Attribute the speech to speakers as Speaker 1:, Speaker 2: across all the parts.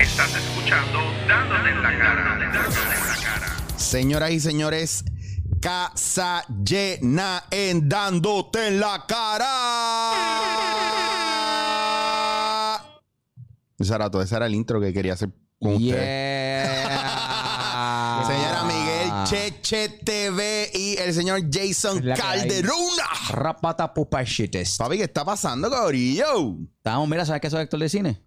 Speaker 1: Estás escuchando Dándole en la cara. Dándole en la cara.
Speaker 2: Señoras y señores, casa llena en dándote en la cara. Ese era todo, ese era el intro que quería hacer con ustedes.
Speaker 3: Yeah.
Speaker 2: Señora Miguel Cheche TV y el señor Jason
Speaker 3: Es la que hay.
Speaker 2: Calderuna.
Speaker 3: Rapata pupa shites.
Speaker 2: Papi, ¿qué está pasando, cabrillo?
Speaker 3: Estamos, mira, ¿sabes qué soy actor de cine?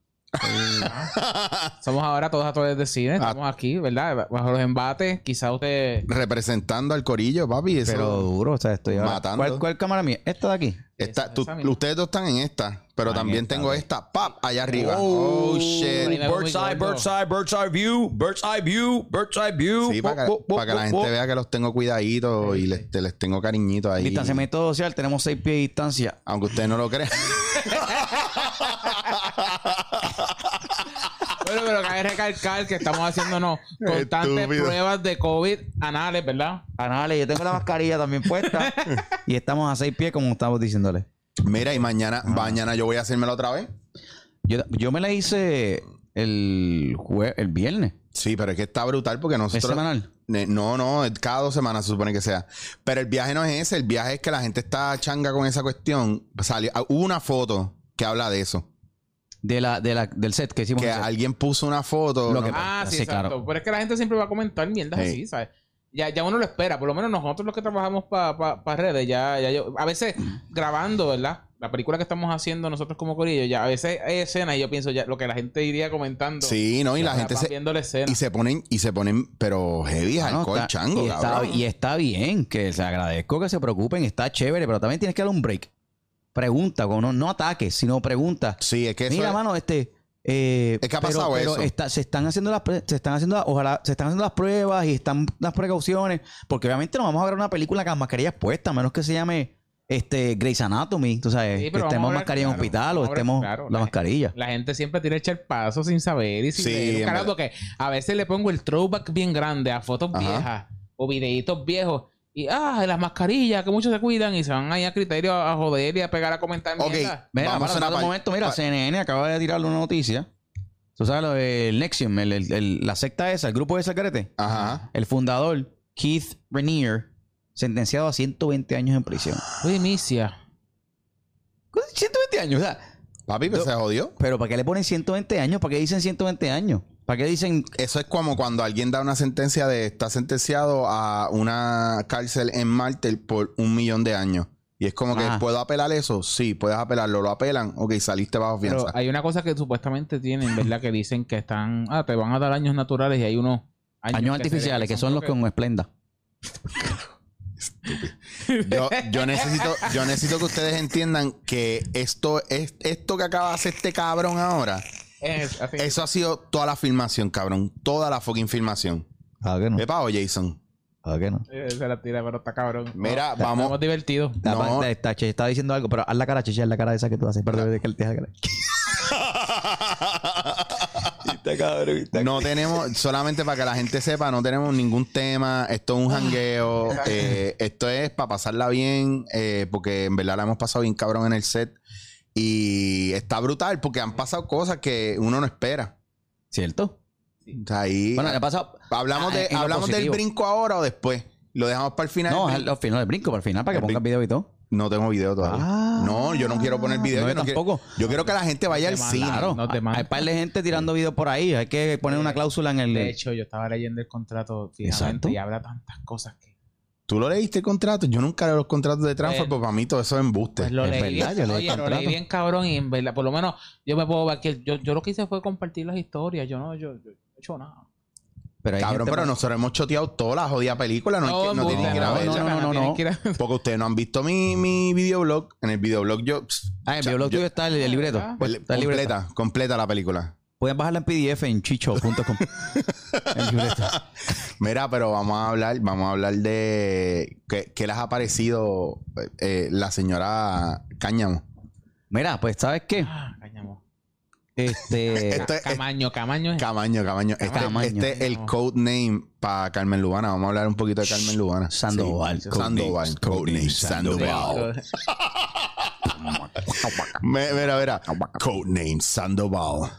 Speaker 4: Somos ahora todos actores de cine,
Speaker 3: Ah.
Speaker 4: estamos aquí, ¿verdad? Bajo los embates, quizá usted...
Speaker 2: Representando al corillo, papi. Eso.
Speaker 3: Pero duro, o sea, estoy ahora.
Speaker 2: Matando.
Speaker 3: ¿Cuál, cuál cámara mía? Esta de aquí.
Speaker 2: Esta-
Speaker 4: Esa-
Speaker 2: tú-
Speaker 4: esa misma.
Speaker 2: ustedes dos están en esta, pero
Speaker 3: Ah, en
Speaker 2: también
Speaker 3: esta,
Speaker 2: tengo
Speaker 3: ok.
Speaker 2: esta. Pap, allá arriba. Oh, shit.
Speaker 4: Mira,
Speaker 5: Bird's
Speaker 4: muy
Speaker 5: eye,
Speaker 4: gordo.
Speaker 5: bird's eye, bird's eye view, bird's eye view, bird's eye view.
Speaker 2: Sí, para que,
Speaker 5: Bo- bo-
Speaker 2: para que la
Speaker 5: bo-
Speaker 2: gente
Speaker 5: bo-
Speaker 2: vea que los tengo cuidaditos y les, te- les tengo cariñito ahí.
Speaker 3: Distanciamiento social, tenemos seis pies de distancia.
Speaker 2: Aunque ustedes no lo crean.
Speaker 4: Bueno, pero cabe recalcar que estamos haciéndonos constantes
Speaker 2: Estúpido.
Speaker 4: pruebas de COVID anales, ¿verdad?
Speaker 3: Anales, yo tengo la mascarilla también puesta. y estamos a seis pies, como estamos diciéndole.
Speaker 2: Mira, y mañana,
Speaker 5: Ah.
Speaker 2: mañana yo voy a hacérmelo otra vez.
Speaker 3: Yo, yo me la hice el jue- el viernes.
Speaker 2: Sí, pero es que está brutal porque
Speaker 3: ¿Es
Speaker 2: nosotros.
Speaker 3: semanal?
Speaker 2: Eh, No, no, es cada dos semanas se supone que sea. Pero el viaje no es ese, el viaje es que la gente está changa con esa cuestión. Salió, ah, hubo una foto que habla de eso.
Speaker 3: De la, de la, del set que hicimos.
Speaker 2: Que
Speaker 3: el set.
Speaker 2: alguien puso una foto.
Speaker 3: Lo
Speaker 2: no-
Speaker 3: que-
Speaker 4: Ah, sí,
Speaker 3: sí,
Speaker 4: exacto.
Speaker 3: claro.
Speaker 4: Pero es que la gente siempre va a comentar mierdas
Speaker 2: Sí.
Speaker 4: así, ¿sabes? Ya, ya uno lo espera, por lo menos nosotros los que trabajamos para redes, ya, ya yo, a veces grabando, ¿verdad? La película que estamos haciendo nosotros como Corillo, ya a veces hay escenas y yo pienso ya lo que la gente iría comentando.
Speaker 2: sí, no, y la
Speaker 4: Ahora
Speaker 2: gente
Speaker 4: van
Speaker 2: se,
Speaker 4: viendo la escena.
Speaker 2: y se ponen, y se ponen, pero heavy,
Speaker 3: Ah, no,
Speaker 2: alcohol,
Speaker 3: está-
Speaker 2: chango,
Speaker 3: y está,
Speaker 2: cabrón.
Speaker 3: y está bien, que se agradezco que se preocupen, está chévere, pero también tienes que dar un break. Pregunta, como no, no ataques, sino pregunta.
Speaker 2: Sí, es que eso
Speaker 3: Mira,
Speaker 2: es-
Speaker 3: mano, este. eh,
Speaker 2: Es que ha
Speaker 3: pero-
Speaker 2: pasado
Speaker 3: pero
Speaker 2: eso.
Speaker 3: está- se están haciendo las pre- se están haciendo la- ojalá se están haciendo las pruebas y están las precauciones porque obviamente no vamos a ver una película con las mascarillas puestas a menos que se llame este Grey's Anatomy tú sabes
Speaker 4: Sí,
Speaker 3: que
Speaker 4: pero vamos a
Speaker 3: estemos
Speaker 4: hablar
Speaker 3: mascarilla en
Speaker 4: claro,
Speaker 3: hospital o
Speaker 4: vamos a hablar
Speaker 3: estemos
Speaker 4: claro,
Speaker 3: la
Speaker 4: la-
Speaker 3: mascarilla
Speaker 4: La gente siempre tiene echar paso sin saber y sin
Speaker 2: Sí,
Speaker 4: leer un
Speaker 2: en
Speaker 4: carajo,
Speaker 2: verdad.
Speaker 4: porque a veces le pongo el throwback bien grande a fotos
Speaker 2: Ajá.
Speaker 4: viejas o videitos viejos y ah, las mascarillas que muchos se cuidan y se van ahí a criterio a, a joder y a pegar a comentar
Speaker 2: Ok.
Speaker 4: mierda.
Speaker 3: Mira,
Speaker 2: Vamos
Speaker 3: vamos
Speaker 2: a una
Speaker 3: un
Speaker 2: pa-
Speaker 3: momento. Mira,
Speaker 2: pa-
Speaker 3: CNN acaba de tirarle una noticia. Tú sabes lo del Nexium, el- el- el- la secta esa, el grupo de secrete.
Speaker 2: Ajá.
Speaker 3: El fundador, Keith Rainier, sentenciado a 120 años en prisión.
Speaker 4: Uy, Micia.
Speaker 3: ¿Cómo es 120 años, o sea,
Speaker 2: Papi, pues
Speaker 3: No.
Speaker 2: se jodió.
Speaker 3: pero ¿para qué le ponen 120 años? ¿Para qué dicen 120 años? ¿Para qué dicen
Speaker 2: Eso es como cuando alguien da una sentencia de está sentenciado a una cárcel en Marte por un millón de años. Y es como que
Speaker 3: Ajá.
Speaker 2: puedo apelar eso, sí, puedes apelarlo, lo apelan, ok, saliste bajo
Speaker 4: Pero
Speaker 2: fianza.
Speaker 4: hay una cosa que supuestamente tienen, ¿verdad? Que dicen que están, ah, te van a dar años naturales y hay unos
Speaker 3: años,
Speaker 4: se-
Speaker 3: artificiales, que son los
Speaker 4: creo
Speaker 3: con esplenda?
Speaker 2: Yo, yo necesito, yo necesito que ustedes entiendan que esto, es, esto que acaba de hacer este cabrón ahora,
Speaker 4: Es, así.
Speaker 2: eso ha sido toda la filmación, cabrón. Toda la fucking filmación.
Speaker 3: Claro que no.
Speaker 2: Epa, o Jason.
Speaker 3: Claro que Eh, no.
Speaker 4: Eh, se la tira, pero está cabrón.
Speaker 2: Mira,
Speaker 4: Nos
Speaker 2: vamos-
Speaker 4: hemos divertido.
Speaker 3: La
Speaker 2: No.
Speaker 3: parte de esta, che, está diciendo algo, pero haz la cara, cheche, haz la cara esa que tú haces. Perdón, deja- deja la cara.
Speaker 2: No tenemos, solamente para que la gente sepa, no tenemos ningún tema. Esto es un jangueo. eh, esto es para pasarla bien, eh, porque en verdad la hemos pasado bien cabrón en el set. Y está brutal, porque han pasado cosas que uno no espera.
Speaker 3: ¿Cierto?
Speaker 2: O sea, ahí,
Speaker 3: Bueno, le pasa
Speaker 2: hablamos
Speaker 3: ah,
Speaker 2: de,
Speaker 3: en lo
Speaker 2: hablamos del
Speaker 3: positivo.
Speaker 2: brinco ahora o después. Lo dejamos para el final.
Speaker 3: No,
Speaker 2: del
Speaker 3: al,
Speaker 2: brinco.
Speaker 3: al final del brinco, para el final, para que
Speaker 2: El
Speaker 3: pongas video y todo.
Speaker 2: No tengo video todavía.
Speaker 3: Ah.
Speaker 2: no, yo no quiero poner video.
Speaker 3: No,
Speaker 2: yo,
Speaker 3: yo
Speaker 2: no quiero-
Speaker 3: tampoco.
Speaker 2: yo quiero que la gente vaya al
Speaker 4: Demanda.
Speaker 2: cine.
Speaker 3: Claro,
Speaker 4: Nos
Speaker 3: hay
Speaker 4: demanda.
Speaker 3: hay par de gente tirando video por ahí. Hay que poner una cláusula en el.
Speaker 4: De hecho, yo estaba leyendo el contrato
Speaker 3: Exacto.
Speaker 4: fijamente y habla tantas cosas que
Speaker 2: ¿Tú lo leíste el contrato? Yo nunca leo los contratos de transfer,
Speaker 3: Eh,
Speaker 4: Bueno.
Speaker 2: porque para mí todo eso es embuste.
Speaker 4: Pues lo
Speaker 3: Este, Es
Speaker 4: leí
Speaker 3: verdad, yo
Speaker 4: bien,
Speaker 3: leí el
Speaker 4: oye, lo
Speaker 3: contrato.
Speaker 4: leí bien cabrón y en verdad, por lo menos yo me puedo ver que yo, yo lo que hice fue compartir las historias, yo no, yo, yo no he hecho nada.
Speaker 3: pero hay
Speaker 2: Cabrón,
Speaker 3: gente-
Speaker 2: pero nosotros hemos choteado toda la jodida película. No, hay que- no
Speaker 4: embuste,
Speaker 2: tienen que ir a
Speaker 3: no, no,
Speaker 2: verla.
Speaker 3: no, no,
Speaker 4: tienen
Speaker 3: no.
Speaker 4: que ir a-
Speaker 2: Porque ustedes no han visto mi, mi videoblog. En el videoblog yo... pss,
Speaker 3: Ah, en el
Speaker 2: cha-
Speaker 3: videoblog
Speaker 2: yo-
Speaker 3: tuyo está el, el libreto.
Speaker 4: Ah,
Speaker 3: Pues,
Speaker 2: el-
Speaker 3: está el libreto.
Speaker 2: completa, completa la película.
Speaker 3: Pueden bajarla en PDF en chicho.com. el libreto.
Speaker 2: Mira, pero vamos a hablar, vamos a hablar de qué, qué les ha parecido eh, la señora Cáñamo.
Speaker 3: Mira, pues, ¿sabes qué?
Speaker 4: Ah, cáñamo.
Speaker 3: Este.
Speaker 2: Esto es- eh,
Speaker 4: Camaño, Camaño es-
Speaker 2: Camaño, Camaño. Este,
Speaker 3: Camaño.
Speaker 2: este es el code name para Carmen Lubana. Vamos a hablar un poquito de Carmen Lubana.
Speaker 3: Sandoval,
Speaker 2: Sí.
Speaker 3: code
Speaker 2: Sandoval.
Speaker 3: name,
Speaker 2: Code name, Sandoval. Me- Mira, mira. Code name, Sandoval.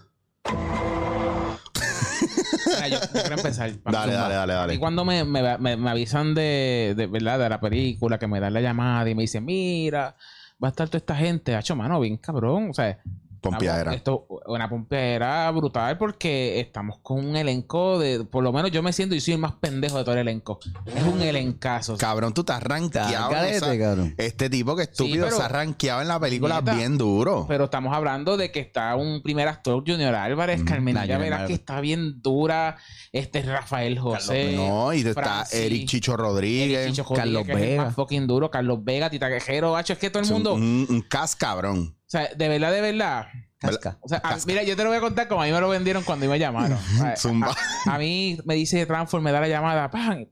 Speaker 4: Mira, yo, yo quiero empezar. Vamos
Speaker 2: Dale,
Speaker 4: a zumbar.
Speaker 2: dale, dale, dale.
Speaker 4: Y cuando me, me- me- me avisan de, de, ¿verdad? de la película, que me dan la llamada y me dicen, mira, va a estar toda esta gente. Hacho, mano, bien cabrón. O sea,
Speaker 2: Pompiadera.
Speaker 4: una- Esto, una pompeadera brutal porque estamos con un elenco de... Por lo menos yo me siento y soy el más pendejo de todo el elenco. Es un elencazo.
Speaker 2: Cabrón, tú te has rankeado. en esa-
Speaker 3: Carete, cabrón.
Speaker 2: Este tipo que estúpido
Speaker 4: pero-
Speaker 2: se ha rankeado en la película
Speaker 4: Neta.
Speaker 2: bien duro.
Speaker 4: Pero estamos hablando de que está un primer actor, Junior
Speaker 2: Mm,
Speaker 4: Álvarez, Carmen
Speaker 3: nah, Junior
Speaker 4: verás que
Speaker 3: Álvarez.
Speaker 4: está bien dura, este Rafael José.
Speaker 2: no, y está
Speaker 4: Francis,
Speaker 2: Eric Chicho Rodríguez.
Speaker 4: Eric Chicho Rodríguez,
Speaker 3: Carlos
Speaker 4: que es el
Speaker 3: Vega.
Speaker 4: más fucking duro, Carlos Vega, Tita Quejero, hacho, es que todo el
Speaker 2: Es un-
Speaker 4: mundo, o
Speaker 2: Un, un cas cabrón.
Speaker 4: sea, de verdad, de verdad.
Speaker 3: Casca.
Speaker 4: O sea, a- mira, yo te lo voy a contar como a mí me lo vendieron cuando me llamaron. A,
Speaker 2: Zumba.
Speaker 4: a- a mí me dice Transform, me da la llamada, ¡pam!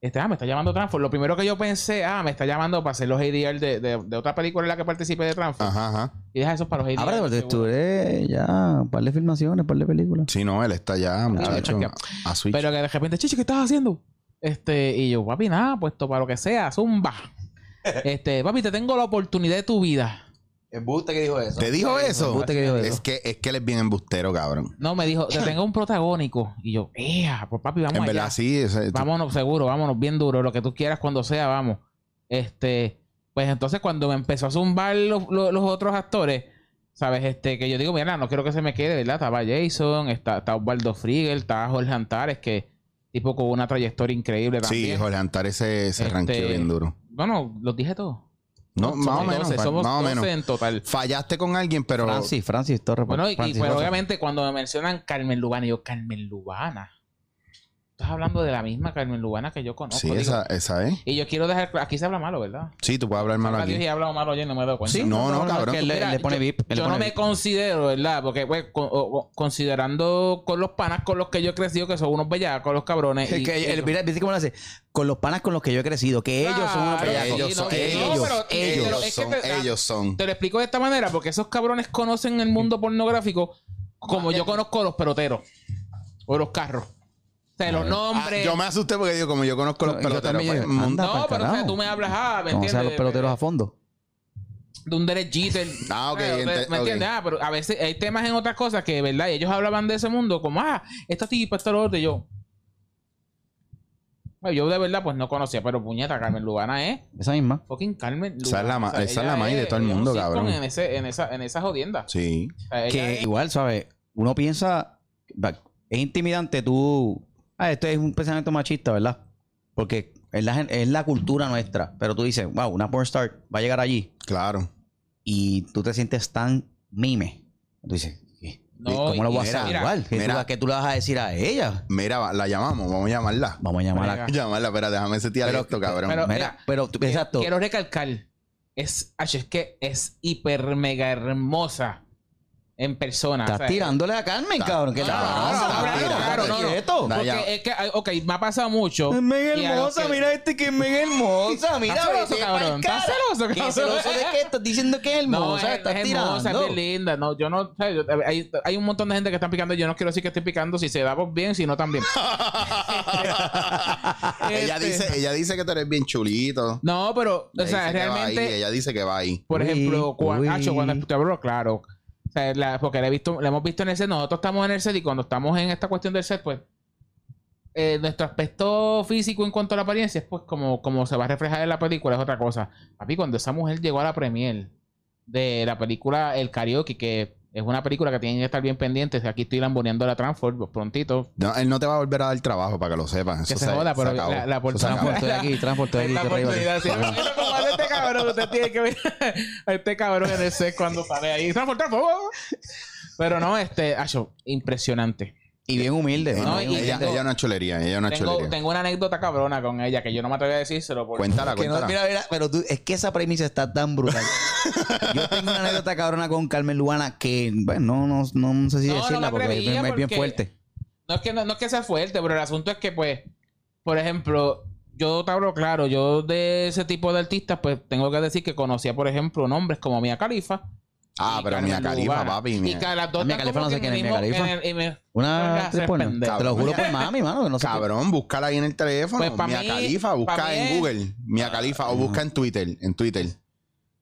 Speaker 4: Este, ah, me está llamando Transform. Lo primero que yo pensé, ah, me está llamando para hacer los ADR de, de, de otra película en la que participé de Transform.
Speaker 2: Ajá, ajá.
Speaker 4: Y deja eso para los
Speaker 2: Ah,
Speaker 4: ADR.
Speaker 3: Ahora porque
Speaker 4: seguro.
Speaker 3: tú eres ya un par de filmaciones, un par de películas.
Speaker 2: Sí, no, él está ya, muchacho.
Speaker 4: es
Speaker 2: a, a Switch.
Speaker 4: Pero que de repente, chichi, ¿qué estás haciendo? Este, y yo, papi, nada, puesto para lo que sea, zumba. Este, papi, te tengo la oportunidad de tu vida.
Speaker 6: El buste que dijo eso.
Speaker 2: ¿Te dijo eso?
Speaker 3: Embuste que dijo
Speaker 2: Es
Speaker 3: eso.
Speaker 2: que, es que él es bien embustero, cabrón.
Speaker 4: No, me dijo, te tengo un protagónico. Y yo, ¡ea! Pues papi, vamos
Speaker 2: En
Speaker 4: allá.
Speaker 2: verdad, sí. ese- tú-
Speaker 4: Vámonos, seguro, vámonos, bien duro, lo que tú quieras, cuando sea, vamos. Este, pues entonces cuando me empezó a zumbar los, los- los otros actores, ¿sabes? Este, que yo digo, mira, no quiero que se me quede, ¿verdad? Estaba Jason, está, está Osvaldo Friegel, está Jorge Antares, que tipo con una trayectoria increíble también.
Speaker 2: sí, Jorge Antares se, se
Speaker 4: Este-
Speaker 2: ranqueó bien duro.
Speaker 4: Bueno, los dije todos.
Speaker 2: No,
Speaker 4: Somos
Speaker 2: más o menos.
Speaker 4: 12,
Speaker 2: pa-
Speaker 4: somos
Speaker 2: más o
Speaker 4: 12
Speaker 2: menos.
Speaker 4: en total.
Speaker 2: Fallaste con alguien, pero.
Speaker 3: Francis, Francis Torres. pues.
Speaker 4: Bueno, y, y-
Speaker 3: Francis
Speaker 4: pero
Speaker 3: Rosa.
Speaker 4: obviamente cuando me mencionan Carmen Lubana, yo, Carmen Lubana. Estás hablando de la misma Carmen Lubana que yo conozco.
Speaker 2: sí,
Speaker 4: digo.
Speaker 2: esa, esa es.
Speaker 4: Y yo quiero dejar claro, aquí se habla malo, ¿verdad?
Speaker 2: Sí, tú puedes hablar malo
Speaker 4: Habla Dios
Speaker 2: aquí.
Speaker 4: y habla malo yo y no me he dado cuenta.
Speaker 3: Sí,
Speaker 2: No, no,
Speaker 3: es
Speaker 2: cabrón.
Speaker 3: que él, le-
Speaker 4: Mira,
Speaker 3: le pone
Speaker 4: yo-
Speaker 3: VIP. él le
Speaker 4: Yo no
Speaker 3: pone
Speaker 4: me
Speaker 3: VIP.
Speaker 4: considero, ¿verdad? Porque, pues, con- o- o- considerando con los panas con los que yo he crecido, que son unos bellacos, los cabrones.
Speaker 3: Es
Speaker 4: Eh, y-
Speaker 3: que
Speaker 4: y-
Speaker 3: el, mira, ¿viste cómo lo hace? Con los panas con los que yo he crecido, que ellos son unos
Speaker 4: Claro,
Speaker 3: bellacos.
Speaker 4: sí, no,
Speaker 3: que
Speaker 4: no,
Speaker 3: ellos,
Speaker 4: pero- eh,
Speaker 3: ellos.
Speaker 4: pero es que ah, este
Speaker 2: son,
Speaker 4: te-
Speaker 2: ellos son.
Speaker 4: Te lo explico de esta manera, porque esos cabrones conocen el mundo pornográfico como yo conozco a los peloteros o los carros. O sea, los nombres.
Speaker 2: Ah, yo me asusté porque digo, como yo conozco los
Speaker 3: Yo
Speaker 2: peloteros.
Speaker 3: también,
Speaker 2: pues,
Speaker 3: yo-
Speaker 2: mon-
Speaker 3: anda.
Speaker 4: no,
Speaker 3: pa'l
Speaker 4: pero o sea,
Speaker 3: carajo.
Speaker 4: tú me hablas, ah, ¿me
Speaker 3: Conocer
Speaker 4: entiendes?
Speaker 3: a los peloteros a fondo.
Speaker 4: De un Derek Jeter.
Speaker 2: Ah, ok,
Speaker 4: Ah,
Speaker 2: ente- ok.
Speaker 4: ¿Me entiendes? Ah, pero a veces hay temas en otras cosas que, ¿verdad? Y ellos hablaban de ese mundo como, ah, esta tipa, esto, lo otro. Y yo. Ay, Yo de verdad, pues no conocía, pero puñeta, Carmen Lubana es
Speaker 3: Esa misma.
Speaker 4: fucking Carmen Lubana.
Speaker 2: Esa es la ma- esa es la
Speaker 4: ella
Speaker 2: maíz de todo el
Speaker 4: ella es
Speaker 2: mundo,
Speaker 4: un sitcom
Speaker 2: cabrón.
Speaker 4: En, ese, en, esa, en esa jodienda.
Speaker 2: Sí.
Speaker 4: O sea, ella
Speaker 3: Que
Speaker 4: es-
Speaker 3: igual, ¿sabes? Uno piensa. va, Es intimidante tú. Ah, esto es un pensamiento machista, ¿verdad? Porque es la, gen- es la cultura nuestra. Pero tú dices, wow, una porn star va a llegar allí.
Speaker 2: Claro.
Speaker 3: Y tú te sientes tan mime. Tú dices, ¿qué?
Speaker 4: No,
Speaker 3: ¿cómo lo
Speaker 4: y
Speaker 3: vas
Speaker 2: mira,
Speaker 3: a
Speaker 4: mira,
Speaker 3: saludar? ¿Qué, tú
Speaker 2: mira.
Speaker 3: vas- qué tú le vas a decir a ella?
Speaker 2: Mira, va, la llamamos, vamos a llamarla.
Speaker 3: Vamos a llamarla.
Speaker 4: Venga.
Speaker 2: Llamarla, espera, déjame setear
Speaker 3: Pero-
Speaker 2: esto, cabrón.
Speaker 4: pero-
Speaker 3: Mira, pero tú- exacto.
Speaker 4: Quiero recalcar, es, acho, es que es hiper mega hermosa en persona. Ah, o
Speaker 3: Estás
Speaker 4: sea, eh,
Speaker 3: tirándole a Carmen, cabrón. ¿Qué
Speaker 2: no,
Speaker 3: te
Speaker 2: no,
Speaker 3: pasa?
Speaker 2: no,
Speaker 3: Estás
Speaker 2: claro,
Speaker 3: tirando,
Speaker 2: claro, no,
Speaker 3: quieto.
Speaker 2: no.
Speaker 4: Porque
Speaker 2: Ya.
Speaker 4: es que, ay, ok, me ha pasado mucho.
Speaker 3: Es mega
Speaker 4: y a los
Speaker 3: hermosa,
Speaker 4: que-
Speaker 3: mira este que es mega hermosa, mira.
Speaker 4: Está celoso,
Speaker 3: vete pa'l
Speaker 4: cabrón, está
Speaker 3: cara.
Speaker 4: celoso,
Speaker 3: ¿Qué
Speaker 4: cabrón.
Speaker 3: celoso de qué? Estás diciendo que es
Speaker 4: No,
Speaker 3: hermosa,
Speaker 4: es,
Speaker 3: estás
Speaker 4: es hermosa, es
Speaker 3: tirando.
Speaker 4: bien linda. No, yo no, o sea, yo- eh, hay, hay un montón de gente que están picando. Yo no quiero decir que estoy picando si se da por bien, si no también.
Speaker 2: ella,
Speaker 4: Este,
Speaker 2: dice, ella dice que tú eres bien chulito.
Speaker 4: No, pero, o
Speaker 2: Ella
Speaker 4: sea,
Speaker 2: dice que va
Speaker 4: realmente.
Speaker 2: ahí, ella dice que va ahí.
Speaker 4: Por
Speaker 3: Uy,
Speaker 4: ejemplo, cuando,
Speaker 3: uy.
Speaker 4: Nacho, cuando te hablo, claro. O sea, la- porque la he visto, la hemos visto en el set, nosotros estamos en el set y cuando estamos en esta cuestión del set, pues eh, nuestro aspecto físico en cuanto a la apariencia es pues como, como se va a reflejar en la película, es otra cosa. Papi, cuando esa mujer llegó a la premier de la película El Karaoke, que es una película que tienen que estar bien pendientes, aquí estoy lamboneando la Transform pues, prontito.
Speaker 2: No, él no te va a volver a dar trabajo para que lo sepas.
Speaker 4: Que se joda, pero la- la
Speaker 2: puerta
Speaker 4: oportunidad-
Speaker 3: Transporte de aquí, transporte de aquí.
Speaker 4: Esta
Speaker 3: que arriba.
Speaker 4: oportunidad, sí. Mira cómo habla este cabrón. Usted tiene que ver a este cabrón en el set cuando sale ahí. Transform, transform. Pero no, este, Acho, impresionante.
Speaker 3: Y bien humilde.
Speaker 4: No, y-
Speaker 2: ella,
Speaker 4: tengo-
Speaker 2: ella es una chulería, ella es una
Speaker 4: Tengo,
Speaker 2: chulería.
Speaker 4: tengo una anécdota cabrona con ella que yo no me atrevo a decírselo. Porque...
Speaker 2: Cuéntala,
Speaker 3: Que no-
Speaker 2: cuéntala.
Speaker 3: mira, mira, pero tú, es que esa premisa está tan brutal. Yo tengo una anécdota cabrona con Carmen Luana que, bueno, no, no, no sé si
Speaker 4: No, no
Speaker 3: decirla
Speaker 4: me
Speaker 3: porque es,
Speaker 4: atrevía
Speaker 3: es bien
Speaker 4: porque-
Speaker 3: fuerte.
Speaker 4: No es que no, no es que sea fuerte, pero el asunto es que, pues, por ejemplo, yo te hablo claro, yo de ese tipo de artistas, pues tengo que decir que conocía, por ejemplo, nombres como Mia Khalifa.
Speaker 2: ah,
Speaker 4: y
Speaker 2: pero
Speaker 4: Carmen
Speaker 2: Mia Califa,
Speaker 4: Lubana.
Speaker 2: papi.
Speaker 4: Y
Speaker 2: Mia.
Speaker 4: que las dos
Speaker 3: Mia
Speaker 4: están
Speaker 3: Khalifa
Speaker 4: como
Speaker 3: no sé
Speaker 4: que
Speaker 3: quién
Speaker 4: en
Speaker 3: es
Speaker 4: el
Speaker 3: Mia
Speaker 4: mismo-
Speaker 3: Khalifa.
Speaker 4: en el- en el-
Speaker 3: Una
Speaker 4: Venga,
Speaker 3: actriz
Speaker 4: ser
Speaker 3: porno.
Speaker 4: pendejo.
Speaker 3: Te lo juro por mami, mano. que No sé qué-
Speaker 2: Cabrón, búscala ahí en el teléfono.
Speaker 4: Pues, pa'
Speaker 2: Mia
Speaker 4: mí-
Speaker 2: Califa,
Speaker 4: pa'
Speaker 2: busca
Speaker 4: mí Ah,
Speaker 2: en
Speaker 4: es-
Speaker 2: Google. Mia Califa o busca en Twitter, en Twitter.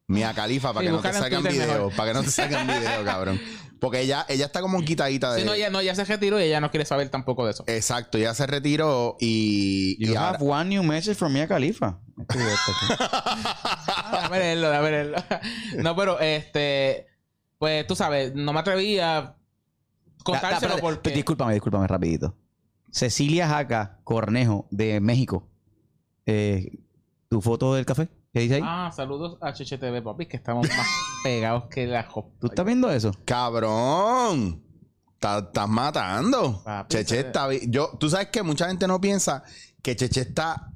Speaker 2: Mia Califa, para
Speaker 4: Sí,
Speaker 2: que no te
Speaker 4: búscala en
Speaker 2: sacan
Speaker 4: Twitter
Speaker 2: videos,
Speaker 4: mejor.
Speaker 2: para que no te sacan videos, cabrón. Porque ella, ella está como quitadita de.
Speaker 4: Si no, ella, no, ella se retiró y ella no quiere saber tampoco de eso.
Speaker 2: Exacto, ella se retiró y. y
Speaker 3: You
Speaker 2: ahora-
Speaker 3: have one new message from Mia Khalifa. Escribe esto aquí.
Speaker 4: Dame leerlo, dame leerlo. No, pero este. Pues tú sabes, no me atreví a
Speaker 3: Da- da,
Speaker 4: contárselo
Speaker 3: espérate, pues,
Speaker 4: porque.
Speaker 3: Discúlpame, discúlpame, rapidito. Cecilia Jaca Cornejo, de México. Eh, ¿Tu foto del café? ¿Qué dice ahí?
Speaker 4: Ah, saludos a HHTV, papi, que estamos más pegados que la jo-
Speaker 3: ¿Tú estás viendo eso?
Speaker 2: Cabrón. Está- Estás matando.
Speaker 4: Papi,
Speaker 2: Cheche
Speaker 4: se ve.
Speaker 2: está. vi- Yo, tú sabes que mucha gente no piensa que Cheche está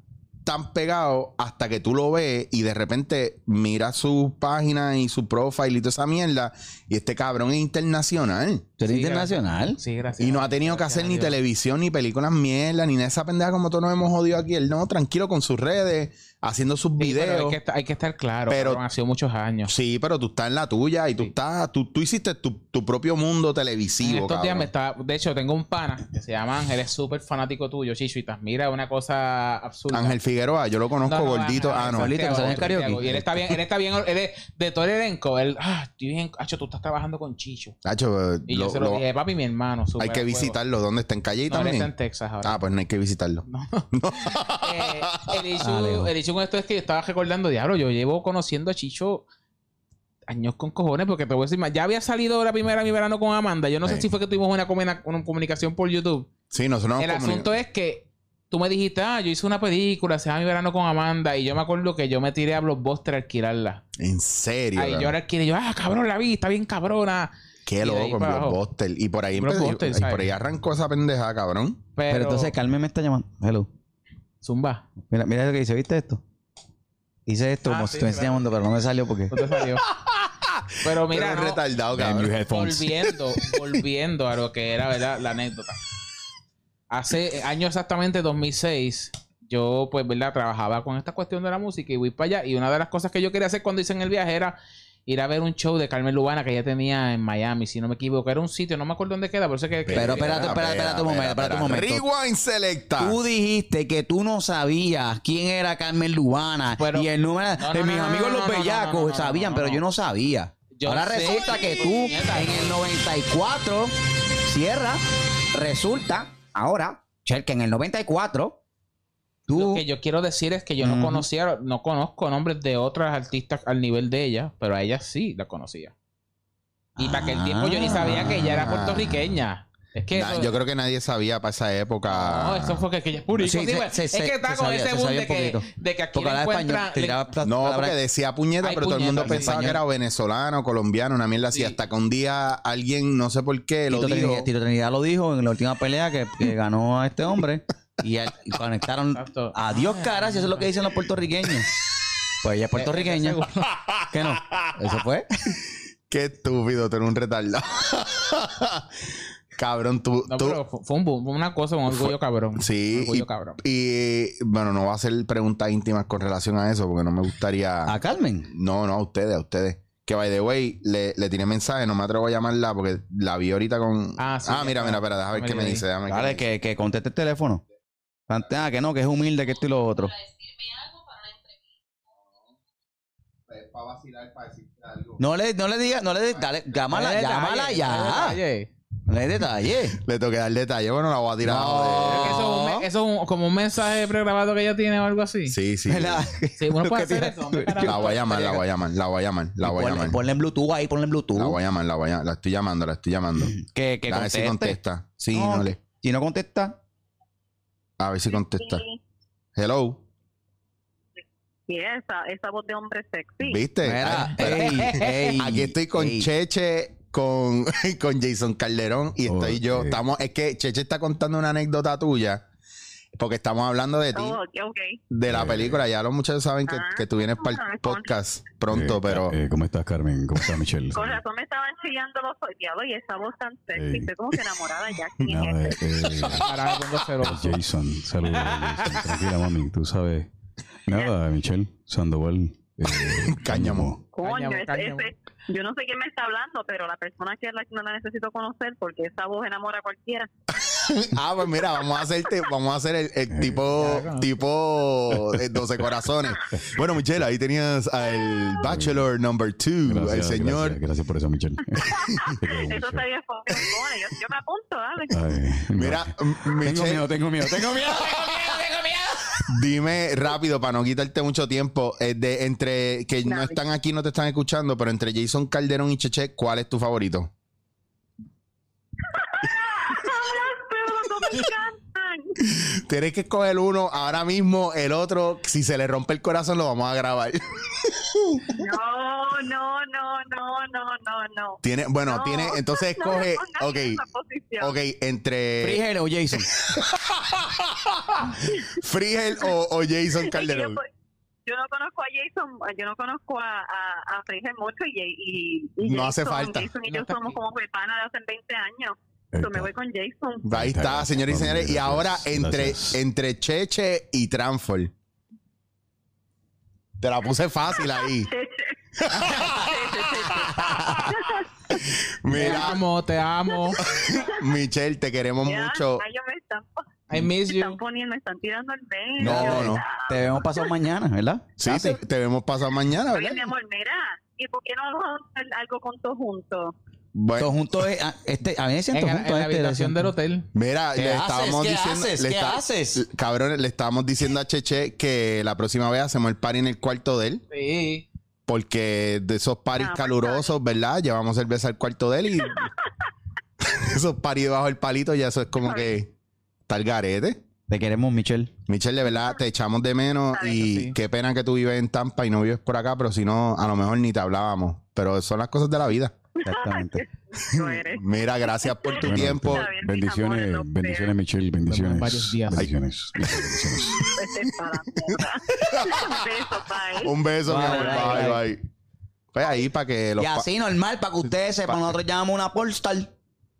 Speaker 2: tan pegado hasta que tú lo ves y de repente miras su página y su profile y toda esa mierda. Y este cabrón es internacional.
Speaker 3: ¿Tú eres
Speaker 4: Sí,
Speaker 3: internacional?
Speaker 4: Sí, gracias.
Speaker 2: Y no ha tenido que
Speaker 4: Gracias
Speaker 2: hacer
Speaker 4: a
Speaker 2: ni
Speaker 4: Dios.
Speaker 2: televisión, ni películas mierda, ni nada de esa pendeja como todos nos hemos jodido aquí. Él no, tranquilo con sus redes, haciendo sus
Speaker 4: Sí, pero
Speaker 2: videos.
Speaker 4: hay, que estar, hay que estar claro,
Speaker 2: Pero-
Speaker 4: pero han sido muchos años.
Speaker 2: Sí, pero tú estás en la tuya y tú
Speaker 4: Sí.
Speaker 2: estás, tú, tú hiciste tu, tu propio mundo
Speaker 4: En
Speaker 2: televisivo.
Speaker 4: estos días
Speaker 2: cabrón.
Speaker 4: me estaba, de hecho, tengo un pana que se llama Ángel, es súper fanático tuyo, Chicho, y te admira una cosa absurda.
Speaker 2: Ángel Figueroa, yo lo conozco
Speaker 4: No, no,
Speaker 2: gordito.
Speaker 4: Ángel,
Speaker 2: ah, no.
Speaker 3: Solito, que
Speaker 4: Santiago,
Speaker 3: sale en el karaoke.
Speaker 4: Santiago. Y él está bien, él está bien, él es de todo el elenco. Él, ah, estoy bien, Hacho, tú estás trabajando con Chicho.
Speaker 2: Hacho, eh,
Speaker 4: Y yo
Speaker 2: lo-
Speaker 4: se lo,
Speaker 2: lo-
Speaker 4: dije, papi, mi hermano.
Speaker 2: hay
Speaker 4: supera
Speaker 2: que
Speaker 4: el juego".
Speaker 2: visitarlo. ¿Dónde está? ¿En Calle
Speaker 4: No, él
Speaker 2: también?
Speaker 4: está en Texas ahora.
Speaker 2: Ah, pues no hay que visitarlo.
Speaker 4: Eh,
Speaker 3: Ah,
Speaker 4: el,
Speaker 3: Leo.
Speaker 4: issue, el issue con esto es que yo estaba recordando, diablo, yo llevo conociendo a Chicho años con cojones, porque te voy a decir más. Ya había salido la primera mi verano con Amanda. Yo no sé
Speaker 2: Sí.
Speaker 4: si fue que tuvimos una, comena- una comunicación por YouTube.
Speaker 2: Sí, nosotros
Speaker 4: el
Speaker 2: nos
Speaker 4: asunto es que tú me dijiste, ah, yo hice una película, se llama mi verano con Amanda, y yo me acuerdo que yo me tiré a Blockbuster a alquilarla.
Speaker 2: En serio.
Speaker 4: Ahí yo
Speaker 2: cabrón.
Speaker 4: la alquilé, yo, ah, cabrón, la vi, está bien cabrona. y
Speaker 2: Qué
Speaker 4: de ahí
Speaker 2: loco en
Speaker 4: para abajo.
Speaker 2: Blockbuster. Y por ahí, empezó-
Speaker 4: Blockbuster,
Speaker 2: y- y
Speaker 4: ¿sabes?
Speaker 2: por ahí arrancó esa pendeja, cabrón.
Speaker 4: Pero,
Speaker 3: Pero entonces Carmen me está llamando. Hello.
Speaker 4: Zumba.
Speaker 3: Mira, mira lo que dice, ¿viste esto? Hice esto
Speaker 4: Ah,
Speaker 3: como
Speaker 4: sí,
Speaker 3: si estuviese
Speaker 4: claro.
Speaker 3: llamando, pero no me salió porque.
Speaker 4: No te salió. Pero mira,
Speaker 2: Pero
Speaker 4: no,
Speaker 2: retardado, cabrón.
Speaker 4: Volviendo, volviendo a lo que era, ¿verdad? La anécdota. Hace años exactamente, 2006, yo, pues, ¿verdad? Trabajaba con esta cuestión de la música y voy para allá. Y una de las cosas que yo quería hacer cuando hice en el viaje era ir a ver un show de Carmen Lubana que ella tenía en Miami, si no me equivoco. Era un sitio, no me acuerdo dónde queda, pero sé que... que-
Speaker 3: Pero espérate, espérate, espérate un momento, espérate un momento.
Speaker 2: Rewind Selecta.
Speaker 3: Tú dijiste que tú no sabías quién era Carmen Lubana
Speaker 4: Pero-
Speaker 3: y el número
Speaker 4: No,
Speaker 3: de
Speaker 4: no,
Speaker 3: mis
Speaker 4: no, no,
Speaker 3: amigos
Speaker 4: no,
Speaker 3: los
Speaker 4: no, no,
Speaker 3: bellacos
Speaker 4: no, no, no,
Speaker 3: sabían,
Speaker 4: no,
Speaker 3: pero
Speaker 4: no.
Speaker 3: yo no sabía.
Speaker 4: Yo
Speaker 3: Ahora
Speaker 4: sé.
Speaker 3: resulta que tú
Speaker 4: Nieta.
Speaker 3: en el 94 cierra, resulta ahora Cher, que en el 94
Speaker 4: Lo
Speaker 3: tú
Speaker 4: que yo quiero decir es que yo no
Speaker 3: Ujú.
Speaker 4: conocía, no conozco nombres de otras artistas al nivel de ella, pero a ella sí la conocía. Y para aquel tiempo yo ni sabía que ella era puertorriqueña. Es que
Speaker 2: Na-
Speaker 4: eso,
Speaker 2: yo creo que nadie sabía para esa época.
Speaker 4: no, eso fue que, que ella es purista.
Speaker 3: Ah. Sí,
Speaker 4: Sí,
Speaker 3: se-
Speaker 4: pues,
Speaker 3: se-
Speaker 4: es
Speaker 3: se-
Speaker 4: que está
Speaker 3: se
Speaker 4: con
Speaker 3: sabía,
Speaker 4: ese
Speaker 3: se
Speaker 4: boom
Speaker 3: sabía
Speaker 4: de
Speaker 3: un
Speaker 4: que,
Speaker 3: poquito.
Speaker 4: de que aquí
Speaker 3: porque
Speaker 4: la
Speaker 3: hablaba español,
Speaker 4: encuentran.
Speaker 3: te
Speaker 4: le-
Speaker 3: tiraba pla-
Speaker 2: No,
Speaker 3: palabras-
Speaker 2: porque decía puñeta,
Speaker 4: Ay,
Speaker 2: pero todo el
Speaker 4: puñeta,
Speaker 2: mundo
Speaker 4: sí.
Speaker 2: pensaba que era venezolano, colombiano, una mierda así.
Speaker 4: Sí.
Speaker 2: Hasta que un día alguien, no sé por qué, lo
Speaker 3: Tito
Speaker 2: dijo.
Speaker 3: Trinidad, Tito Trinidad lo dijo en la última pelea que, que ganó a este hombre y, él- y conectaron
Speaker 4: Exacto.
Speaker 3: a Dios
Speaker 4: Ah.
Speaker 3: caras, eso es lo que dicen los puertorriqueños. Pues ella es puertorriqueña.
Speaker 4: Eh,
Speaker 3: ¿Qué no? Eso fue.
Speaker 2: Qué estúpido, tú eres un retardado. Cabrón, tú.
Speaker 4: No,
Speaker 2: tú-
Speaker 4: pero fue, fue un boom, fue una cosa, un orgullo cabrón. Un
Speaker 2: sí.
Speaker 4: orgullo
Speaker 2: Y,
Speaker 4: cabrón.
Speaker 2: y, bueno, no va a hacer preguntas íntimas con relación a eso, porque no me gustaría.
Speaker 4: Ah.
Speaker 3: A Carmen.
Speaker 2: No, no, a ustedes, a ustedes. Que by the way, le, le tiré mensaje, no me atrevo a llamarla porque la vi ahorita con.
Speaker 4: Ah, sí,
Speaker 2: mira,
Speaker 4: ya.
Speaker 2: mira, espera, déjame ver
Speaker 4: Me
Speaker 2: qué me
Speaker 4: leí.
Speaker 2: dice. déjame ver qué me
Speaker 3: Dale,
Speaker 2: dice.
Speaker 3: que, que conteste el teléfono. Ah, que no, que es humilde, que esto y lo otro.
Speaker 2: Para vacilar, para decirte algo.
Speaker 3: No le, no le digas, no le digas, dale, llámala,
Speaker 4: Dale detalle,
Speaker 3: llámala
Speaker 4: dale
Speaker 3: ya.
Speaker 4: detalle.
Speaker 3: No le des detalle.
Speaker 2: Le toqué dar detalle, bueno, la voy a tirar.
Speaker 3: No.
Speaker 2: joder.
Speaker 4: Creo que Eso,
Speaker 3: Ah.
Speaker 4: es un- eso es un- como un mensaje pregrabado que ella tiene o algo así.
Speaker 2: Sí, sí.
Speaker 3: ¿Verdad?
Speaker 4: Sí, uno puede hacer
Speaker 3: tira-
Speaker 4: eso. ¿dónde carajo?
Speaker 2: La voy a llamar, la voy a llamar, la voy a llamar, la voy a
Speaker 3: Ponle,
Speaker 2: llamar.
Speaker 3: ponle en Bluetooth ahí, ponle en Bluetooth.
Speaker 2: La voy a llamar, la voy a La estoy llamando, la estoy llamando.
Speaker 3: Que, que
Speaker 2: a ver si
Speaker 3: conteste.
Speaker 2: contesta. Sí,
Speaker 3: No.
Speaker 2: no le.
Speaker 3: Si no contesta,
Speaker 2: A ver si contesta. Hello.
Speaker 6: Sí, esa, esa voz de hombre sexy.
Speaker 2: ¿Viste?
Speaker 3: mira,
Speaker 2: Ay, espera.
Speaker 3: ey, ey,
Speaker 2: Aquí estoy con
Speaker 3: ey.
Speaker 2: Cheche, con, con Jason Calderón y estoy yo.
Speaker 5: Ok.
Speaker 2: Estamos, es que Cheche está contando una anécdota tuya. Porque estamos hablando de ti,
Speaker 6: Oh, ok, ok.
Speaker 2: de la
Speaker 5: Eh.
Speaker 2: película. Ya los muchachos saben que,
Speaker 6: Ah.
Speaker 2: que tú vienes para el podcast pronto,
Speaker 5: Eh,
Speaker 2: pero
Speaker 5: eh, ¿Cómo estás, Carmen? ¿Cómo estás, Michelle?
Speaker 6: Con razón me estaban chillando los ojos. Diablo, y esa voz tan sexy.
Speaker 5: Ey.
Speaker 6: Estoy como que enamorada ya. ¿Quién es?
Speaker 5: Nada, eh, eh,
Speaker 4: Ahora me pongo celoso.
Speaker 5: Jason, saludos, Jason. Tranquila, mami, tú sabes. Nada, Michelle, Sandoval. eh,
Speaker 2: Cáñamo.
Speaker 6: Coño,
Speaker 4: Cáñamo,
Speaker 6: ese-
Speaker 4: cáñamo.
Speaker 6: ese- yo no sé quién me está hablando, pero la persona que es la que no la necesito conocer porque esa voz enamora a cualquiera.
Speaker 2: Ah, pues mira, vamos a hacerte, vamos a hacer el,
Speaker 5: Eh,
Speaker 2: el tipo, tipo eh, 12 corazones. Bueno, Michelle, ahí tenías al Bachelor number two,
Speaker 5: Gracias,
Speaker 2: el señor.
Speaker 5: Gracias, gracias por eso, Michelle. Te quiero
Speaker 6: Eso
Speaker 5: mucho.
Speaker 6: está bien, fue un cojones. yo, yo me apunto, dale.
Speaker 5: Ay,
Speaker 2: Mira,
Speaker 5: no. tengo
Speaker 2: Michelle,
Speaker 5: miedo, tengo miedo, tengo miedo.
Speaker 2: Dime rápido, para no quitarte mucho tiempo, eh, de, entre que no
Speaker 6: Dale.
Speaker 2: están aquí, no te están escuchando, pero entre Jason Calderón y Cheche, ¿cuál es tu favorito?
Speaker 6: Pero no me
Speaker 2: Ah.
Speaker 6: encantan.
Speaker 2: Tienes que escoger uno ahora mismo, el otro, si se le rompe el corazón lo vamos a grabar.
Speaker 6: No, no, no, no, no, no, no.
Speaker 2: Tiene, bueno,
Speaker 6: No,
Speaker 2: tiene, entonces
Speaker 6: no me
Speaker 2: escoge,
Speaker 6: pongas en
Speaker 2: ok,
Speaker 6: esa posición.
Speaker 2: ok, entre
Speaker 3: Frigel o Jason.
Speaker 2: Frigel o, o Jason
Speaker 6: Es que yo,
Speaker 2: Calderón.
Speaker 6: pues, yo no conozco a Jason, yo no conozco a, a, a Frigel mucho y, y, y
Speaker 2: No hace
Speaker 6: Jason,
Speaker 2: falta.
Speaker 6: Jason y
Speaker 4: No
Speaker 6: yo
Speaker 4: está
Speaker 6: somos
Speaker 4: aquí.
Speaker 6: como panas de hace 20 años.
Speaker 5: Ahí
Speaker 6: Yo me
Speaker 5: está.
Speaker 6: voy con Jason.
Speaker 2: Ahí está, señores y
Speaker 5: Vamos,
Speaker 2: señores. Y
Speaker 5: gracias,
Speaker 2: ahora entre,
Speaker 5: gracias.
Speaker 2: entre Cheche y Transfor. Te la puse fácil ahí.
Speaker 4: Te
Speaker 2: Mira,
Speaker 4: amo, te amo.
Speaker 2: Michelle, te queremos
Speaker 6: Ya,
Speaker 2: mucho.
Speaker 6: ay, yo me están,
Speaker 4: I miss
Speaker 6: me están
Speaker 4: you.
Speaker 6: poniendo, me están tirando al medio.
Speaker 2: No, no.
Speaker 3: Te vemos pasado mañana, ¿verdad?
Speaker 2: Sí,
Speaker 3: Tati.
Speaker 2: te, te vemos pasado mañana,
Speaker 6: Oye,
Speaker 2: ¿verdad?
Speaker 6: mi amor, mira, ¿y por qué no vamos a hacer algo con todos
Speaker 3: Todos
Speaker 6: juntos?
Speaker 2: Bueno,
Speaker 3: juntos, eh, ah, este, a mí me
Speaker 4: En,
Speaker 3: siento
Speaker 4: en
Speaker 3: juntos.
Speaker 4: la
Speaker 3: este,
Speaker 4: habitación del hotel.
Speaker 2: mira,
Speaker 3: ¿Qué
Speaker 2: le
Speaker 3: haces?
Speaker 2: estábamos
Speaker 3: ¿Qué
Speaker 2: diciendo.
Speaker 3: haces?
Speaker 2: le
Speaker 3: ¿Qué haces?
Speaker 2: Cabrones, le estábamos diciendo a Cheche que la próxima vez hacemos el party en el cuarto de él,
Speaker 4: Sí.
Speaker 2: porque de esos paris
Speaker 6: Ah, pues,
Speaker 2: calurosos, ¿verdad? Llevamos cerveza al cuarto de él y esos paris bajo el palito, ya eso es como que tal garete.
Speaker 3: Te queremos, Michelle.
Speaker 2: Michelle, de verdad, te echamos de menos
Speaker 6: Sabes que
Speaker 2: y
Speaker 4: sí.
Speaker 2: qué pena que tú vives en Tampa y no vives por acá, pero si no, a lo mejor ni te hablábamos. Pero son las cosas de la vida.
Speaker 5: Exactamente.
Speaker 6: Tú eres.
Speaker 2: Mira, gracias por tu
Speaker 5: Bueno,
Speaker 2: tiempo.
Speaker 6: Está bien, mis amores,
Speaker 5: Bendiciones,
Speaker 6: los veo.
Speaker 5: bendiciones, Michelle, bendiciones.
Speaker 4: varios días.
Speaker 5: Bendiciones. bendiciones.
Speaker 6: Vete para la mierda. Beso, bye.
Speaker 2: Un beso, mi
Speaker 3: Bye,
Speaker 2: amor. Bye,
Speaker 3: bye,
Speaker 2: bye. Pues ahí para que los.
Speaker 3: y
Speaker 2: pa-
Speaker 3: así, normal, para que ustedes sepan,
Speaker 2: pa-
Speaker 3: nosotros llamamos una Polestar.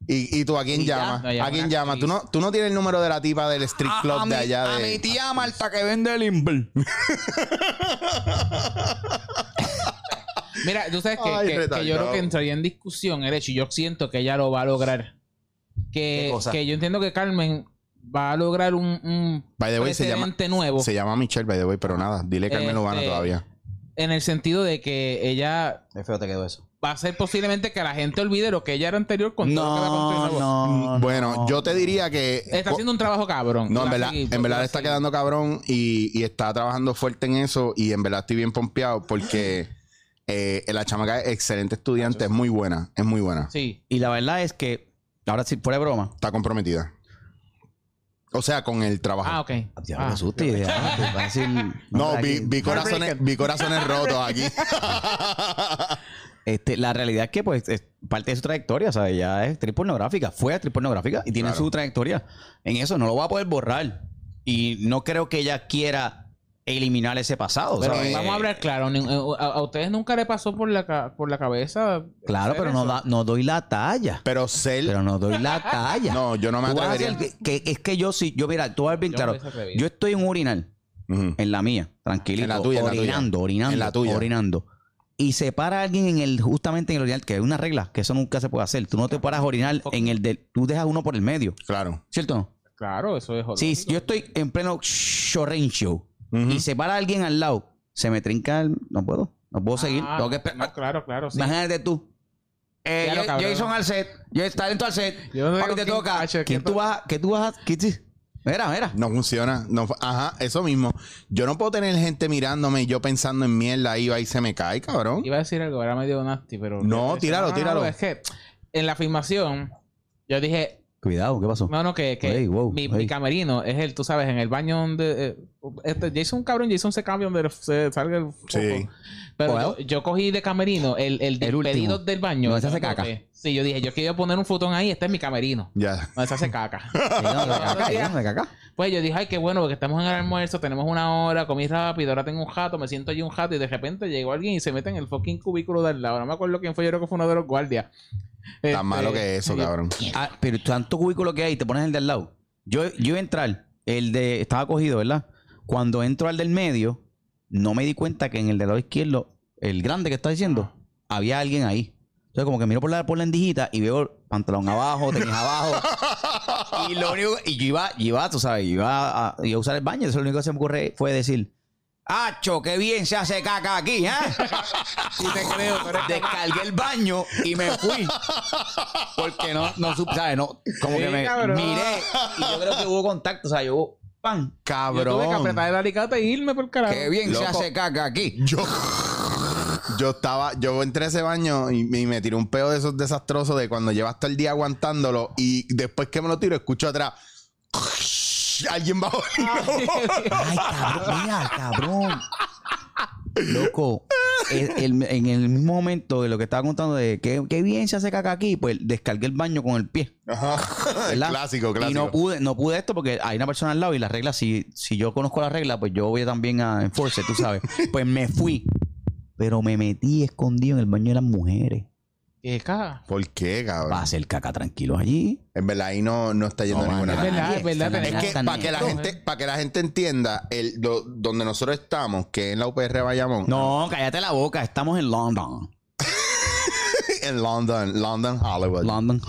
Speaker 2: ¿Y, y tú a quién
Speaker 3: Y ya.
Speaker 2: llamas?
Speaker 4: No, llama
Speaker 2: ¿A quién
Speaker 4: una
Speaker 2: llamas? ¿Tú
Speaker 4: actriz.
Speaker 2: no, tú no tienes el número de la tipa del strip club
Speaker 3: mi,
Speaker 2: de allá
Speaker 3: Ah, a
Speaker 2: de.
Speaker 3: mi tía Marta que vende el Imbel.
Speaker 4: Mira, tú sabes que,
Speaker 2: Ay,
Speaker 4: que- que yo
Speaker 2: retardado.
Speaker 4: creo que entraría en discusión el hecho, y yo siento que ella lo va a lograr.
Speaker 3: ¿Qué
Speaker 4: Que,
Speaker 3: cosa?
Speaker 4: que yo entiendo que Carmen va a lograr un, un
Speaker 2: By the way, se llama,
Speaker 4: precedente nuevo
Speaker 2: se llama Michelle, by the way, pero nada. Dile que Carmen lo gana
Speaker 4: Este-
Speaker 2: todavía.
Speaker 4: en el sentido de que ella
Speaker 3: Qué feo te quedó eso.
Speaker 4: va a ser posiblemente que la gente olvide lo que ella era anterior con todo lo que va a construir
Speaker 3: No,
Speaker 4: nuevo.
Speaker 3: no.
Speaker 2: Mm, bueno,
Speaker 3: no.
Speaker 2: yo te diría que.
Speaker 4: Está haciendo un trabajo cabrón.
Speaker 2: No,
Speaker 4: Va
Speaker 2: en
Speaker 4: a
Speaker 2: verdad,
Speaker 4: seguir,
Speaker 2: en verdad
Speaker 4: va a
Speaker 2: le está
Speaker 4: seguir.
Speaker 2: quedando cabrón y, y está trabajando fuerte en eso y en verdad estoy bien pompeado porque eh, la chamaca es excelente estudiante, es muy buena, es muy buena.
Speaker 4: Sí.
Speaker 3: Y la verdad es que, ahora sí, fuera de broma.
Speaker 2: Está comprometida. O sea, con el trabajo.
Speaker 4: Ah, ok.
Speaker 3: Diablo,
Speaker 4: Ah.
Speaker 3: qué susto. y dije, ah, te va a decir-
Speaker 2: no,
Speaker 3: hombre,
Speaker 2: vi,
Speaker 3: aquí-
Speaker 2: vi corazones, vi corazones rotos aquí.
Speaker 3: Este, la realidad es que, pues, es parte de su trayectoria, o sea, ella es actriz pornográfica, fue actriz pornográfica y tiene
Speaker 2: Claro.
Speaker 3: su trayectoria. En eso no lo va a poder borrar. Y no creo que ella quiera eliminar ese pasado.
Speaker 4: Pero
Speaker 3: ¿sabes?
Speaker 4: vamos a hablar claro. ni- eh, A, a ustedes nunca le pasó por la, ca- por la cabeza.
Speaker 3: Claro,
Speaker 4: hacer
Speaker 3: pero no,
Speaker 4: eso?
Speaker 3: da- no doy la talla.
Speaker 2: Pero Cell,
Speaker 3: Pero no doy la talla.
Speaker 2: no, yo no me
Speaker 3: Tú vas a
Speaker 2: atrevería.
Speaker 3: hacer que, que- es que yo sí, yo mira, tú vas a ver bien
Speaker 4: Yo
Speaker 3: claro.
Speaker 4: me hubiese atrevido.
Speaker 3: Yo estoy en un urinal,
Speaker 2: Ujú.
Speaker 3: en la mía, tranquilito,
Speaker 2: En la tuya, en la tuya.
Speaker 3: orinando, orinando,
Speaker 2: En la tuya.
Speaker 3: orinando. Y se para alguien en el, justamente en el orinal, que hay una regla, que eso nunca se puede hacer. Tú no te paras a orinar en el del, tú dejas uno por el medio,
Speaker 2: Claro.
Speaker 3: ¿cierto o no?
Speaker 4: Claro, eso es joder.
Speaker 3: Si yo estoy en pleno shorren show
Speaker 2: Ujú.
Speaker 3: y se para alguien al lado, se me trinca el, no puedo, no puedo seguir,
Speaker 4: Ah,
Speaker 3: tengo que esperar.
Speaker 4: no, claro, claro. Sí.
Speaker 3: Imagínate tú. Eh,
Speaker 4: Ya lo
Speaker 3: Ja-
Speaker 4: cabrón.
Speaker 3: Jason al set. Yo está dentro al set.
Speaker 4: Yo no
Speaker 3: Papi,
Speaker 4: digo
Speaker 3: te
Speaker 4: quién
Speaker 3: toca.
Speaker 4: cacho,
Speaker 3: ¿Quién
Speaker 4: quién
Speaker 3: tú
Speaker 4: to-
Speaker 3: vas a, ¿Qué tú vas a.? qué tú- Mira, mira.
Speaker 2: No funciona. No, fu- ajá, eso mismo. Yo no puedo tener gente mirándome y yo pensando en mierda ahí va y se me cae, cabrón.
Speaker 4: Iba a decir algo, era medio nasty, pero. "Ah,
Speaker 2: No, tíralo,
Speaker 4: No, no,
Speaker 2: tíralo.
Speaker 4: Es que en la filmación, yo dije,
Speaker 3: Cuidado, ¿qué pasó?
Speaker 4: no, no, que, que
Speaker 3: Ey, wow,
Speaker 4: mi,
Speaker 3: ey.
Speaker 4: mi camerino es el, tú sabes, en el baño donde. eh, este, Jason, cabrón, Jason se cambia donde se salga el. foco.
Speaker 2: Sí.
Speaker 4: Pero
Speaker 3: Well.
Speaker 4: yo, yo cogí de camerino el, el,
Speaker 3: El último.
Speaker 4: despedido del baño.
Speaker 3: Donde se hace
Speaker 4: Yo lo
Speaker 3: caca.
Speaker 4: noté. Sí, yo dije, yo quiero poner un futón ahí, este es mi camerino.
Speaker 2: Ya.
Speaker 4: No, se hace caca.
Speaker 3: Cuidado, de caca, cuidado, de caca.
Speaker 4: Pues yo dije, ay, qué bueno, porque estamos en el almuerzo, tenemos una hora, comí rápido, ahora tengo un jato, me siento allí un jato y de repente llegó alguien y se mete en el fucking cubículo del lado. No me acuerdo quién fue, yo creo que fue uno de los guardias. Este,
Speaker 2: Tan malo que es eso,
Speaker 4: y yo,
Speaker 2: cabrón.
Speaker 3: Ah, pero tanto cubículo que hay, te pones el de al lado. Yo, yo iba a entrar, el de. Estaba cogido, ¿verdad? Cuando entro al del medio, no me di cuenta que en el del lado izquierdo, el grande que está diciendo, había alguien ahí. Entonces, como que miro por la, por la endijita y veo pantalón abajo, tenis abajo. y lo único. Y yo iba, yo iba, tú sabes, yo iba a, iba a usar el baño. Eso lo único que se me ocurre fue decir. ¡Acho, qué bien se hace caca aquí, ¿eh? Sí te creo, pero descargué el baño y me fui. Porque no, no, supe, ¿sabes? No, como
Speaker 4: Sí,
Speaker 3: que me
Speaker 4: cabrón.
Speaker 3: miré y yo creo que hubo contacto, o sea, yo hubo pan.
Speaker 4: Yo tuve que
Speaker 2: Cabrón.
Speaker 4: apretar el alicate y irme por el carajo.
Speaker 3: Qué bien se
Speaker 2: Loco.
Speaker 3: hace caca aquí.
Speaker 2: Yo, yo estaba, yo entré a ese baño y, y me tiré un peo de esos desastrosos de cuando llevas todo el día aguantándolo y después que me lo tiro, escucho atrás. Alguien bajo.
Speaker 3: Ay, cabrón, mira, cabrón. Loco, el- el- en el mismo momento de lo que estaba contando de que, que bien se hace caca aquí, pues descargué el baño con el pie. ¿verdad?
Speaker 2: clásico,
Speaker 3: Y
Speaker 2: clásico.
Speaker 3: no pude, no pude esto porque hay una persona al lado y la regla, si, si yo conozco la regla, pues yo voy también a enforce, tú sabes. Pues me fui. Pero me metí escondido en el baño de las mujeres.
Speaker 4: ¿Qué caja?
Speaker 2: ¿Por qué,
Speaker 3: Para
Speaker 2: cabrón?
Speaker 3: hacer caca tranquilos allí.
Speaker 2: En verdad, ahí no, no está yendo
Speaker 3: No,
Speaker 2: ninguna.
Speaker 3: mano,
Speaker 4: Es verdad,
Speaker 3: nadie
Speaker 4: es verdad,
Speaker 3: está,
Speaker 4: tenés-
Speaker 2: Es
Speaker 3: nadie
Speaker 2: que
Speaker 3: está
Speaker 2: para
Speaker 3: ni-
Speaker 2: que la
Speaker 4: esto,
Speaker 2: gente, para que la gente entienda el, do- donde nosotros estamos, que es en la UPR Bayamón,
Speaker 3: No, cállate la boca, estamos en London.
Speaker 2: en London, London, Hollywood.
Speaker 3: London.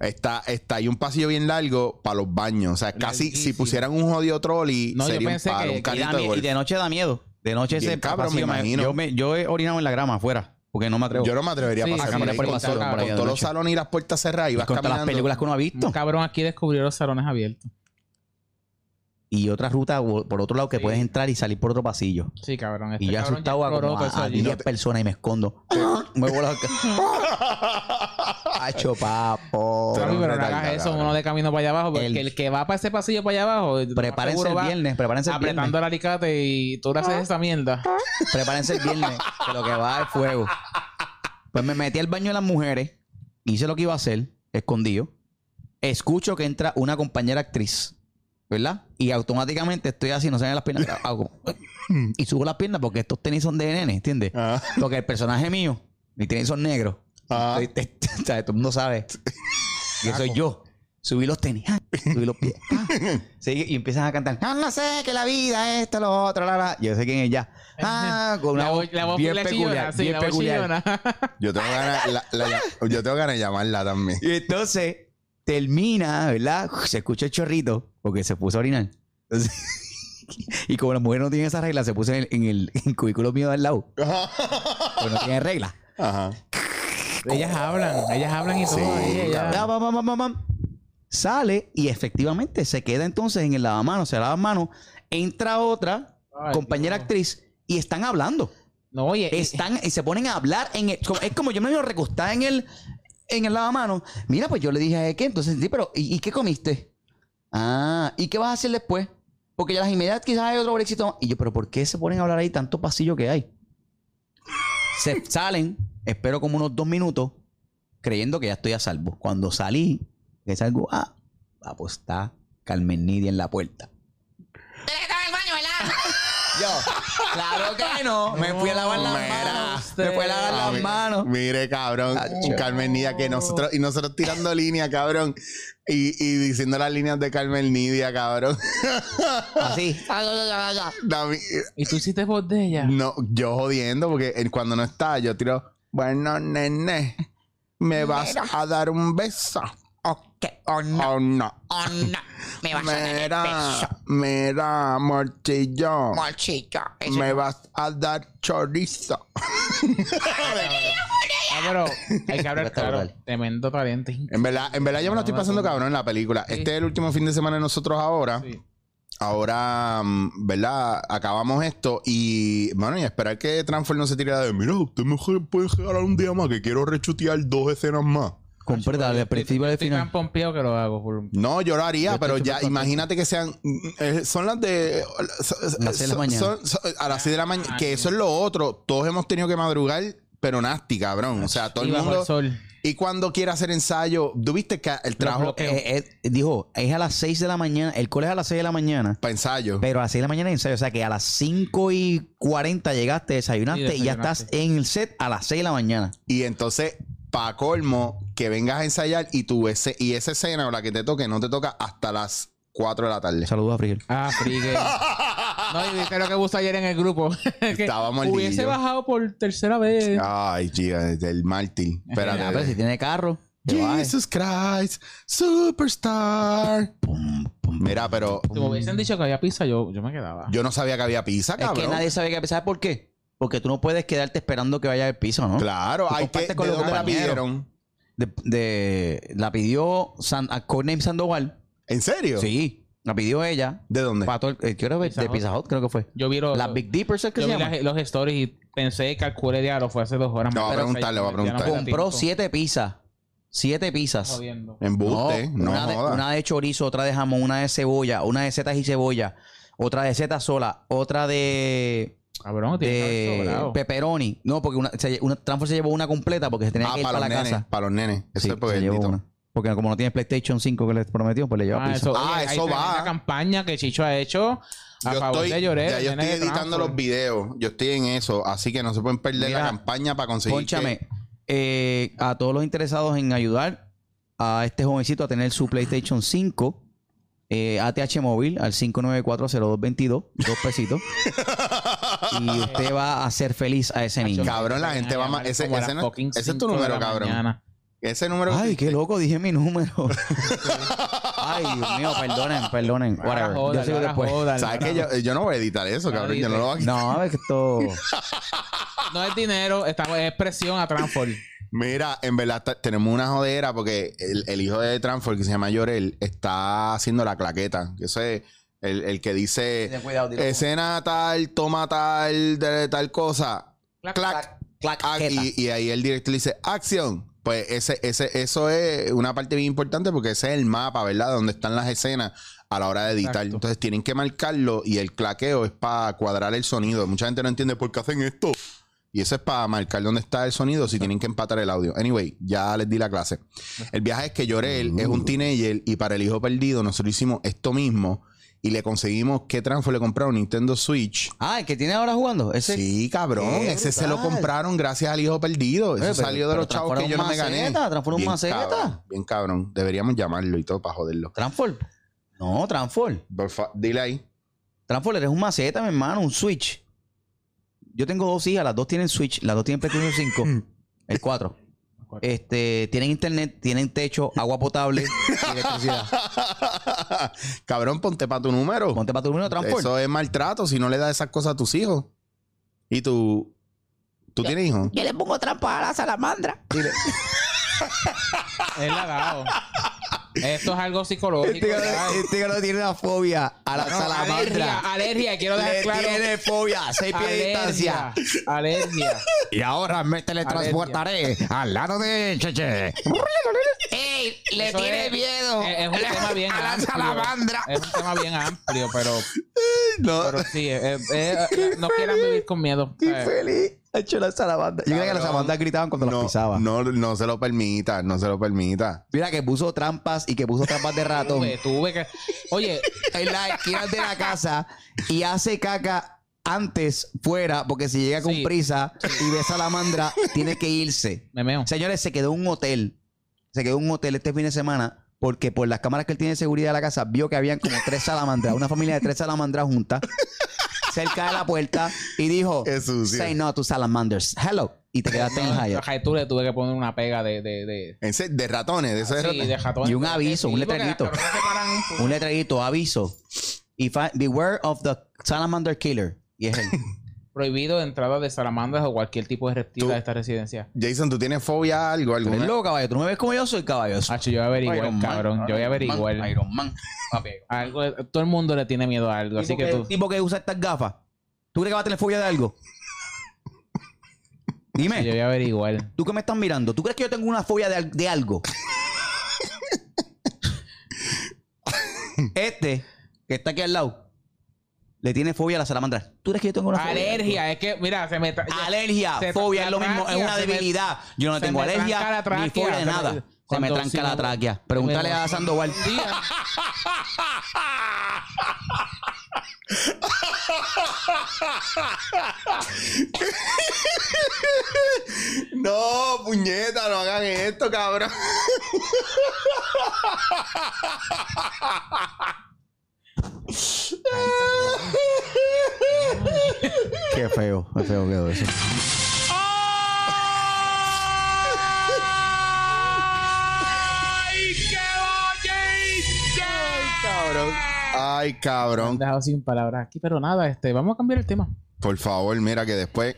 Speaker 2: Está, está, hay un pasillo bien largo para los baños. O sea, casi si
Speaker 4: Larguísimo.
Speaker 2: pusieran un jodido trolley,
Speaker 4: No, yo
Speaker 2: sería un
Speaker 4: pensé
Speaker 2: palo,
Speaker 4: que-
Speaker 2: un
Speaker 4: que
Speaker 3: Y, da
Speaker 2: carrito de
Speaker 3: mie-
Speaker 2: golf.
Speaker 3: y de noche da miedo. De noche
Speaker 2: Bien
Speaker 3: ese
Speaker 2: cabrón,
Speaker 3: pasillo
Speaker 2: me imagino.
Speaker 3: Yo, me- yo he orinado en la grama afuera, porque no me atrevo.
Speaker 2: Yo no me atrevería
Speaker 4: Sí,
Speaker 2: a pasar
Speaker 4: sí,
Speaker 2: por
Speaker 4: sí,
Speaker 2: ahí
Speaker 4: por
Speaker 2: con,
Speaker 4: ahí
Speaker 2: todo-
Speaker 4: pasar
Speaker 2: con
Speaker 4: por ahí
Speaker 3: de
Speaker 2: todos los
Speaker 3: noche.
Speaker 2: salones y las puertas cerradas y vas
Speaker 3: con todas las
Speaker 2: caminando. Mm.
Speaker 3: películas que uno ha visto.
Speaker 4: Un cabrón aquí descubrió los salones abiertos.
Speaker 3: Y otra ruta o- por otro lado que
Speaker 4: Sí.
Speaker 3: puedes entrar y salir por otro pasillo.
Speaker 4: Sí, cabrón. este
Speaker 3: Y yo
Speaker 4: cabrón
Speaker 3: asustado a,
Speaker 4: exploró
Speaker 3: como
Speaker 4: todo eso
Speaker 3: a, a
Speaker 4: allí.
Speaker 3: 10 personas y me escondo. me voy a la... Hacho, papo.
Speaker 2: Pero
Speaker 4: Papi, pero
Speaker 2: no
Speaker 4: no hagas
Speaker 2: tarda,
Speaker 4: eso
Speaker 2: cabrón.
Speaker 4: uno de camino para allá abajo, porque
Speaker 3: El-
Speaker 4: el, que va para ese pasillo para allá abajo, lo más
Speaker 3: Prepárense
Speaker 4: seguro
Speaker 3: el
Speaker 4: va
Speaker 3: viernes, prepárense el viernes.
Speaker 4: apretando el alicate y tú le haces esa mierda.
Speaker 3: Prepárense el viernes, que lo que va es fuego. Pues me metí al baño de las mujeres, hice lo que iba a hacer, escondido. Escucho que entra una compañera actriz, ¿verdad? Y automáticamente estoy así, no se ven las piernas. hago como- y subo las piernas porque estos tenis son de nene, ¿entiendes?
Speaker 2: Ah,
Speaker 3: Porque el personaje mío, mis tenis son negros.
Speaker 2: ah.
Speaker 3: Estoy- o sea, todo el mundo sabe. Y soy yo. Subí los tenis, ah, subí los pies. ah. Sí, y empiezan a cantar. Ah, no sé, que la vida, esto, lo otro, la, la. Yo sé quién es ya. Ah, con una
Speaker 4: La
Speaker 3: voz
Speaker 4: voz- la voz
Speaker 3: bien
Speaker 4: la
Speaker 3: peculiar.
Speaker 4: chillona, sí,
Speaker 3: bien
Speaker 4: la voz
Speaker 3: peculiar.
Speaker 4: chillona.
Speaker 2: Yo tengo ganas, la- la- yo tengo ganas de llamarla también.
Speaker 3: Y entonces termina, ¿verdad? Uf, Se escucha el chorrito porque se puso a orinar. Entonces, y como las mujeres no tienen esa regla, se puso en el, en el, en el cubículo mío de al lado. Porque no tienen regla.
Speaker 2: Ajá.
Speaker 4: ellas hablan, ellas hablan y todo.
Speaker 2: Sí,
Speaker 4: ahí,
Speaker 2: cabrón.
Speaker 4: ellas-
Speaker 3: Ya, pam, pam, pam, pam, pam. Sale y efectivamente se queda entonces en el lavamanos, se lava las manos, entra otra
Speaker 4: Ay,
Speaker 3: compañera
Speaker 4: Dios.
Speaker 3: actriz y están hablando.
Speaker 4: No, oye, y-
Speaker 3: Están y se ponen a hablar en el, como- es como yo me veo recostada en el en el lavamanos. Mira, pues yo le dije a qué, entonces sí, pero ¿y, y qué comiste? Ah, ¿y qué vas a hacer después? Porque ya a las inmediatas quizás hay otro éxito más. Y yo, pero ¿por qué se ponen a hablar ahí tanto pasillo que hay? Se salen, espero como unos dos minutos, creyendo que ya estoy a salvo. Cuando salí, que salgo, ah, ah, pues está Carmen Nidia en la puerta. Yo, claro que no. Me fui a lavar las
Speaker 2: Mira,
Speaker 3: manos. Me fui a lavar
Speaker 2: Ah,
Speaker 3: las
Speaker 2: mi-
Speaker 3: manos.
Speaker 2: Mire, cabrón,
Speaker 3: Tacho.
Speaker 2: Carmen Nidia, que nosotros, y nosotros tirando línea, cabrón, y, y diciendo las líneas de Carmen Nidia, cabrón.
Speaker 3: Así.
Speaker 2: David,
Speaker 4: y tú hiciste voz de ella.
Speaker 2: no, yo jodiendo, porque él cuando no está, yo tiro, bueno, nene, ¿me vas a dar un beso?
Speaker 7: Ok, o no,
Speaker 2: ¿O no?
Speaker 7: o no. Me vas a
Speaker 2: Mira,
Speaker 7: dar el beso.
Speaker 2: mira, morchillo,
Speaker 7: Morchillo. Eso
Speaker 2: me vas a dar chorizo.
Speaker 4: Ah, pero hay que hablar
Speaker 3: Está
Speaker 4: claro.
Speaker 3: brutal.
Speaker 4: Tremendo talento.
Speaker 2: En verdad, en verdad yo me lo estoy pasando cabrón en la película. Este es el último fin de semana de nosotros ahora.
Speaker 4: Sí.
Speaker 2: Ahora, mm, ¿verdad? Acabamos esto y, bueno, y esperar que Transform no se tire la de, mira, usted mejor puede regalar un día más que quiero rechutear dos escenas más.
Speaker 3: Completa, del principio al
Speaker 4: Estoy tan
Speaker 3: final.
Speaker 4: pompeado que lo hago. por-
Speaker 2: No, yo lo haría,
Speaker 3: Yo estoy
Speaker 2: pero
Speaker 3: súper
Speaker 2: ya
Speaker 3: contento.
Speaker 2: imagínate que sean. mm, eh, son las de. so- so-
Speaker 3: Las seis de la
Speaker 2: so-
Speaker 3: mañana.
Speaker 2: son- so- a las 6 de la mañana.
Speaker 4: Ah,
Speaker 2: Que
Speaker 4: sí.
Speaker 2: eso es lo otro. Todos hemos tenido que madrugar, pero nasty, cabrón. O sea, todo
Speaker 4: y
Speaker 2: el
Speaker 4: bajo
Speaker 2: mundo.
Speaker 4: el sol.
Speaker 2: Y cuando quiera hacer ensayo, tuviste que el trabajo
Speaker 4: bloqueos.
Speaker 3: Eh, eh, dijo, es a las 6 de la mañana. El cole es a las 6 de la mañana.
Speaker 2: para ensayo.
Speaker 3: Pero a las 6 de la mañana en serio. O sea que a las 5 y 40 llegaste, desayunaste,
Speaker 4: Sí,
Speaker 3: y ya
Speaker 4: desayunaste.
Speaker 3: estás en el set a las 6 de la mañana.
Speaker 2: Y entonces, pa' colmo, que vengas a ensayar y tu ese, y esa escena o la que te toque no te toca hasta las 4 de la tarde.
Speaker 3: Saludos a Friel.
Speaker 4: Ah, frigue. No, y viste lo que puso ayer en el grupo. Que
Speaker 2: Estaba
Speaker 4: Hubiese
Speaker 2: mordido.
Speaker 4: bajado por tercera vez.
Speaker 2: Ay, chica, el mártir. Espérate.
Speaker 3: Ah, pero si tiene carro. que baje.
Speaker 2: Jesus Christ, superstar. Mira, pero
Speaker 4: Si me hubiesen dicho que había pizza, yo, yo me quedaba.
Speaker 2: yo no sabía que había pizza,
Speaker 3: Es
Speaker 2: cabrón.
Speaker 3: que nadie sabe qué ¿Sabes por qué? Porque tú no puedes quedarte esperando que vaya el piso, ¿no?
Speaker 2: Claro,
Speaker 3: Tú
Speaker 2: hay que,
Speaker 3: compartes
Speaker 2: ¿de
Speaker 3: con los
Speaker 2: dónde la
Speaker 3: compañeros.
Speaker 2: pidieron?
Speaker 3: De, de- la pidió San, a Codename Sandoval.
Speaker 2: ¿En serio?
Speaker 3: Sí, la pidió ella.
Speaker 2: ¿De dónde?
Speaker 3: Para todo el- eh, creo que
Speaker 4: Pizza
Speaker 3: de
Speaker 4: Hut.
Speaker 3: Pizza Hut, creo que fue.
Speaker 4: Yo vi los,
Speaker 3: Las Big Dippers es que
Speaker 4: yo
Speaker 3: se
Speaker 4: vi
Speaker 3: llama.
Speaker 4: las- los stories y pensé, calculé ya, lo fue hace dos horas.
Speaker 2: Le voy a
Speaker 4: Pero
Speaker 2: preguntarle,
Speaker 4: ya-
Speaker 2: voy a
Speaker 4: ya no me da
Speaker 2: preguntarle.
Speaker 4: tiempo.
Speaker 3: Compró siete pizzas. Siete pizzas.
Speaker 4: Jodiendo.
Speaker 2: Embuste, no,
Speaker 3: una, de,
Speaker 2: joda.
Speaker 3: una de chorizo, otra de jamón, una de cebolla, una de setas y cebolla, otra de setas sola, otra de,
Speaker 4: Cabrón, tiene que haber
Speaker 3: de
Speaker 4: sobrado.
Speaker 3: pepperoni. No, porque una, se, lle- una Transfer se llevó una completa porque se tenía
Speaker 2: Ah,
Speaker 3: que ir
Speaker 2: para
Speaker 3: para
Speaker 2: los
Speaker 3: la
Speaker 2: nenes,
Speaker 3: casa.
Speaker 2: para los nenes. Eso
Speaker 3: Sí,
Speaker 2: es porque
Speaker 3: se llevó una. Porque como no tiene PlayStation 5 que les prometió, pues le lleva
Speaker 4: Ah,
Speaker 3: pizza.
Speaker 4: eso,
Speaker 2: Ah,
Speaker 4: oye, hay
Speaker 2: eso va.
Speaker 4: tremenda campaña que Chicho ha hecho a
Speaker 2: Yo
Speaker 4: favor
Speaker 2: estoy,
Speaker 4: de Llorero.
Speaker 2: ya yo
Speaker 4: nene
Speaker 2: estoy
Speaker 4: de
Speaker 2: editando
Speaker 4: Transform.
Speaker 2: los videos, yo estoy en eso, así que no se pueden perder la
Speaker 3: Mira,
Speaker 2: campaña para conseguir.
Speaker 3: Pónchame,
Speaker 2: que-
Speaker 3: eh, a todos los interesados en ayudar a este jovencito a tener su PlayStation 5, eh, ATH móvil al 5940222, dos pesitos. y usted va a ser feliz a ese niño.
Speaker 2: Cabrón, la gente va a ma- ese-
Speaker 4: Como a
Speaker 2: ese
Speaker 4: las
Speaker 2: no-
Speaker 4: fucking
Speaker 2: ese es tu
Speaker 4: cinco de
Speaker 2: número,
Speaker 4: la
Speaker 2: cabrón.
Speaker 4: mañana.
Speaker 2: Ese número.
Speaker 3: Ay, qué loco, dije mi número. Ay, Dios mío, perdonen, perdonen.
Speaker 4: Ahora
Speaker 3: Whatever.
Speaker 4: jódale,
Speaker 3: Yo sigo
Speaker 4: Ah, ahora
Speaker 3: después.
Speaker 4: jódale,
Speaker 2: ¿Sabes
Speaker 4: ahora
Speaker 2: que yo, yo no voy a editar eso,
Speaker 4: Ahora
Speaker 2: cabrón? Yo no lo voy a quitar.
Speaker 3: No, a ver que esto.
Speaker 4: No es dinero, esta es presión a Transform.
Speaker 2: Mira, en verdad ta- tenemos una jodera porque el, el hijo de Transform, que se llama Llorel, está haciendo la claqueta. Que Eso es el, el que dice
Speaker 3: cuidado,
Speaker 2: escena tal, toma tal, de tal cosa.
Speaker 4: Clac,
Speaker 2: Clac.
Speaker 3: clac,
Speaker 2: Ah,
Speaker 3: jeta.
Speaker 2: y, y ahí el director le dice, acción. Pues ese, ese, eso es una parte bien importante porque ese es el mapa, ¿verdad? Donde están las escenas a la hora de editar.
Speaker 4: Exacto.
Speaker 2: Entonces tienen que marcarlo y el claqueo es para cuadrar el sonido. Mucha gente no entiende por qué hacen esto. Y eso es para marcar dónde está el sonido si tienen que empatar el audio. Anyway, ya les di la clase. El viaje es que Llorel es
Speaker 3: Uh.
Speaker 2: un teenager y para el hijo perdido nosotros hicimos esto mismo y le conseguimos que Transfer le compraron Nintendo Switch.
Speaker 3: Ah, el que tiene ahora jugando. Ese.
Speaker 2: Sí, cabrón.
Speaker 3: Qué
Speaker 2: Ese se lo
Speaker 3: brutal.
Speaker 2: compraron gracias al hijo perdido. Eso
Speaker 3: Oye, pero-
Speaker 2: salió de
Speaker 3: pero
Speaker 2: los chavos
Speaker 3: transforma
Speaker 2: que yo
Speaker 3: un
Speaker 2: no me gané.
Speaker 3: maceta, transforma un maceta.
Speaker 2: Cabrón, bien cabrón. Deberíamos llamarlo y todo para joderlo.
Speaker 3: Transform. No, Transform.
Speaker 2: Por fa- Dile ahí.
Speaker 3: Transform, eres un maceta, mi hermano, un Switch. Yo tengo dos hijas, las dos tienen Switch, las dos tienen PlayStation 5, el 4. Este, tienen internet, tienen techo, agua potable y electricidad.
Speaker 2: cabrón, ponte para tu número.
Speaker 3: Ponte para tu número, Transform.
Speaker 2: Eso es maltrato si no le das esas cosas a tus hijos. Y tú. ¿Tú tienes hijos?
Speaker 7: Yo le pongo trampa a la salamandra.
Speaker 4: Él la ha dado. Esto es algo psicológico. ¿verdad?
Speaker 3: no tiene una fobia a la
Speaker 4: No, alergia, alergia, quiero dejar claro.
Speaker 3: fobia, seis
Speaker 4: Alergia, alergia.
Speaker 3: Y ahora me teletransportaré al lado de Cheche.
Speaker 7: ¡Ey! ¡Le
Speaker 4: Eso
Speaker 7: tiene
Speaker 4: es-
Speaker 7: miedo!
Speaker 3: Eh,
Speaker 4: Es, es un tema bien
Speaker 7: a la
Speaker 4: amplio.
Speaker 7: salamandra.
Speaker 4: Es un tema bien amplio, pero,
Speaker 3: Eh,
Speaker 2: No.
Speaker 4: pero sí, eh, eh, eh, no quieran vivir con miedo. Eh,
Speaker 3: Feliz. Ha hecho la salamandra. Yo creía que las salamandras gritaban cuando las
Speaker 2: No,
Speaker 3: pisaba.
Speaker 2: no, no se lo permita, no se lo permita.
Speaker 3: Mira que puso trampas y que puso trampas de ratón
Speaker 4: tuve, tuve que. Oye,
Speaker 3: en las esquinas de la casa y hace caca antes fuera porque si llega con
Speaker 4: Sí.
Speaker 3: prisa y ve salamandra tiene que irse.
Speaker 4: me meo.
Speaker 3: Señores, se quedó en un hotel. Se quedó en un hotel este fin de semana porque por las cámaras que él tiene de seguridad de la casa vio que habían como tres salamandras, una familia de tres salamandras juntas cerca de la puerta y dijo,
Speaker 2: Qué sucio.
Speaker 3: say no to salamanders, hello, y te quedaste en Hyatt.
Speaker 4: Ah, Ajá, y tú le tuve que poner una pega de. de, de
Speaker 2: En se- De ratones, de esos de
Speaker 4: sí,
Speaker 2: ratones.
Speaker 4: de ratón.
Speaker 3: Y un aviso,
Speaker 4: Sí,
Speaker 3: un
Speaker 4: porque las
Speaker 3: letrerito.
Speaker 4: cabronas se paran-
Speaker 3: un letrerito, aviso. If I- beware of the salamander killer. Y es él.
Speaker 4: Prohibido entrada de salamandras o cualquier tipo de reptil
Speaker 2: Tú-
Speaker 4: a esta residencia.
Speaker 2: Jason, ¿tú tienes fobia a algo?
Speaker 3: Tú eres
Speaker 2: ¿Alguna?
Speaker 3: loco, caballo. Tú no me ves como yo soy, caballo.
Speaker 4: Ah, yo voy a averiguar,
Speaker 3: Iron Man,
Speaker 4: cabrón. yo voy a averiguar.
Speaker 3: Man, Iron Man. Papi.
Speaker 4: Algo, todo el mundo le tiene miedo a algo, así
Speaker 3: tipo,
Speaker 4: que
Speaker 3: que,
Speaker 4: tú.
Speaker 3: tipo que usa estas gafas. ¿Tú crees que va a tener fobia de algo?
Speaker 4: Yo
Speaker 3: Dime.
Speaker 4: voy a averiguar.
Speaker 3: ¿Tú que me estás mirando? ¿Tú crees que yo tengo una fobia de, al- de algo? este, que está aquí al lado, le tiene fobia a la salamandra. ¿Tú crees que yo tengo una fobia? de algo?
Speaker 4: Alergia, es que, mira, se me. tra-
Speaker 3: Alergia,
Speaker 4: Se-
Speaker 3: fobia es lo
Speaker 4: la
Speaker 3: mismo, es
Speaker 4: tráquea,
Speaker 3: una
Speaker 4: se me-
Speaker 3: debilidad. Yo no
Speaker 4: se
Speaker 3: tengo
Speaker 4: me tranca
Speaker 3: alergia
Speaker 4: la
Speaker 3: ni
Speaker 4: tráquea,
Speaker 3: fobia de
Speaker 4: se me-
Speaker 3: nada. Se me
Speaker 4: cuando-
Speaker 3: tranca
Speaker 4: si
Speaker 3: la
Speaker 4: no-
Speaker 3: tráquea. Pregúntale a Sandoval.
Speaker 4: Un día,
Speaker 2: No, puñeta, no hagan esto, cabrón.
Speaker 3: Qué feo, qué feo quedó eso.
Speaker 2: Ay,
Speaker 4: Me han
Speaker 2: cabrón.
Speaker 4: dejado sin palabras aquí, pero nada, este, vamos a cambiar el tema.
Speaker 2: Por favor, mira que después.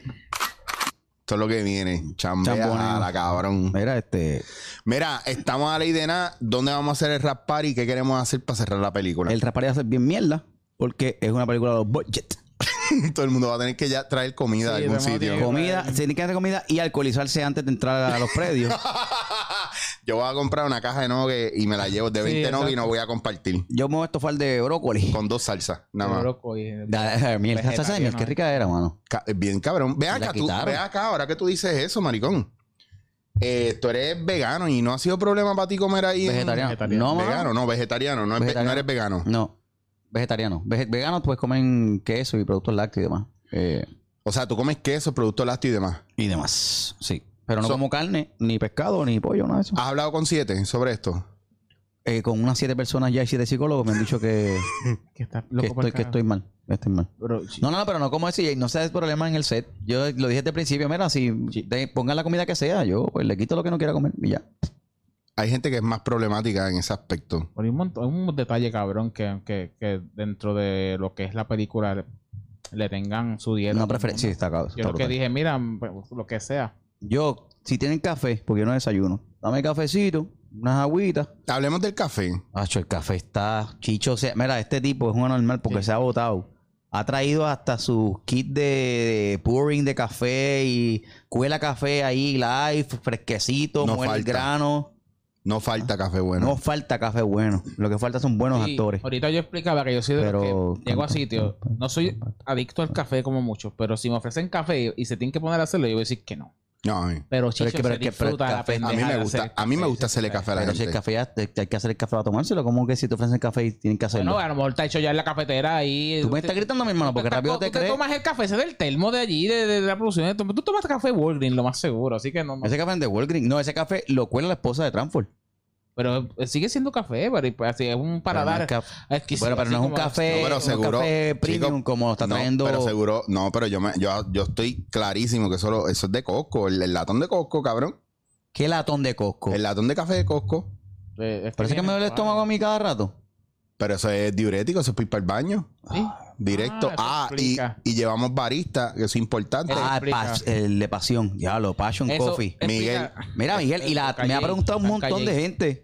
Speaker 2: Esto es lo que viene. Chambea
Speaker 3: Chamboneo.
Speaker 2: a la cabrón.
Speaker 3: Mira, este,
Speaker 2: Mira, estamos a la ley de nada. ¿Dónde vamos a hacer el rap party? ¿Qué queremos hacer para cerrar la película?
Speaker 3: el rapari va a ser bien mierda porque es una película de los budget.
Speaker 2: Todo el mundo va a tener que ya traer comida de
Speaker 4: Sí,
Speaker 2: algún
Speaker 4: vamos a
Speaker 2: sitio.
Speaker 4: tener-
Speaker 3: Comida, se tiene que hacer comida y alcoholizarse antes de entrar a los predios.
Speaker 2: Yo voy a comprar una caja de nogue y me la llevo de
Speaker 4: Sí,
Speaker 2: 20 nogue y no
Speaker 4: exacto.
Speaker 2: voy a compartir.
Speaker 3: Yo me voy a estofar de brócoli.
Speaker 2: Con dos salsas, nada
Speaker 4: Pero
Speaker 2: más.
Speaker 4: loco, y- eh,
Speaker 3: Da- da- miel. Esa salsa de miel,
Speaker 4: Vegetariano.
Speaker 3: qué rica era, mano.
Speaker 2: Ca- Bien cabrón. Ve
Speaker 3: La
Speaker 2: acá, tú,
Speaker 3: quitaron.
Speaker 2: ve acá, ahora que tú dices eso, maricón. Eh, tú eres vegano y no ha sido problema para ti comer ahí. en-
Speaker 3: Vegetariano.
Speaker 4: vegetariano.
Speaker 3: No, mano.
Speaker 2: Vegano, no, vegetariano. No, es ve-
Speaker 3: Vegetariano.
Speaker 2: no eres vegano.
Speaker 3: No. Vegetariano. Vege- veganos pues comen queso y productos lácteos y demás. Eh,
Speaker 2: O sea, tú comes queso, productos lácteos y demás.
Speaker 3: y demás. Sí. Pero no
Speaker 2: So-
Speaker 3: como carne, ni pescado, ni pollo, nada de eso.
Speaker 4: Ah.
Speaker 2: ¿Has hablado con siete sobre esto?
Speaker 3: Eh, con unas siete personas ya y siete psicólogos me han dicho que,
Speaker 4: que está
Speaker 3: que,
Speaker 4: loco por
Speaker 3: estoy, que
Speaker 4: carajo.
Speaker 3: estoy mal. Estoy mal.
Speaker 4: Pero, chi-
Speaker 3: No, no, no, pero no como decir, no sea el problema en el set. Yo lo dije desde el principio, mira, si de- pongan la comida que sea, yo pues le quito lo que no quiera comer y ya.
Speaker 2: Hay gente que es más problemática en ese aspecto.
Speaker 4: pero hay, un montón- hay un detalle cabrón que, que, que dentro de lo que es la película le, le tengan su dieta.
Speaker 3: No preferencia. Sí, está acá.
Speaker 4: Yo lo que dije, mira, pues, lo que sea.
Speaker 3: Yo, si tienen café, porque yo no desayuno, dame cafecito, unas agüitas.
Speaker 2: Hablemos del café.
Speaker 3: Hacho, el café está chicho. o sea, mira, este tipo es un anormal porque
Speaker 4: Sí.
Speaker 3: se ha botado. Ha traído hasta su kit de, de pouring de café y cuela café ahí live, fresquecito,
Speaker 2: No
Speaker 3: muele el
Speaker 2: falta.
Speaker 3: grano.
Speaker 2: No
Speaker 3: Ah.
Speaker 2: falta café bueno.
Speaker 3: No falta café bueno. Lo que falta son buenos
Speaker 4: Y
Speaker 3: actores.
Speaker 4: Ahorita yo explicaba que yo soy de los
Speaker 3: Pero-
Speaker 4: que llego a sitios. No soy adicto al café como muchos, pero si me ofrecen café y se tienen que poner a hacerlo, yo voy a decir que no.
Speaker 2: No, a mí,
Speaker 4: Pero chicho,
Speaker 3: es que- pero
Speaker 4: se
Speaker 3: es que- pero el
Speaker 4: disfruta la
Speaker 3: café- a mí
Speaker 2: a mí
Speaker 4: pendeja
Speaker 2: me
Speaker 4: de hacer
Speaker 2: gusta,
Speaker 4: el
Speaker 2: a mí me
Speaker 4: café,
Speaker 2: gusta
Speaker 4: sí,
Speaker 2: hacerle
Speaker 4: sí, sí.
Speaker 2: café a la
Speaker 3: Pero si el
Speaker 2: gente.
Speaker 3: café ya te- te hay que hacer el café para tomárselo, ¿cómo que si te ofrecen café y tienen que hacerlo?
Speaker 4: Bueno, a lo mejor está hecho ya en la cafetera ahí.
Speaker 3: Tú me estás gritando, mi hermano, porque
Speaker 4: Tú te-
Speaker 3: rápido
Speaker 4: tú
Speaker 3: te crees.
Speaker 4: tomas el café, ese del termo de allí, de, de la producción. de- Tú tomas café Walgreens, lo más seguro. Así que no. no.
Speaker 3: Ese café es de Walgreens. No, ese café lo cuela la esposa de Tranford.
Speaker 4: Pero eh, sigue siendo café, pero y, pues, así es un
Speaker 3: Pero no
Speaker 4: paladar.
Speaker 3: es caf-
Speaker 4: exquisito,
Speaker 3: Bueno, pero
Speaker 4: así
Speaker 3: no es un
Speaker 4: como-
Speaker 3: café,
Speaker 2: No, pero
Speaker 3: un
Speaker 2: seguro,
Speaker 3: café premium
Speaker 2: chico,
Speaker 3: como lo está
Speaker 2: No,
Speaker 3: trayendo.
Speaker 2: pero seguro, no, pero yo, me- yo, yo estoy clarísimo que eso, lo- eso es de Costco, el, el latón de Costco, cabrón.
Speaker 3: ¿Qué latón de Costco?
Speaker 2: El latón de café de Costco.
Speaker 4: Eh, es
Speaker 3: Parece que me
Speaker 4: viene-
Speaker 3: duele el estómago a mí cada rato.
Speaker 2: Pero eso es diurético, eso es para ir para el baño.
Speaker 4: Sí.
Speaker 2: Directo. Ah,
Speaker 4: Ah, eso
Speaker 2: y,
Speaker 4: explica.
Speaker 2: y llevamos barista, que eso es importante.
Speaker 4: Te
Speaker 3: Ah, el,
Speaker 4: explica.
Speaker 3: pas- el de pasión. Diablo, Passion
Speaker 4: Eso
Speaker 3: Coffee.
Speaker 4: explica-
Speaker 2: Miguel,
Speaker 3: Mira, Miguel, y la,
Speaker 4: Calle,
Speaker 3: me ha preguntado un
Speaker 4: San
Speaker 3: montón de
Speaker 4: Calle.
Speaker 3: gente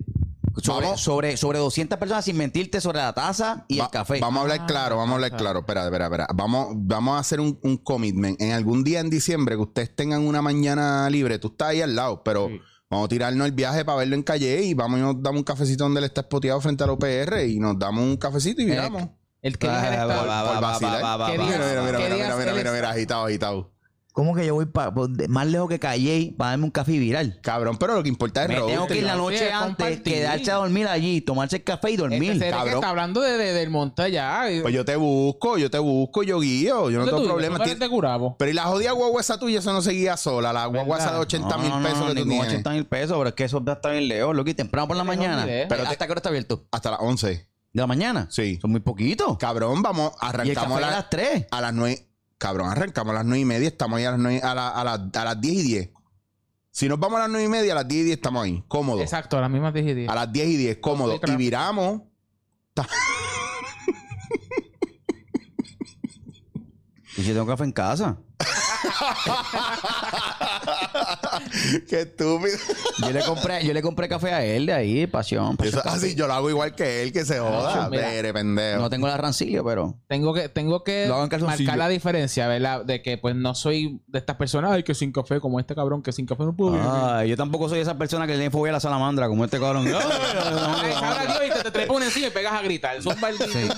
Speaker 3: sobre,
Speaker 2: Vamos.
Speaker 3: sobre, sobre 200 personas, sin mentirte, sobre la taza y
Speaker 2: va-
Speaker 3: el café.
Speaker 2: Vamos a hablar
Speaker 4: Ah,
Speaker 2: claro, vamos a hablar
Speaker 4: ajá.
Speaker 2: claro. Espera, espera, espera. Vamos, vamos a hacer un, un commitment. En algún día en diciembre que ustedes tengan una mañana libre, tú estás ahí al lado, pero
Speaker 4: Sí.
Speaker 2: vamos a tirarnos el viaje para verlo en calle y vamos y nos damos un cafecito donde le está espoteado frente al OPR y nos damos un cafecito
Speaker 3: Eh,
Speaker 2: y miramos.
Speaker 4: El que dije
Speaker 3: Ah, va, va,
Speaker 4: está.
Speaker 2: por
Speaker 3: va,
Speaker 2: vacilar.
Speaker 3: va, va,
Speaker 4: ¿Qué
Speaker 3: va.
Speaker 4: día?
Speaker 2: Mira, mira, mira,
Speaker 4: ¿Qué
Speaker 2: mira,
Speaker 4: días
Speaker 2: mira, mira,
Speaker 4: él
Speaker 2: mira, mira,
Speaker 4: está?
Speaker 2: agitado, agitado.
Speaker 3: ¿Cómo que yo voy pa- por- de- más lejos que Calle para darme un café viral?
Speaker 2: Cabrón, pero lo que importa es
Speaker 3: Me
Speaker 2: road
Speaker 3: tengo que
Speaker 2: trip.
Speaker 3: ir la
Speaker 4: Sí,
Speaker 3: noche
Speaker 4: es
Speaker 3: antes,
Speaker 4: compartir.
Speaker 3: quedarse a dormir allí, tomarse el café y
Speaker 4: Este
Speaker 3: dormir.
Speaker 4: seré que
Speaker 2: cabrón.
Speaker 4: está hablando de, de- del monte allá. y-
Speaker 2: Pues yo te busco, yo te busco, yo guío, yo no
Speaker 4: ¿Dónde
Speaker 2: tengo
Speaker 4: tú vives?
Speaker 2: problema.
Speaker 4: ¿Tú eres
Speaker 2: Tien-
Speaker 4: de Gurabo?
Speaker 2: Pero y la jodida guagua esa tuya, eso no seguía sola. La guagua esa de
Speaker 4: ¿Verdad?
Speaker 2: 80 mil
Speaker 3: No, no, no,
Speaker 2: pesos que tú
Speaker 3: ningún
Speaker 2: tienes.
Speaker 3: 80 mil pesos, pero es que eso está bien lejos, loco, y temprano por la
Speaker 4: Tengo ni
Speaker 3: mañana. Pero
Speaker 4: idea.
Speaker 2: Pero te-
Speaker 3: ¿Hasta qué hora está abierto?
Speaker 2: Hasta las 11.
Speaker 3: ¿De la mañana?
Speaker 2: Sí.
Speaker 3: Son muy poquitos.
Speaker 2: Cabrón, vamos,
Speaker 3: Y el café
Speaker 2: arrancamos a,
Speaker 3: a
Speaker 2: las-
Speaker 3: las 3.
Speaker 2: a las 9. Cabrón, arrancamos a las 9 y media, estamos ahí a las, 9, a, la- a la- a las 10 y 10. Si nos vamos a las 9 y media, a las 10 y 10 estamos ahí, cómodo.
Speaker 4: Exacto, las mismas dije.
Speaker 2: A las 10 y 10, cómodo.
Speaker 4: Estoy
Speaker 2: Y
Speaker 4: tra-
Speaker 2: viramos.
Speaker 3: Y yo tengo café en casa.
Speaker 2: Qué estúpido.
Speaker 3: Yo le compré, yo le compré café a él de ahí, pasión. pasión
Speaker 2: Eso,
Speaker 3: café.
Speaker 2: así yo lo hago igual que él, que se joda.
Speaker 4: mira.
Speaker 2: Vere, pendejo.
Speaker 3: No tengo la rancillo, pero.
Speaker 4: Tengo que, tengo que
Speaker 3: Lo hago en calzoncillo.
Speaker 4: marcar la diferencia, ¿verdad? De que pues no soy de estas personas, ay, que sin café, como este cabrón, que sin café no puedo vivir.
Speaker 3: Ay, yo tampoco soy esa persona que le tiene fobia a la salamandra, como este cabrón.
Speaker 4: Ay, ahora yo y te, te trepas una encima y pegas a gritar. Es un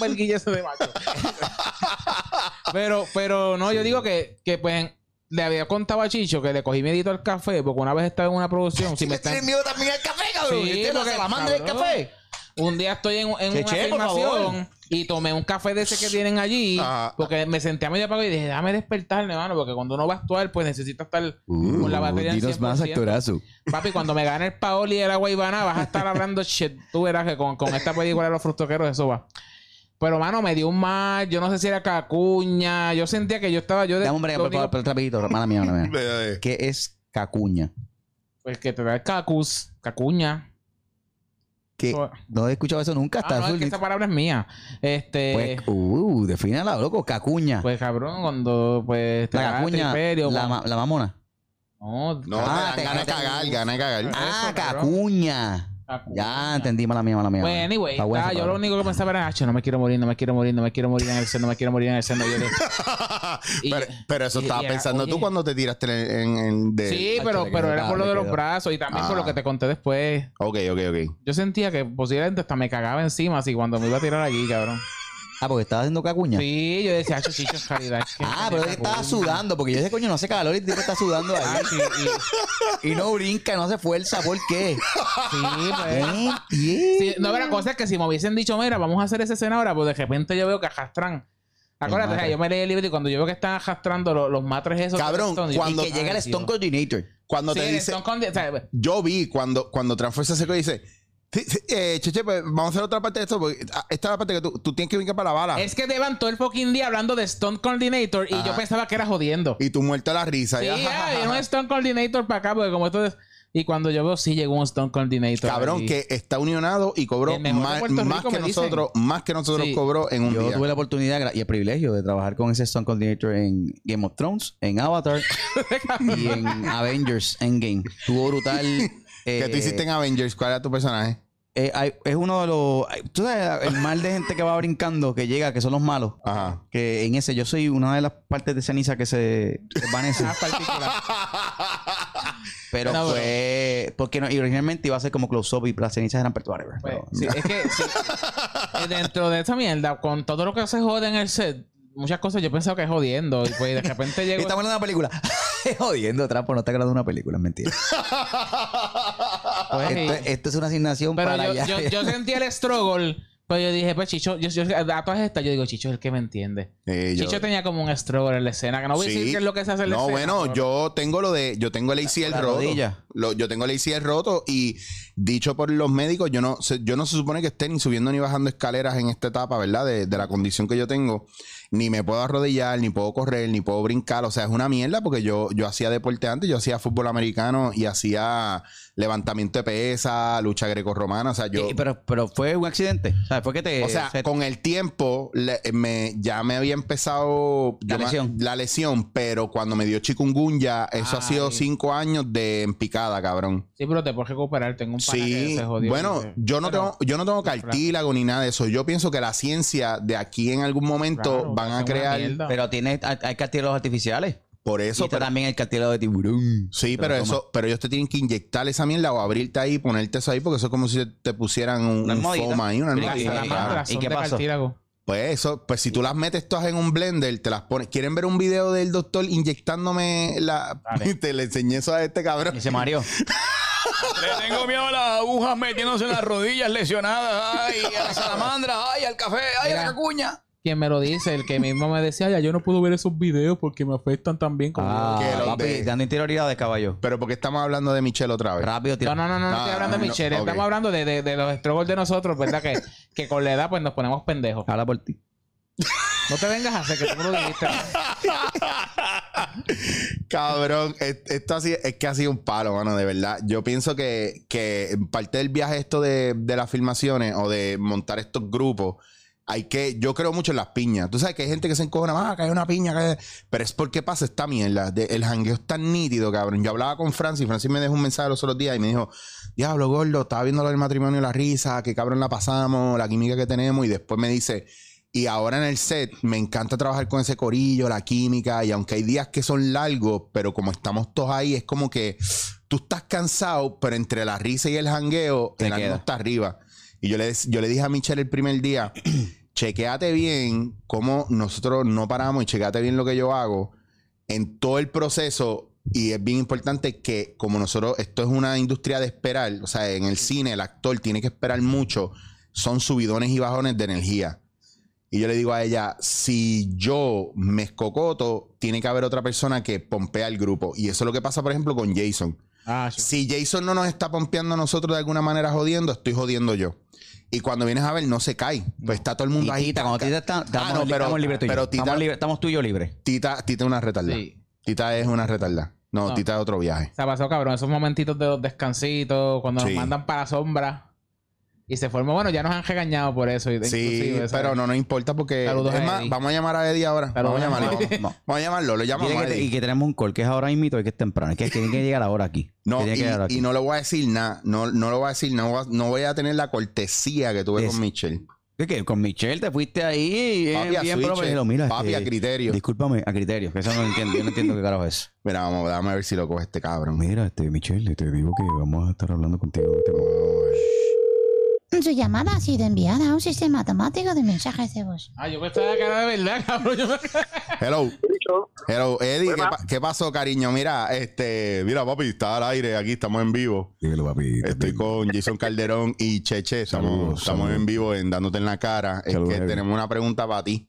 Speaker 4: barguillazo de macho. pero, pero no, yo digo que, que pues le había contado a Chicho que le cogí miedito al café porque una vez estaba en una producción. Si me están...
Speaker 3: miedo también al café, cabrón.
Speaker 4: Sí,
Speaker 3: ¿Y usted
Speaker 4: porque,
Speaker 3: salamandra del
Speaker 4: cabrón.
Speaker 3: café?
Speaker 4: Un día estoy en, en
Speaker 3: Que
Speaker 4: una
Speaker 3: che, por favor.
Speaker 4: filmación y tomé un café de ese que tienen allí
Speaker 2: Ajá.
Speaker 4: porque me senté a medio apago y dije, déjame despertarme, hermano, porque cuando uno va a actuar, pues necesita estar con la batería al 100%.
Speaker 3: actorazo.
Speaker 4: Papi, cuando me gane el Paoli y el Agua Ivana, vas a estar hablando shit. Tú verás que con, con esta película de los frustoqueros eso va. Pero, mano, me dio un mal. Yo no sé si era cacuña. Yo sentía que yo estaba yo de.
Speaker 3: Dame un break,
Speaker 4: lo
Speaker 3: por favor,
Speaker 4: único-
Speaker 3: por el trapito, mala mía, mala mía.
Speaker 2: Eh,
Speaker 3: ¿Qué es cacuña?
Speaker 4: Pues que te da el cacus, cacuña.
Speaker 3: Que
Speaker 4: Eso-
Speaker 3: no he escuchado eso nunca.
Speaker 4: Ah,
Speaker 3: Hasta
Speaker 4: no, es que esa palabra es mía. Este.
Speaker 3: Pues, uh, defínala, loco, cacuña.
Speaker 4: Pues cabrón, cuando pues te
Speaker 3: la
Speaker 4: da
Speaker 3: cacuña,
Speaker 4: triperio,
Speaker 3: la,
Speaker 4: cuando-
Speaker 3: ma- la mamona.
Speaker 4: no,
Speaker 2: No,
Speaker 3: Ah,
Speaker 2: te
Speaker 3: te-
Speaker 2: dan ganas
Speaker 3: te-
Speaker 2: de cagar, ganas de cagar.
Speaker 3: Ah,
Speaker 4: Eso, cabrón.
Speaker 3: cacuña.
Speaker 4: cacuña.
Speaker 3: Ya entendí, mala mía, mala mía.
Speaker 4: Pues
Speaker 3: mala mía.
Speaker 4: anyway,
Speaker 3: Está buena
Speaker 4: estaba-
Speaker 3: esa
Speaker 4: yo lo
Speaker 3: palabra.
Speaker 4: único que pensaba era, "Acho, no me quiero morir, no me quiero morir, no me quiero morir en el seno, no me quiero morir en el seno. Yo le- Ah. Y-
Speaker 2: pero, pero eso
Speaker 4: y-
Speaker 2: estaba
Speaker 4: y era,
Speaker 2: pensando
Speaker 4: oye.
Speaker 2: tú cuando te tiraste en, en- en- de...
Speaker 4: sí,
Speaker 3: Acho,
Speaker 4: pero,
Speaker 3: le
Speaker 4: pero
Speaker 3: quedó,
Speaker 4: era por lo
Speaker 3: le
Speaker 4: de los
Speaker 3: quedó.
Speaker 4: brazos y también por lo
Speaker 2: Ah.
Speaker 4: que te conté después.
Speaker 2: Ok, ok, ok.
Speaker 4: Yo sentía que posiblemente hasta me cagaba encima así cuando me iba a tirar allí, cabrón.
Speaker 3: Ah, porque estaba haciendo cacuña.
Speaker 4: Sí, yo decía, "Acho, chicho, en realidad. es que
Speaker 3: Ah,
Speaker 4: me
Speaker 3: pero es que
Speaker 4: tiene
Speaker 3: estaba
Speaker 4: cacuña".
Speaker 3: sudando, porque yo dije, coño, no hace calor y el tipo está sudando
Speaker 4: Ah,
Speaker 3: ahí.
Speaker 4: sí, y-
Speaker 2: Ah.
Speaker 3: Y no brinca, no hace fuerza, ¿por qué?
Speaker 4: sí, pues.
Speaker 3: ¿Eh? Yeah.
Speaker 4: Eh. Sí, no, pero la cosa es que si me hubiesen dicho, mira, vamos a hacer esa escena ahora, pues de repente yo veo que arrastran. Acuérdate, o sea,
Speaker 3: matre.
Speaker 4: yo me leí el libro y cuando yo veo que están arrastrando lo- los matres esos.
Speaker 2: Cabrón,
Speaker 3: Y
Speaker 2: cuando-
Speaker 3: que llega el Stone Coordinator.
Speaker 2: Cuando te dice... Yo vi cuando, cuando Transfer se secó y dice... "Sí, sí, eh, Cheche, pues, vamos a hacer otra parte de esto. Porque ah, esta es la parte que tú, tú tienes que brincar para la bala.
Speaker 4: Es que llevan todo el fucking día hablando de Stone Coordinator y yo
Speaker 2: Ajá.
Speaker 4: pensaba que era jodiendo.
Speaker 2: Y tú muerto a la risa.
Speaker 4: Sí,
Speaker 2: ya, ja, ja,
Speaker 4: ya,
Speaker 2: ja,
Speaker 4: viene un
Speaker 2: ja.
Speaker 4: Stone Coordinator para acá, porque como esto es. Y cuando yo veo, sí llegó un Stone Coordinator.
Speaker 2: Cabrón,
Speaker 4: ahí.
Speaker 2: que está unionado y cobró
Speaker 4: El mejor de
Speaker 2: más,
Speaker 4: Puerto
Speaker 2: más
Speaker 4: Rico,
Speaker 2: que
Speaker 4: me dicen.
Speaker 2: nosotros, más que nosotros
Speaker 4: Sí.
Speaker 2: cobró en un
Speaker 3: Yo
Speaker 2: día.
Speaker 3: tuve la oportunidad gra- y el privilegio de trabajar con ese Stone Coordinator en Game of Thrones, en Avatar y en Avengers Endgame. Estuvo brutal. eh,
Speaker 2: ¿Qué tú hiciste en Avengers? ¿Cuál era tu personaje?
Speaker 3: eh, hay- es uno de los. hay- Tú sabes, el mal de gente que va brincando, que llega, que son los malos.
Speaker 2: Ajá.
Speaker 3: Que en ese, yo soy una de las partes de ceniza que se desvanece.
Speaker 4: Más partículas.
Speaker 3: pero
Speaker 4: No,
Speaker 3: fue. Porque no, y originalmente iba a ser como close-up y las cenizas eran part- whatever,
Speaker 4: Pues,
Speaker 3: pero-
Speaker 4: sí, es que sí. Eh, dentro de esa mierda, con todo lo que se jode en el set, muchas cosas yo pensaba que es jodiendo. Y pues de repente llego.
Speaker 3: Estamos hablando de una película. Jodiendo, Trampo, no está grabando una película, es mentira.
Speaker 4: pues, y-
Speaker 3: Esto, esto es una asignación
Speaker 4: pero
Speaker 3: para
Speaker 4: yo,
Speaker 3: allá.
Speaker 4: yo, yo sentí el struggle. Pero yo dije, pues Chicho, yo, yo, a todas estas, yo digo, Chicho es el que me entiende.
Speaker 2: Eh, yo-
Speaker 4: Chicho tenía como un struggle en la escena, que no voy a
Speaker 2: Sí.
Speaker 4: decir qué es lo que se hace en la
Speaker 2: No,
Speaker 4: escena,
Speaker 2: bueno,
Speaker 4: pero-
Speaker 2: yo tengo lo de, yo tengo el ACL
Speaker 3: la
Speaker 2: roto.
Speaker 3: rodilla.
Speaker 2: Lo- yo tengo el ACL roto y dicho por los médicos, yo no, se- yo no se supone que esté ni subiendo ni bajando escaleras en esta etapa, ¿verdad? De, de la condición que yo tengo. Ni me puedo arrodillar, ni puedo correr, ni puedo brincar. O sea, es una mierda porque yo, yo hacía deporte antes, yo hacía fútbol americano y hacía levantamiento de pesa, lucha grecorromana. O sea, yo.
Speaker 3: Y- pero, pero fue un accidente. O sea, fue que
Speaker 4: Eh,
Speaker 3: te.
Speaker 2: O sea,
Speaker 3: se-
Speaker 2: con el tiempo le- eh, me, ya me había empezado
Speaker 3: La
Speaker 2: yo me-
Speaker 3: lesión.
Speaker 2: la lesión, pero cuando me dio chikungunya, eso ha sido
Speaker 4: Ay.
Speaker 2: cinco años de empicada, cabrón.
Speaker 4: Sí, pero te puedes recuperar. Tengo un pana que
Speaker 2: Sí,
Speaker 4: se jodió.
Speaker 2: bueno,
Speaker 4: Pero-
Speaker 2: yo no, tengo, yo no tengo
Speaker 4: claro.
Speaker 2: cartílago ni nada de eso. Yo pienso que la ciencia de aquí en algún momento
Speaker 4: Claro,
Speaker 2: van
Speaker 4: hace
Speaker 2: a
Speaker 4: una
Speaker 2: crear
Speaker 4: mierda.
Speaker 3: pero tienes, hay, hay cartílagos artificiales.
Speaker 2: por
Speaker 3: Eso,
Speaker 2: eso.
Speaker 3: y está
Speaker 2: pero-
Speaker 3: también el cartílago de tiburón.
Speaker 2: sí,
Speaker 3: Pero
Speaker 2: pero
Speaker 3: toma.
Speaker 2: eso, pero ellos te tienen que inyectar esa mierda o abrirte ahí, ponerte eso ahí, porque eso es como si te pusieran un,
Speaker 3: Una
Speaker 2: un
Speaker 3: almohadita.
Speaker 2: foma ahí, una
Speaker 3: Mira,
Speaker 4: Las
Speaker 2: almohadita,
Speaker 3: y-
Speaker 2: claro.
Speaker 4: salamandras
Speaker 3: ¿y
Speaker 4: son
Speaker 3: qué
Speaker 4: de
Speaker 3: pasó?
Speaker 4: cartílago.
Speaker 2: Pues eso, pues si tú las metes todas en un blender, te las pones. ¿Quieren ver un video del doctor inyectándome la.
Speaker 4: Dale.
Speaker 2: Te le enseñé eso a este cabrón.
Speaker 3: Y se mareó.
Speaker 5: Le tengo miedo a las agujas metiéndose en las rodillas lesionadas. Ay, a la salamandra. Ay, al café. Ay,
Speaker 4: Mira.
Speaker 5: a la cacuña.
Speaker 4: Quien me lo dice, el que mismo me decía, ya yo no puedo ver esos videos porque me afectan también como.
Speaker 3: Ah,
Speaker 2: Que lo
Speaker 3: papi,
Speaker 2: de-
Speaker 3: dando interioridad de caballo.
Speaker 2: Pero porque estamos hablando de Michelle otra vez.
Speaker 3: Rápido, tío.
Speaker 4: No, no, no, no, no
Speaker 2: Ah,
Speaker 4: estoy hablando de
Speaker 2: no,
Speaker 4: Michelle.
Speaker 2: ok.
Speaker 4: Estamos hablando de, de- de los struggles de nosotros, ¿verdad? Que, que con la edad pues nos ponemos pendejos.
Speaker 3: Habla por ti.
Speaker 4: No te vengas a hacer que tú me lo dijiste.
Speaker 2: Cabrón, es- esto ha sido- es que ha sido un palo, mano, de verdad. Yo pienso que, que parte del viaje esto de, de las filmaciones o de montar estos grupos, hay que, yo creo mucho en las piñas. Tú sabes que hay gente que se encojona, ah, que hay una piña, que-". pero es porque pasa esta mierda. De- el jangueo es tan nítido, cabrón. Yo hablaba con Francis, Francis me dejó un mensaje los otros días y me dijo, diablo, gordo, estaba viendo lo del matrimonio y la risa, qué cabrón la pasamos, la química que tenemos, y después me dice, y ahora en el set me encanta trabajar con ese corillo, la química, y aunque hay días que son largos, pero como estamos todos ahí, es como que tú estás cansado, pero entre la risa y el jangueo,
Speaker 3: Te
Speaker 2: el ánimo
Speaker 3: queda.
Speaker 2: está arriba. Y yo le, dec- yo le dije a Michelle el primer día, chequéate bien cómo nosotros no paramos y chequéate bien lo que yo hago en todo el proceso y es bien importante que como nosotros, esto es una industria de esperar, o sea, en el cine el actor tiene que esperar mucho, son subidones y bajones de energía. Y yo le digo a ella, si yo me escocoto, tiene que haber otra persona que pompea el grupo. Y eso es lo que pasa, por ejemplo, con Jason.
Speaker 4: Ah, sí.
Speaker 2: Si Jason no nos está pompeando a nosotros de alguna manera jodiendo, estoy jodiendo yo. Y cuando vienes a ver, no se cae. Pues está todo el mundo
Speaker 3: Y
Speaker 2: ahí.
Speaker 3: Tita,
Speaker 2: taca.
Speaker 3: cuando Tita está, estamos,
Speaker 2: Ah, no, pero-
Speaker 3: estamos libre tuyo.
Speaker 2: pero Tita-
Speaker 3: estamos, libre, estamos tú y yo libre.
Speaker 2: Tita, Tita es una retardada.
Speaker 4: Sí.
Speaker 2: Tita es una retardada. No,
Speaker 4: No.
Speaker 2: Tita es otro viaje.
Speaker 4: Se ha pasado, cabrón, esos momentitos de los descansitos, cuando
Speaker 2: Sí.
Speaker 4: nos mandan para la sombra. Y se forma, bueno, ya nos han regañado por eso. y-
Speaker 2: Sí,
Speaker 4: inclusive, ¿sabes?
Speaker 2: pero no nos importa porque.
Speaker 4: Saludos
Speaker 2: es
Speaker 4: a
Speaker 2: más,
Speaker 4: Eddie.
Speaker 2: vamos a llamar a Eddie ahora. vamos
Speaker 4: Saludos
Speaker 2: a
Speaker 4: a
Speaker 2: llamarlo.
Speaker 4: Eddie.
Speaker 2: vamos a llamarlo. Lo
Speaker 3: Dile
Speaker 2: llamamos a
Speaker 3: que te-
Speaker 2: Eddie.
Speaker 3: y que tenemos un call que es ahora mismo y que es temprano. Es que tienen que llegar ahora aquí.
Speaker 2: No,
Speaker 3: Que tienen
Speaker 2: y,
Speaker 3: que llegar
Speaker 2: y
Speaker 3: aquí.
Speaker 2: no le voy a decir nada. No, no lo voy a decir. No, voy a- no voy a tener la cortesía que tuve
Speaker 3: Es-
Speaker 2: con Michelle.
Speaker 3: ¿De qué? Con Michelle te fuiste ahí. eh,
Speaker 2: Papi a
Speaker 3: bien,
Speaker 2: switch,
Speaker 3: profesor. Mira,
Speaker 2: papi
Speaker 3: este,
Speaker 2: a criterio.
Speaker 3: Discúlpame, a criterio. Que eso no lo entiendo. Yo no entiendo qué carajo es.
Speaker 2: Mira, vamos, dame a ver si lo coge este cabrón.
Speaker 3: Mira, este, Michelle, te digo que vamos a estar hablando contigo. este
Speaker 8: Su llamada ha sido enviada a un sistema automático de mensajes de voz.
Speaker 4: Ah, yo me estaba de cara de verdad, cabrón. Yo me-
Speaker 2: Hello. Hello, Eddie. ¿qué,
Speaker 1: Buena.
Speaker 2: pa- qué pasó, cariño? Mira, este. Mira, papi, está al aire. Aquí estamos en vivo.
Speaker 3: Dígalo, papi.
Speaker 2: Estoy con Jason Calderón y Cheche. Estamos,
Speaker 3: Saludos,
Speaker 2: estamos
Speaker 3: saludos.
Speaker 2: en vivo en Dándote en la Cara. Es
Speaker 3: Saludos,
Speaker 2: que
Speaker 3: Eddie.
Speaker 2: tenemos una pregunta para ti.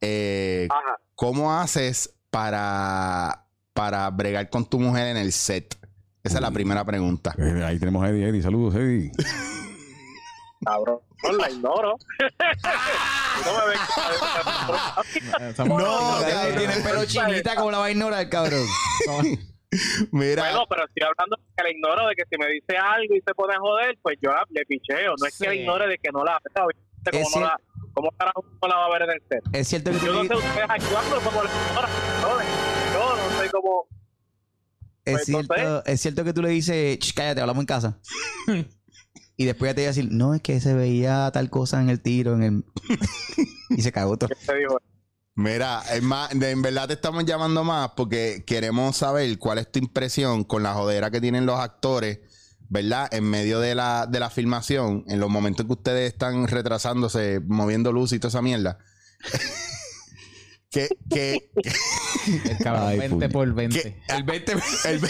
Speaker 2: Eh,
Speaker 1: Ajá.
Speaker 2: ¿Cómo haces para, para bregar con tu mujer en el set? Esa es la primera pregunta.
Speaker 3: Eh, ahí tenemos a Eddie, Eddie. Saludos, Eddie.
Speaker 1: Cabrón. No la ignoro. no me ven.
Speaker 4: Somos-
Speaker 2: No, cabrón.
Speaker 3: tiene el pelo chinita como la va a ignorar, el cabrón.
Speaker 2: Mira,
Speaker 1: Bueno, pero estoy hablando de que la ignoro, de que si me dice algo y se pone a joder, pues yo le picheo. No es que la
Speaker 4: Sí.
Speaker 1: ignore de que no la vea. obviamente,
Speaker 3: Es
Speaker 1: ¿Cómo, no la, ¿Cómo carajo no la va a ver en el set?
Speaker 3: Es cierto que tú
Speaker 1: Yo no
Speaker 3: te-
Speaker 1: sé ustedes actuando como la ignora. Yo no sé cómo...
Speaker 3: Es
Speaker 1: Pues, no
Speaker 3: cierto, es cierto que tú le dices, "Ch, cállate, hablamos en casa. y después ya te iba a decir, no, es que se veía tal cosa en el tiro, en el. y se cagó todo.
Speaker 1: que se dijo.
Speaker 2: mira, es más, de- en verdad te estamos llamando más porque queremos saber cuál es tu impresión con la jodera que tienen los actores, ¿verdad? En medio de la, de la filmación, en los momentos que ustedes están retrasándose, moviendo luz y toda esa mierda. que, que,
Speaker 4: El cabrón,
Speaker 3: Ay,
Speaker 4: 20
Speaker 3: puñet.
Speaker 4: por 20.
Speaker 2: que- el 20, el 20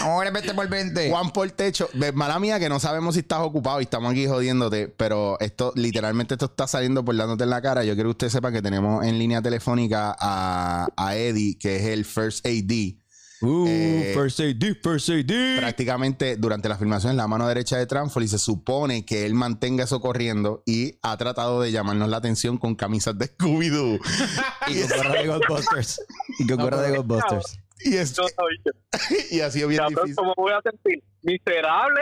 Speaker 3: Ahora vete por 20.
Speaker 2: Juan por techo. Ve, Mala mía que no sabemos si estás ocupado y estamos aquí jodiéndote, pero esto, literalmente esto está saliendo por dándote en la cara. Yo quiero que usted sepa que tenemos en línea telefónica a, a Eddie, que es el First AD.
Speaker 3: Uh,
Speaker 2: Eh,
Speaker 3: first AD, first AD.
Speaker 2: Prácticamente durante la filmación es la mano derecha de Tranfol y se supone que él mantenga eso corriendo y ha tratado de llamarnos la atención con camisas de Scooby-Doo.
Speaker 3: Y con gorra de Ghostbusters. Y con gorra de Ghostbusters.
Speaker 2: Y, es-
Speaker 1: Yo soy yo.
Speaker 2: y ha sido bien
Speaker 1: Cabrón,
Speaker 2: difícil.
Speaker 1: ¿Cómo voy a sentir? Miserable.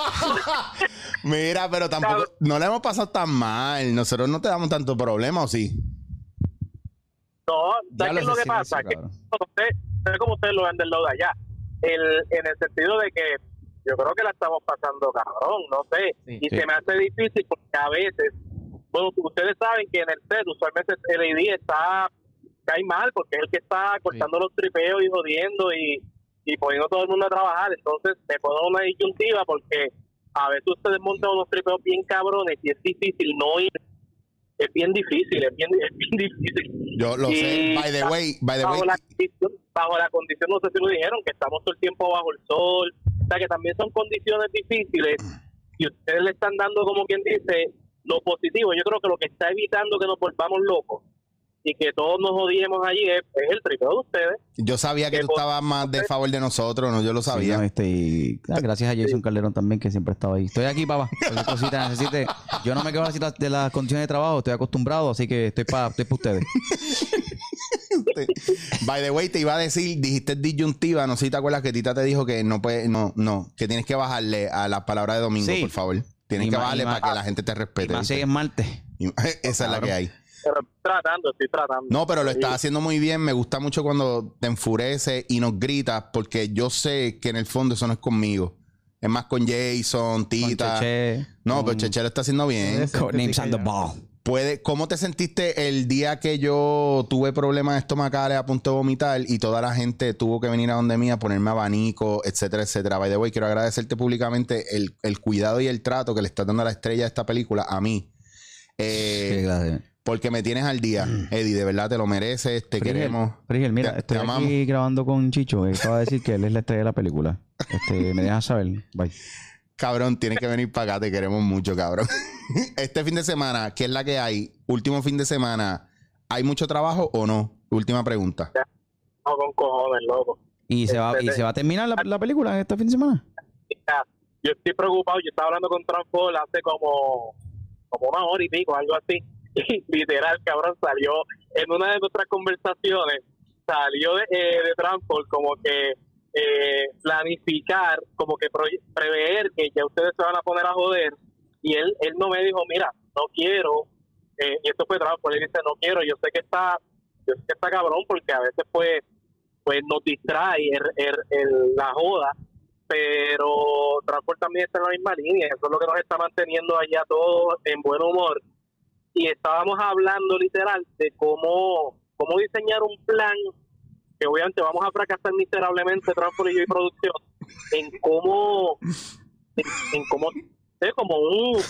Speaker 2: Mira, pero tampoco, no le hemos pasado tan mal. Nosotros no te damos tanto problema, ¿o sí?
Speaker 1: No, ¿sabes qué es lo que pasa? Que usted- no sé cómo ustedes lo ven del lado de allá. El, en el sentido de que yo creo que la estamos pasando cabrón, no sé.
Speaker 4: Sí.
Speaker 1: y se me hace difícil porque a veces, bueno, ustedes saben que en el set usualmente el ID está, cae mal porque es el que está cortando los tripeos y jodiendo y, y poniendo a todo el mundo a trabajar. Entonces me pone una disyuntiva porque a veces ustedes montan unos tripeos bien cabrones y es difícil no ir. Es bien difícil, es bien, es bien difícil
Speaker 2: Yo lo sé.
Speaker 1: Y-
Speaker 2: By the way, by the way.
Speaker 1: bajo la, condición, bajo la condición, no sé si lo dijeron, que estamos todo el tiempo bajo el sol, o sea que también son condiciones difíciles y ustedes le están dando, como quien dice, lo positivo. Yo creo que lo que está evitando que nos volvamos locos y que todos nos odiemos allí es, es el tripeo de ustedes.
Speaker 2: Yo sabía que
Speaker 1: que
Speaker 2: tú
Speaker 1: vos-
Speaker 2: estabas más de favor de nosotros, no, yo lo
Speaker 3: Sí, no,
Speaker 2: sabía.
Speaker 3: este, y, ah, gracias a Jason Calderón también, que siempre ha estado ahí. Estoy aquí, papá. Cualquier cosita necesite. Yo no me quedo así las- de las condiciones de trabajo, estoy acostumbrado, así que estoy para estoy pa ustedes.
Speaker 2: By the way, te iba a decir, dijiste disyuntiva, no sé si te acuerdas que Tita te dijo que no puede, no, no, que tienes que bajarle a las palabras de domingo,
Speaker 3: Sí.
Speaker 2: por favor. Tienes
Speaker 3: Y
Speaker 2: que
Speaker 3: ma-
Speaker 2: bajarle
Speaker 3: y
Speaker 2: para
Speaker 3: ma-
Speaker 2: que la gente te
Speaker 3: Y
Speaker 2: respete.
Speaker 3: más si
Speaker 2: ¿viste?
Speaker 3: es martes.
Speaker 2: Y- Esa es la que hay.
Speaker 1: Pero estoy tratando, estoy tratando.
Speaker 2: No, pero lo estás haciendo muy bien. Me gusta mucho cuando te enfureces y nos gritas, porque yo sé que en el fondo eso no es conmigo. Es más con Jason,
Speaker 3: Con
Speaker 2: Tita.
Speaker 3: Cheche,
Speaker 2: No,
Speaker 3: con-
Speaker 2: pero Cheche lo está haciendo bien.
Speaker 4: Ese
Speaker 3: Names
Speaker 4: certifica
Speaker 3: on the
Speaker 4: ya.
Speaker 3: ball.
Speaker 2: Puede, ¿Cómo te sentiste el día que yo tuve problemas estomacales a punto de vomitar y toda la gente tuvo que venir a donde mía a ponerme abanico, etcétera, etcétera? By the way, quiero agradecerte públicamente el, el cuidado y el trato que le estás dando a la estrella de esta película, a mí. Eh,
Speaker 3: Qué gracia.
Speaker 2: porque me tienes al día, Eddie, de verdad te lo mereces, te
Speaker 3: Frigel,
Speaker 2: queremos.
Speaker 3: Frigel, mira,
Speaker 2: Te- te
Speaker 3: estoy aquí
Speaker 2: amamos.
Speaker 3: grabando con Chicho. Él acaba de decir que él es la estrella de la película. Este, me dejas saber. Bye.
Speaker 2: Cabrón, tienes que venir para acá, te queremos mucho, cabrón. este fin de semana, ¿qué es la que hay? Último fin de semana, ¿hay mucho trabajo o no? Última pregunta.
Speaker 1: No, con cojones, loco.
Speaker 3: ¿Y se va, y se va a terminar la, la película este fin de semana?
Speaker 1: Mira, yo estoy preocupado. Yo estaba hablando con Transfol hace como, como una hora y pico, algo así. Y literal, cabrón, salió en una de nuestras conversaciones, salió de, eh, de Transfol como que eh, planificar, como que proye- prever que ya ustedes se van a poner a joder. Y él, él no me dijo, mira, no quiero. eh, y esto fue Transfol. Él dice, no quiero. Yo sé que está, yo sé que está cabrón porque a veces pues, pues nos distrae el- el- el- la joda pero Transport también está en la misma línea, eso es lo que nos está manteniendo allá todos en buen humor. Y estábamos hablando literal de cómo, cómo diseñar un plan, que obviamente vamos a fracasar miserablemente Transport y yo y producción, en cómo, en, en cómo, es como un,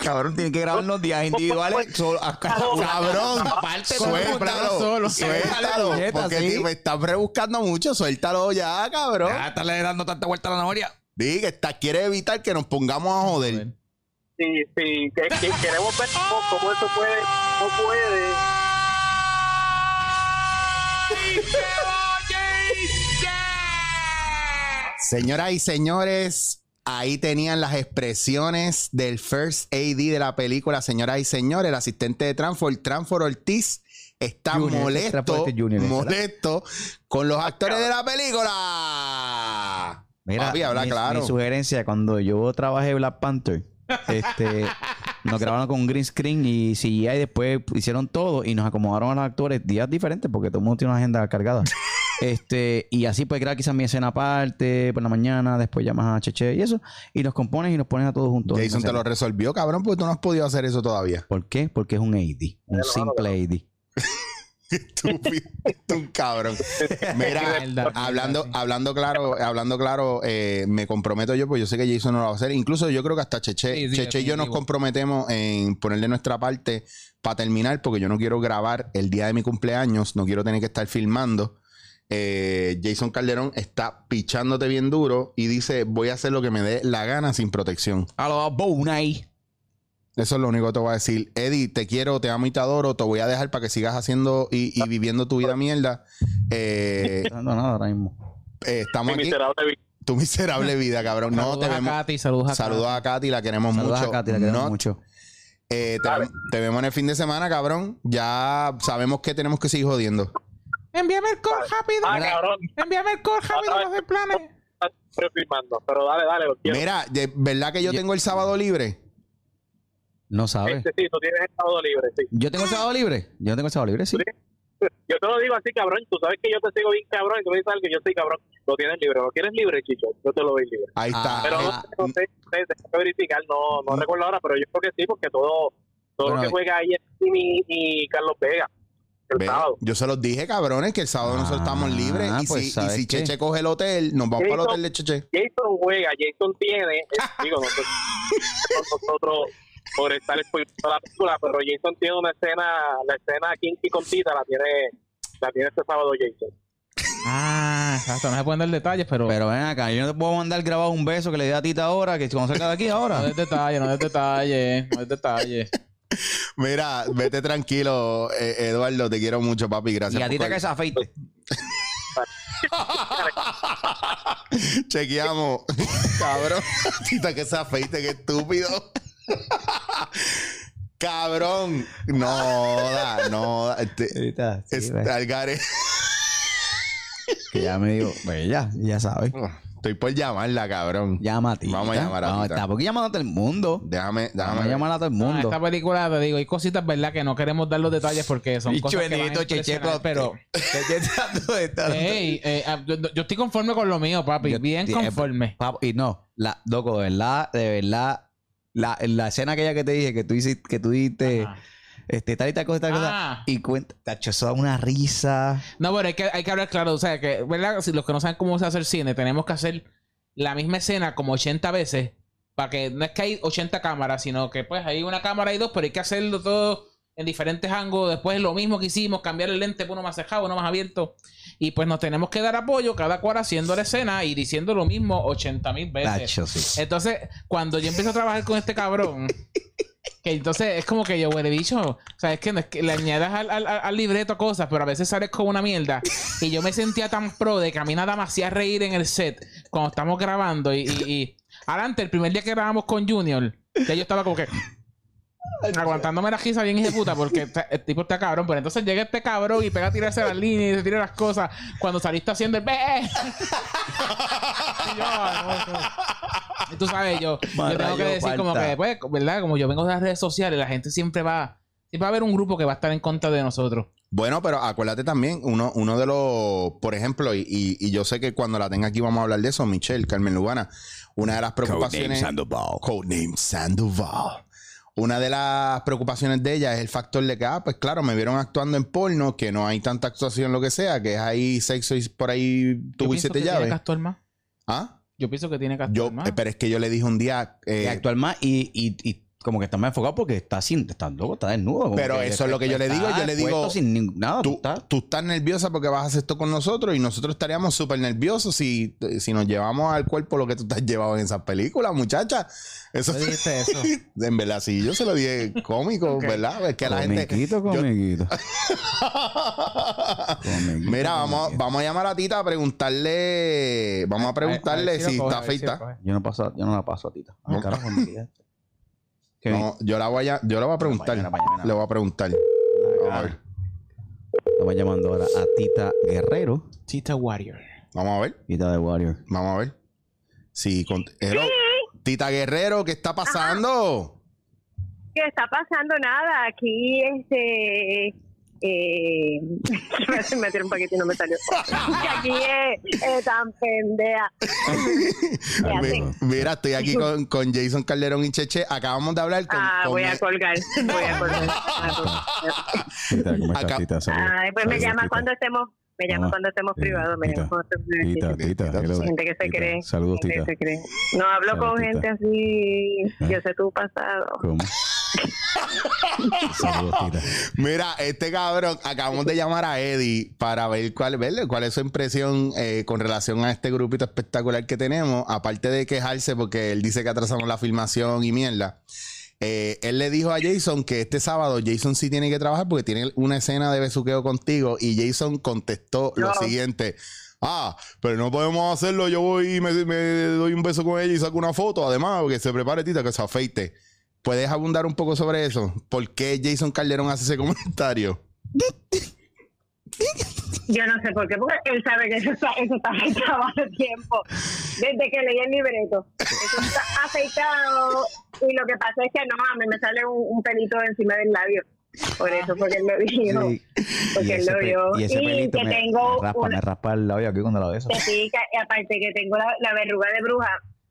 Speaker 3: Cabrón, tienen que grabar los días individuales. solo- a-
Speaker 2: Cabrón,
Speaker 3: Aparte,
Speaker 2: suéltalo,
Speaker 3: solo.
Speaker 2: suéltalo,
Speaker 3: Puñeta,
Speaker 2: porque
Speaker 3: sí.
Speaker 2: te- me estás rebuscando mucho, suéltalo ya, cabrón.
Speaker 9: Ah, estarle dando tanta vuelta a la noria.
Speaker 2: Diga, está, quiere evitar que nos pongamos a joder.
Speaker 1: si, si que- que queremos ver cómo, cómo eso puede, no puede.
Speaker 2: Señoras y señores, ahí tenían las expresiones del First AD de la película. Señoras y señores, el asistente de Tranfor, Tranfor Ortiz, está
Speaker 3: Junior, Tranfor
Speaker 2: molesto,
Speaker 3: Ortiz Junior, ¿verdad? Ah,
Speaker 2: molesto con los actores de la película.
Speaker 3: Mira,
Speaker 2: Papi, habla
Speaker 3: mi,
Speaker 2: claro.
Speaker 3: mi sugerencia, cuando yo trabajé Black Panther, este, nos grabaron con green screen y CGI y después hicieron todo y nos acomodaron a los actores días diferentes porque todo el mundo tiene una agenda cargada. Este, y así pues grabar quizás mi escena aparte por la mañana, después llamas a Cheche y eso, y los compones y nos pones a todos juntos.
Speaker 2: Jason te lo resolvió, cabrón, porque tú no has podido hacer eso todavía.
Speaker 3: ¿Por qué? Porque es un AD, un simple AD.
Speaker 2: Estúpido, tú un cabrón. Mira,
Speaker 4: Mierda,
Speaker 2: hablando,
Speaker 4: mierda,
Speaker 2: hablando claro, hablando claro, eh, me comprometo yo, pues yo sé que Jason no lo va a hacer. Incluso yo creo que hasta Cheche,
Speaker 4: Sí, sí,
Speaker 2: Cheche y yo nos
Speaker 4: definitivo.
Speaker 2: comprometemos en ponerle nuestra parte para terminar, porque yo no quiero grabar el día de mi cumpleaños, no quiero tener que estar filmando. Eh, Jason Calderón está pichándote bien duro y dice: Voy a hacer lo que me dé la gana sin protección.
Speaker 3: A los Bonai.
Speaker 2: Eso es lo único que te voy a decir. Eddie, te quiero, te amo y te adoro. Te voy a dejar para que sigas haciendo y,
Speaker 1: Ah.
Speaker 2: y viviendo tu vida mierda. Eh,
Speaker 3: No, no, nada ahora mismo.
Speaker 2: eh,
Speaker 1: Mi
Speaker 2: estamos aquí.
Speaker 1: miserable vi-
Speaker 2: Tu miserable vida, cabrón. No
Speaker 4: Saludos
Speaker 2: te
Speaker 4: a
Speaker 2: vemos.
Speaker 4: Katy, saludos a
Speaker 2: Saludos a Katy, la queremos
Speaker 3: Saludos
Speaker 2: mucho.
Speaker 3: a Katy, la queremos
Speaker 2: Not-
Speaker 3: mucho.
Speaker 2: eh, te, vemos- te vemos en el fin de semana, cabrón. Ya sabemos que tenemos que seguir jodiendo.
Speaker 4: Katy. Envíame el call rápido.
Speaker 1: Ah, cabrón,
Speaker 4: Envíame el call rápido
Speaker 1: Otra
Speaker 4: para hacer planes.
Speaker 1: estoy firmando, pero dale, dale, lo quiero.
Speaker 2: Mira, de verdad que yo tengo el sábado libre.
Speaker 3: No sabes.
Speaker 1: Este sí, tú tienes estado libre, sí.
Speaker 3: Yo tengo el sábado libre. Yo tengo el sábado libre, sí.
Speaker 1: Yo te lo digo así, cabrón. Tú sabes que yo te sigo bien, cabrón. Y tú me dices algo, yo soy cabrón. Lo tienes libre. Lo quieres libre, chicho. Yo te lo doy libre.
Speaker 2: Ahí
Speaker 3: Ah,
Speaker 2: está.
Speaker 1: Pero
Speaker 2: Eh,
Speaker 1: no, sé, no sé, no sé, tengo que verificar. No, no recuerdo ahora, pero yo creo que sí, porque todo, todo
Speaker 3: Bueno,
Speaker 1: lo que
Speaker 3: eh.
Speaker 1: juega ahí es Timmy y Carlos Vega. El
Speaker 2: ve,
Speaker 1: sábado.
Speaker 2: yo se los dije, cabrones, que el sábado nosotros estamos libres.
Speaker 3: Ah,
Speaker 2: Y,
Speaker 3: pues,
Speaker 2: si, y
Speaker 3: ¿sabes
Speaker 2: si
Speaker 3: qué?
Speaker 2: Cheche coge el hotel, nos vamos para el
Speaker 1: Jason-
Speaker 2: hotel de Cheche.
Speaker 1: Jason juega, Jason tiene, eh, digo, nosotros, nosotros por estar exponiendo la película, pero Jason tiene una escena, la escena Kinky con Tita la tiene, la tiene este sábado Jason.
Speaker 4: Ah, exacto. No se pueden dar detalles, pero.
Speaker 3: Pero ven acá, yo no te puedo mandar grabado un beso que le dé a Tita ahora, que cuando salga de aquí
Speaker 4: No
Speaker 3: ahora.
Speaker 4: des detalles, no des detalles. No des detalles.
Speaker 2: Mira, vete tranquilo, eh, Eduardo. Te quiero mucho, papi. Gracias.
Speaker 3: y a
Speaker 2: por
Speaker 3: Tita
Speaker 2: colgar.
Speaker 3: que se afeite.
Speaker 2: Chequeamos. Cabrón. Tita que se afeite, qué estúpido. Cabrón. No, da, no. da. Este,
Speaker 3: Tita, sí,
Speaker 2: es-
Speaker 3: ve,
Speaker 2: al gare-
Speaker 3: que ya me digo, pues ya, ya sabes.
Speaker 2: Estoy por llamarla, cabrón.
Speaker 3: Llama a Tita.
Speaker 2: Vamos a llamar a
Speaker 3: No,
Speaker 2: Tita.
Speaker 3: está porque llamando a todo el mundo.
Speaker 2: Déjame,
Speaker 3: Vamos a
Speaker 2: déjame.
Speaker 3: llamar a todo el
Speaker 4: Ah,
Speaker 3: mundo.
Speaker 4: esta película, te digo, hay cositas, ¿verdad? Que no queremos dar los detalles porque son
Speaker 3: Bicho
Speaker 4: cosas que van a
Speaker 3: bendito, Cheche,
Speaker 4: impresionar, pero...
Speaker 3: Cheche tratando de estar-
Speaker 4: Ey, eh, ah, yo, yo estoy conforme con lo mío, papi.
Speaker 3: Yo-
Speaker 4: bien
Speaker 3: eh,
Speaker 4: conforme.
Speaker 3: Papo, y no, la, loco, de verdad, de verdad, la, la escena aquella que te dije, que tú hiciste, que tú diste,
Speaker 4: Ajá.
Speaker 3: este, tal y tal cosa, tal cosa,
Speaker 4: Ah.
Speaker 3: y cuenta, tacho, eso da una risa.
Speaker 4: No, pero hay que, hay que hablar claro. O sea, que, ¿verdad? Si los que no saben cómo se hace el cine, tenemos que hacer la misma escena como 80 veces. Para que no es que hay 80 cámaras, sino que pues hay una cámara y dos, pero hay que hacerlo todo en diferentes ángulos. Después lo mismo que hicimos, cambiar el lente por uno más cerrado, uno más abierto. Y pues nos tenemos que dar apoyo cada cual haciendo la escena y diciendo lo mismo 80 mil veces.
Speaker 3: Tacho, sí.
Speaker 4: Entonces, cuando yo empiezo a trabajar con este cabrón, que entonces es como que yo, huele bicho, o sea, es que, no es que le añadas al, al- al libreto cosas, pero a veces sales con una mierda. Y yo me sentía tan pro de que a mí nada me hacía reír en el set cuando estamos grabando y... y- y Adelante, el primer día que grabamos con Junior, ya yo estaba como que. aguantándome la risa bien puta porque o sea, el tipo está cabrón. Pero entonces llega este cabrón y pega a tirarse las líneas y se tira las cosas. Cuando saliste haciendo el. "Ve". y yo, "Ah, no, no". Y tú sabes, yo, yo tengo que
Speaker 10: Marrayo
Speaker 4: decir como
Speaker 10: falta.
Speaker 4: que, pues, ¿verdad? Como yo vengo de las redes sociales, la gente siempre va. Siempre va a haber un grupo que va a estar en contra de nosotros.
Speaker 2: Bueno, pero acuérdate también, uno, uno de los, por ejemplo, y, y- y yo sé que cuando la tenga aquí vamos a hablar de eso, Michelle, Carmen Lubana, una de las preocupaciones...
Speaker 5: Sandoval.
Speaker 2: Codename Sandoval. Una de las preocupaciones de ella es el factor de que, ah, pues claro, me vieron actuando en porno, que no hay tanta actuación, lo que sea, que es ahí sexo y por ahí
Speaker 4: Yo
Speaker 2: tuvo y
Speaker 4: pienso
Speaker 2: siete
Speaker 4: que tiene que
Speaker 2: llaves.
Speaker 4: actuar más.
Speaker 2: ¿Ah?
Speaker 4: Yo pienso que tiene que actuar
Speaker 2: Yo,
Speaker 4: más.
Speaker 2: eh, pero es que yo le dije un día... eh,
Speaker 10: Y actuar más y, y, y como que está más enfocado porque está sin, está loco, está desnudo. como
Speaker 2: Pero eso es lo que yo le
Speaker 10: está
Speaker 2: digo, yo le digo,
Speaker 10: expuesto sin nin- nada, tú
Speaker 2: tú,
Speaker 10: estás-
Speaker 2: tú estás nerviosa porque vas a hacer esto con nosotros y nosotros estaríamos súper nerviosos si, si nos llevamos al cuerpo lo que tú te has llevado en esas películas, muchacha. Eso
Speaker 4: ¿Tú dijiste eso?
Speaker 2: en verdad, sí, yo se lo dije cómico, ¿verdad? Es que la gente.
Speaker 10: Comiquito,
Speaker 2: yo-
Speaker 10: comiquito. Comiquito,
Speaker 2: mira, vamos,
Speaker 10: comiquito.
Speaker 2: vamos a llamar a Tita a preguntarle. Vamos a preguntarle
Speaker 4: A ver
Speaker 2: si,
Speaker 4: lo
Speaker 2: está
Speaker 4: coge, a pues. ver si lo
Speaker 2: feita.
Speaker 4: coge.
Speaker 10: Yo no, paso, yo no la paso a Tita. Ah,
Speaker 2: No.
Speaker 10: carajo, me quedé. Que-
Speaker 2: No, yo la voy a, yo la voy a preguntar.
Speaker 10: Mañana, mañana.
Speaker 2: Le voy a preguntar. Vamos a ver.
Speaker 10: Estamos llamando ahora a Tita Guerrero.
Speaker 4: Tita Warrior.
Speaker 2: Vamos a ver.
Speaker 10: Tita de Warrior.
Speaker 2: Vamos a ver. Si con- Hello. Tita Guerrero, ¿qué está pasando?
Speaker 6: que está pasando nada aquí este eh, me metieron un paquete y no me salió que aquí es, es tan pendeja ¿Qué
Speaker 2: Mi-
Speaker 6: hacen?
Speaker 2: mira, estoy aquí con, con Jason Calderón y Cheche. Acabamos de hablar con.
Speaker 6: ah
Speaker 2: con-
Speaker 6: voy a colgar voy a colgar
Speaker 10: Tita, ¿cómo
Speaker 2: Acá-
Speaker 10: estás, Tita? Saludos.
Speaker 6: Ay, pues me
Speaker 10: Saludos,
Speaker 6: llama
Speaker 10: Tita.
Speaker 6: cuando estemos me llama
Speaker 10: Ah,
Speaker 6: cuando estemos
Speaker 10: eh,
Speaker 6: privados me
Speaker 10: Tita,
Speaker 6: llama cuando estemos
Speaker 10: Tita, Tita.
Speaker 2: Tita,
Speaker 10: hello.
Speaker 6: gente que se
Speaker 10: Tita.
Speaker 6: cree
Speaker 10: Saludos,
Speaker 6: gente
Speaker 10: Tita.
Speaker 6: que se cree. no hablo
Speaker 10: Saludos,
Speaker 6: con
Speaker 10: Tita.
Speaker 6: gente así yo sé tu pasado
Speaker 10: ¿Cómo? Saludos, Tita.
Speaker 2: Mira, este cabrón, acabamos de llamar a Eddie para ver cuál, verle cuál es su impresión eh, con relación a este grupito espectacular que tenemos. Aparte de quejarse porque él dice que atrasamos la filmación y mierda. eh, él le dijo a Jason que este sábado Jason sí tiene que trabajar porque tiene una escena de besuqueo contigo y Jason contestó lo
Speaker 6: No.
Speaker 2: siguiente. Ah, pero no podemos hacerlo. Yo voy y me, me doy un beso con ella y saco una foto. Además, que se prepare, Tita, que se afeite. ¿Puedes abundar un poco sobre eso? ¿Por qué Jason Calderón hace ese comentario?
Speaker 6: Yo no sé por qué, porque él sabe que eso está, eso está afeitado hace tiempo, desde que leí el libreto. Eso está afeitado y lo que pasa es que no, a mí me sale un, un pelito encima del labio. Por eso, porque él lo dijo.
Speaker 10: Sí.
Speaker 6: Porque él lo
Speaker 10: pe-
Speaker 6: vio.
Speaker 10: y ese
Speaker 6: Y
Speaker 10: pelito
Speaker 6: que
Speaker 10: me,
Speaker 6: tengo
Speaker 10: me raspa,
Speaker 6: una-
Speaker 10: me raspa el labio aquí cuando la beso.
Speaker 6: Te pica, y aparte que tengo la, la verruga de bruja.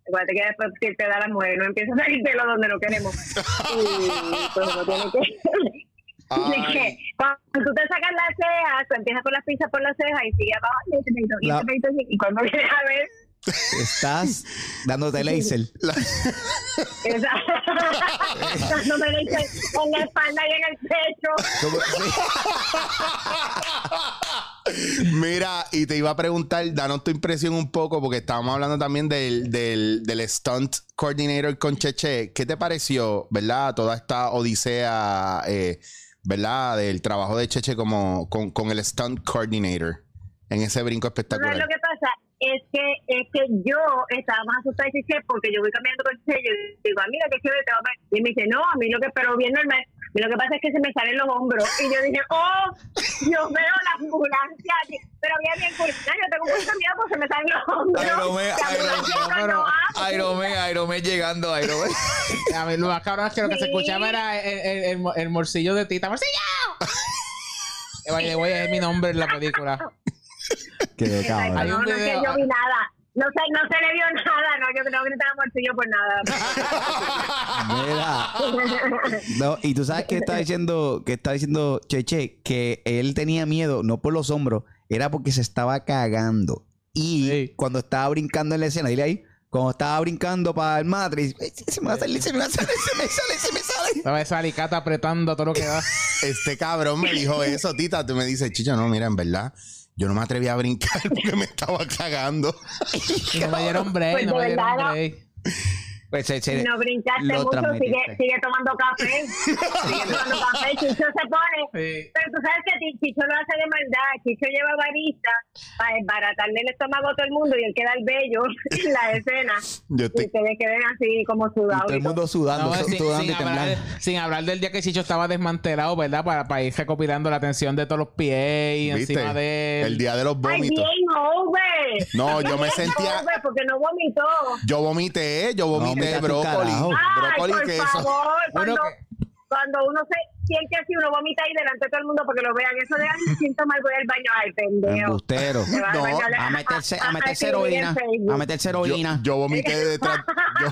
Speaker 6: Acuérdate que después que te da la mujer, no empieza a salir pelo donde no queremos. Y pues uno tiene que... Es que cuando tú te sacas las cejas, tú empiezas con las pinzas por las cejas y sigue abajo y te meto, y
Speaker 10: La-
Speaker 6: te meto, y cuando vienes a ver,
Speaker 10: Estás dándote laser.
Speaker 6: esa, cuando me dicen en la espalda y en el pecho,
Speaker 10: Como-
Speaker 2: Mira, y te iba a preguntar, danos tu impresión un poco, porque estábamos hablando también del, del, del stunt coordinator con Cheche. ¿Qué te pareció, verdad? Toda esta odisea, eh, ¿verdad? Del trabajo de Cheche como, con, con el stunt coordinator en ese brinco
Speaker 6: ¿tú sabes lo
Speaker 2: espectacular.
Speaker 6: que pasa? Es que, es que yo estaba más asustada y dije, porque yo voy caminando con el sello y digo, ah, mira qué chévere, te va a ver. Y me dice, no, a mí lo que, pero bien normal, a mí lo que pasa es que se me salen los hombros. Y yo dije, oh, yo veo la ambulancia aquí, pero bien, bien, cool. No, yo tengo mucho miedo porque se me salen los hombros.
Speaker 5: Ay, no me-
Speaker 6: La
Speaker 5: ay, no,
Speaker 6: ambulancia
Speaker 5: no,
Speaker 6: cuando
Speaker 4: pero-
Speaker 6: va,
Speaker 5: Iron Man, Iron Man llegando, Iron Man.
Speaker 4: A ver, lo más cabrón es que lo que se escuchaba era el, el- el mo- el morcillo de Tita. ¡Morcillo! Que by the way, es mi nombre en la película.
Speaker 10: Quedó
Speaker 6: Exacto,
Speaker 10: cabrón.
Speaker 4: Hay
Speaker 6: pues, no,
Speaker 4: un
Speaker 6: no sé,
Speaker 4: video-
Speaker 6: yo vi nada. No sé, no se le vio nada, no, yo no gritaba morcillo por nada.
Speaker 10: Mira. No, y tú sabes que está diciendo, que está diciendo Cheche, que él tenía miedo, no por los hombros, era porque se estaba cagando. Y
Speaker 4: Sí.
Speaker 10: cuando estaba brincando en la escena, dile ahí, cuando estaba brincando para el Matrix, "Ay, se me va a salir, se me va a salir, se me sale, se me sale.
Speaker 4: Estaba esa alicata apretando todo lo que da.
Speaker 2: Este cabrón me dijo eso, Tita. Tú me dices, chicho, no, mira, en verdad, yo no me atreví a brincar porque me estaba cagando.
Speaker 4: Y no me dieron break,
Speaker 6: Pues
Speaker 4: no
Speaker 6: de
Speaker 4: me dieron
Speaker 6: verdad, no.
Speaker 4: break.
Speaker 10: Pues se- se-
Speaker 6: No brincaste
Speaker 10: lo
Speaker 6: mucho, sigue,
Speaker 10: transmitiste.
Speaker 6: sigue tomando café. Sigue tomando café. Chicho se pone.
Speaker 4: Sí.
Speaker 6: Pero tú sabes que ti- Chicho no hace de maldad. Chicho lleva varita para desbaratarle el estómago a todo el mundo y él queda el bello en la escena.
Speaker 2: Yo
Speaker 6: Y
Speaker 2: estoy.
Speaker 6: ustedes queden así como
Speaker 10: y
Speaker 6: sudados.
Speaker 10: todo el
Speaker 6: y todo.
Speaker 10: mundo sudando,
Speaker 4: No,
Speaker 10: son-
Speaker 4: sin,
Speaker 10: sudando
Speaker 4: sin
Speaker 10: y temblando.
Speaker 4: hablar, sin hablar del día que Chicho estaba desmantelado, ¿verdad? Para, para ir recopilando la atención de todos los pies y
Speaker 2: ¿Viste?
Speaker 4: encima de él.
Speaker 2: El día de los
Speaker 6: ¡Ay,
Speaker 2: vómitos.
Speaker 6: bien over!
Speaker 2: No, yo me
Speaker 6: Bien
Speaker 2: sentía.
Speaker 6: over, porque no vomitó.
Speaker 2: Yo vomité, yo vomité
Speaker 10: mira tú,
Speaker 2: brócoli.
Speaker 10: carajo.
Speaker 2: Brócoli
Speaker 6: por
Speaker 2: y queso.
Speaker 6: favor,
Speaker 4: Bueno,
Speaker 6: cuando, cuando uno se siente así, uno vomita ahí delante de todo el mundo porque lo vean. Eso de, ay, me siento mal, voy al baño. Ay, pendejo.
Speaker 10: Embustero.
Speaker 6: Se va al
Speaker 2: No,
Speaker 6: baño, le-
Speaker 10: A meterse,
Speaker 6: a-
Speaker 10: a
Speaker 6: a
Speaker 10: meterse
Speaker 6: escribir en
Speaker 10: heroína.
Speaker 6: Facebook.
Speaker 10: A meterse
Speaker 2: Yo,
Speaker 10: heroína.
Speaker 2: yo vomité detrás. Yo,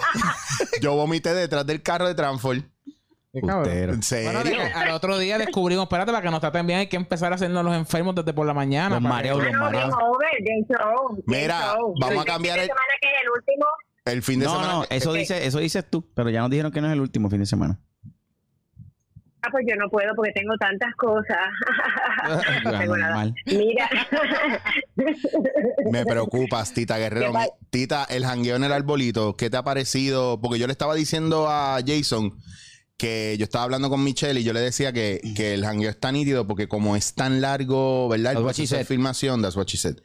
Speaker 2: yo vomité detrás del carro de Transfor.
Speaker 4: Qué cabrón.
Speaker 10: Embustero.
Speaker 2: En
Speaker 4: Bueno,
Speaker 2: serio.
Speaker 4: de- al otro día descubrimos, espérate, para que nos traten bien hay que empezar a hacernos los enfermos desde por la mañana.
Speaker 10: Los
Speaker 4: para
Speaker 10: mareos,
Speaker 4: que-
Speaker 10: los
Speaker 6: Bueno, bien
Speaker 10: mareos.
Speaker 6: over, bien show, bien
Speaker 2: Mira,
Speaker 6: show.
Speaker 2: vamos a
Speaker 6: Este
Speaker 2: cambiar
Speaker 6: fin de
Speaker 2: el-
Speaker 6: semana que es el último.
Speaker 2: El fin de
Speaker 10: No,
Speaker 2: semana.
Speaker 10: no, eso dice, eso dices tú, pero ya nos dijeron que no es el último fin de semana.
Speaker 6: Ah, pues yo no puedo porque tengo tantas cosas. No
Speaker 10: Ah,
Speaker 6: tengo nada.
Speaker 10: normal.
Speaker 6: Mira.
Speaker 2: Me preocupas, Tita Guerrero.
Speaker 6: ¿Qué tal?
Speaker 2: Mi- Tita, el jangueo en el arbolito, ¿qué te ha parecido? Porque yo le estaba diciendo a Jason que yo estaba hablando con Michelle y yo le decía que, que el jangueo está nítido porque como es tan largo, ¿verdad? El
Speaker 10: That's what she
Speaker 2: proceso de
Speaker 10: said.
Speaker 2: filmación, that's what she said.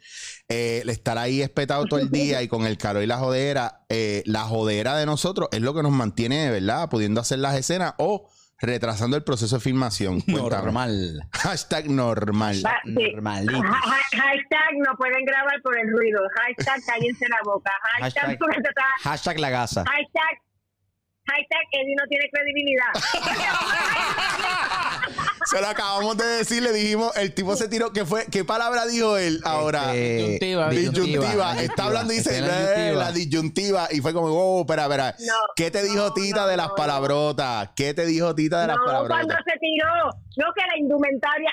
Speaker 2: Eh, el estar ahí espetado todo el día y con el calor y la jodera, eh, la jodera de nosotros es lo que nos mantiene, ¿verdad? Pudiendo hacer las escenas o retrasando el proceso de filmación. Cuéntame.
Speaker 10: Normal.
Speaker 2: Hashtag normal.
Speaker 4: Ah,
Speaker 6: Va, sí.
Speaker 10: Normalito.
Speaker 6: Ha- ha- Hashtag no pueden grabar por el ruido. Hashtag cállense la boca.
Speaker 10: Hashtag-
Speaker 6: Hashtag, hashtag,
Speaker 10: Hashtag la gasa.
Speaker 6: hashtag, Eddie no tiene credibilidad.
Speaker 2: Se lo acabamos de decir, le dijimos, el tipo se tiró, ¿qué fue? ¿Qué palabra dijo él ahora?
Speaker 10: Este,
Speaker 4: disyuntiva, Este,
Speaker 2: disyuntiva. Está
Speaker 10: disyuntiva.
Speaker 2: hablando y dice,
Speaker 10: Esa es
Speaker 2: "Eh,
Speaker 10: la
Speaker 2: la disyuntiva.
Speaker 10: disyuntiva.
Speaker 2: Y fue como, oh, espera, espera.
Speaker 6: No,
Speaker 2: ¿Qué te dijo
Speaker 6: no,
Speaker 2: Tita
Speaker 6: no,
Speaker 2: de las
Speaker 6: no,
Speaker 2: palabrotas? ¿Qué te dijo Tita de las
Speaker 6: No, cuando
Speaker 2: palabrotas?
Speaker 6: se tiró. No, que la indumentaria.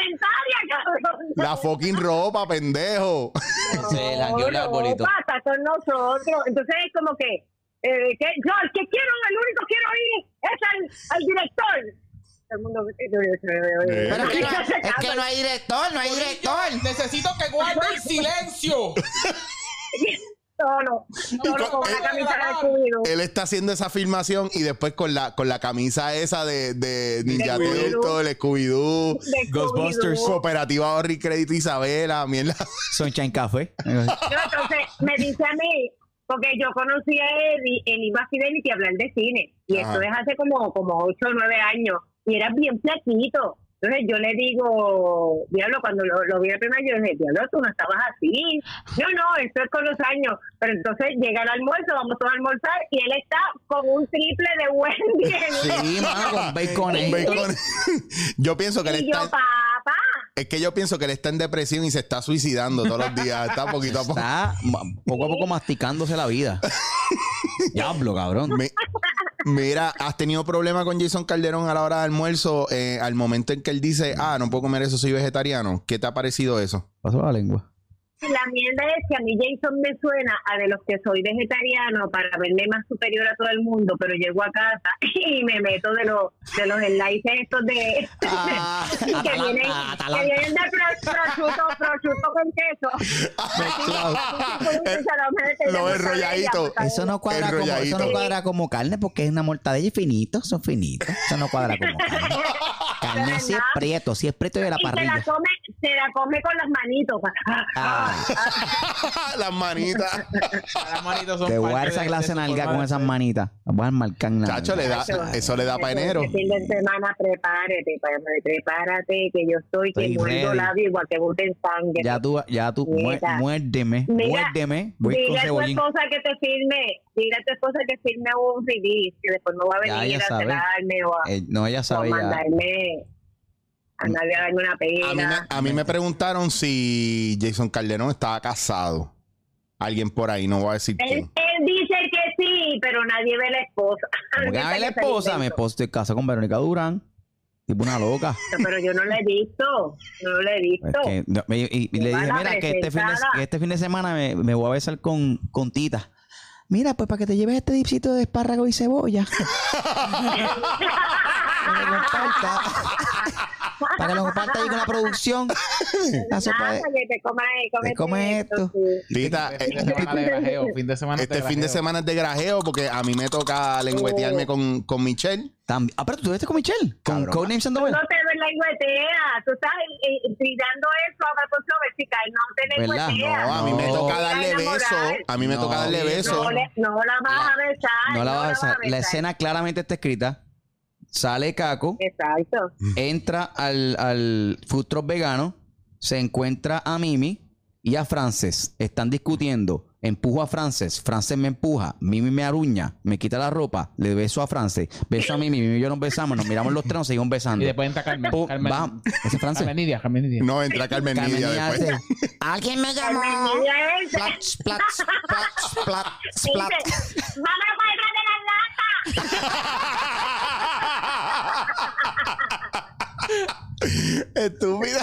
Speaker 6: ¡Indumentaria, cabrón!
Speaker 2: La fucking ropa, pendejo.
Speaker 10: Se la guió el arbolito.
Speaker 6: pasa con nosotros. Entonces es como que, eh, que yo el que quiero, el único que quiero ir es al, al director. Todo el mundo.
Speaker 8: Pero es que no, es que no hay director, no hay director.
Speaker 4: Necesito que guarden silencio.
Speaker 6: No, no. No, no, con una camisa de cubido.
Speaker 2: Él está haciendo esa filmación y después con la, con la camisa esa de, de Ninja
Speaker 6: Scooby-Doo.
Speaker 2: Turtle, el Scooby-Doo,
Speaker 6: De
Speaker 10: Ghostbusters.
Speaker 6: cubido.
Speaker 2: Cooperativa Ahorro y Crédito Isabela, mierda.
Speaker 10: Sunshine Café.
Speaker 6: No, entonces me dice a mí, porque yo conocí a Eddie en Iba Fidelity a hablar de cine, y
Speaker 2: Ajá.
Speaker 6: esto es hace como, como 8 o 9 años, y era bien flaquito. Entonces yo le digo, diablo, cuando lo, lo vi la primera vez, yo dije, diablo, tú no estabas así. No, no, esto es con los años. Pero entonces llega el almuerzo, vamos todos a almorzar, y él está con un triple de Wendy. en una-
Speaker 10: Sí, mano, Ah, con bacon. ¿eh?
Speaker 2: Un bacon. Yo pienso que él
Speaker 6: y yo,
Speaker 2: está.
Speaker 6: papá,
Speaker 2: Es que yo pienso que él está en depresión y se está suicidando todos los días. Está poquito a poco.
Speaker 10: Está ma- poco a poco masticándose la vida. Diablo, cabrón.
Speaker 2: Mi- mira, ¿has tenido problema con Jason Calderón a la hora de almuerzo? eh, al momento en que él dice, ah, no puedo comer eso, soy vegetariano. ¿Qué te ha parecido eso?
Speaker 10: Pasó la lengua.
Speaker 6: La mierda es que a mí Jason me suena a de los que soy vegetariano para verme más superior a todo el mundo, pero llego a casa y me meto de los de los enlaces estos de
Speaker 10: Ah,
Speaker 6: que, vienen, que vienen de pro- prosciutto, prosciutto con queso. pues,
Speaker 2: Eh, Lo enrolladito.
Speaker 10: Eso no cuadra como, eso no
Speaker 2: Enrolladito.
Speaker 10: cuadra como carne porque es una mortadella y finito, son finitos. Eso no cuadra como carne. Carne si es prieto, si es prieto de la
Speaker 6: Y se la
Speaker 10: parrilla.
Speaker 6: come, se la come con las manitos. Ah,
Speaker 10: Ah,
Speaker 2: Las manitas.
Speaker 4: Las manitos son
Speaker 10: te voy a
Speaker 4: parte
Speaker 10: dar esa
Speaker 4: de-
Speaker 10: clase
Speaker 4: de su
Speaker 10: nalga
Speaker 4: forma
Speaker 10: con
Speaker 4: de-
Speaker 10: esas manitas. Las voy a marcar en la
Speaker 2: Chacho, le da, eso le da para enero.
Speaker 6: Este fin de semana, prepárate, prepárate, prepárate, que yo estoy que
Speaker 10: Estoy
Speaker 6: muerdo
Speaker 10: ready.
Speaker 6: labio igual que boten sangre.
Speaker 10: Ya tú, ya tú, muer-
Speaker 6: Mira.
Speaker 10: muérdeme,
Speaker 6: Mira,
Speaker 10: muérdeme. Voy con
Speaker 6: Dile a tu
Speaker 10: cebollín.
Speaker 6: esposa que te firme, dile a tu esposa que firme un release, que después no va a
Speaker 10: Ya,
Speaker 6: venir
Speaker 10: ella
Speaker 6: a
Speaker 10: sabe.
Speaker 6: celarme o a,
Speaker 10: Eh, no, ella
Speaker 6: o a
Speaker 10: sabe ya.
Speaker 6: mandarme a nadie a darme una
Speaker 2: A mí, me,
Speaker 6: pena.
Speaker 2: a mí me preguntaron si Jason Calderón estaba casado. Alguien por ahí, no voy a decir
Speaker 6: Él,
Speaker 2: quién.
Speaker 6: él dice que sí, pero nadie ve la esposa.
Speaker 10: Como que
Speaker 3: "Ah,
Speaker 6: Nadie
Speaker 10: a ver la
Speaker 6: sabe que se
Speaker 10: esposa,
Speaker 6: inventó.
Speaker 10: mi esposa estoy casado con Verónica Durán. Tipo una loca.
Speaker 6: Pero yo no la he visto, no la he
Speaker 10: Es
Speaker 6: visto.
Speaker 10: que, no, me- y, y
Speaker 6: Me
Speaker 10: le dije,
Speaker 6: van a
Speaker 10: mira, que este, fin de,
Speaker 6: presentar a-
Speaker 10: que este fin de semana me, me voy a besar con, con Tita. Mira, pues para que te lleves este dipsito de espárrago y cebolla. No me importa.
Speaker 3: para que lo compartas ahí con la producción.
Speaker 10: Ah,
Speaker 3: La sopa de-
Speaker 6: Nada, que te comas
Speaker 3: Te comes esto.
Speaker 6: sí.
Speaker 2: Tita, eh,
Speaker 4: Este Fin de semana de grajeo, fin de semana de
Speaker 2: este fin de
Speaker 4: grajeo.
Speaker 2: semana es de grajeo porque a mí me toca lengüetearme
Speaker 6: Oh.
Speaker 2: con, con Michelle.
Speaker 3: También- Ah, pero tú estuviste con Michelle, con
Speaker 2: Cabrón.
Speaker 3: Codename Sandoval.
Speaker 6: No te ves la higuetea, tú estás eh, eh, tirando eso a la chica, no te
Speaker 3: ¿Verdad?
Speaker 2: No,
Speaker 6: higuetea.
Speaker 2: a mí me
Speaker 3: No.
Speaker 2: toca darle
Speaker 6: Está
Speaker 2: beso.
Speaker 6: enamorada.
Speaker 2: A mí me
Speaker 3: No.
Speaker 2: toca darle beso.
Speaker 6: No, le- no la vas a besar.
Speaker 3: No la vas a besar. La
Speaker 6: besar.
Speaker 3: escena claramente está escrita. Sale Caco,
Speaker 6: Exacto.
Speaker 3: entra al, al food truck vegano, se encuentra a Mimi y a Frances. Están discutiendo. Empujo a Frances, Frances me empuja, Mimi me aruña, me quita la ropa, le beso a Frances, beso a Mimi, Mimi y yo nos besamos, nos miramos los tres, nos seguimos
Speaker 4: Y
Speaker 3: besando.
Speaker 4: después entra Carmen.
Speaker 10: Oh,
Speaker 3: Pum,
Speaker 4: Carmen.
Speaker 3: va. Ese es Frances.
Speaker 4: Carmenidia, Carmenidia.
Speaker 2: No, entra Carmen
Speaker 3: Carmen
Speaker 2: Nidia
Speaker 3: Díaz
Speaker 2: después.
Speaker 3: hace-
Speaker 7: Alguien me llamó.
Speaker 6: Carmenilla es.
Speaker 7: Plats, plats, plats, plats, plats.
Speaker 6: Dice, ¡Mamá, cuelga de la lata!
Speaker 2: Estúpida.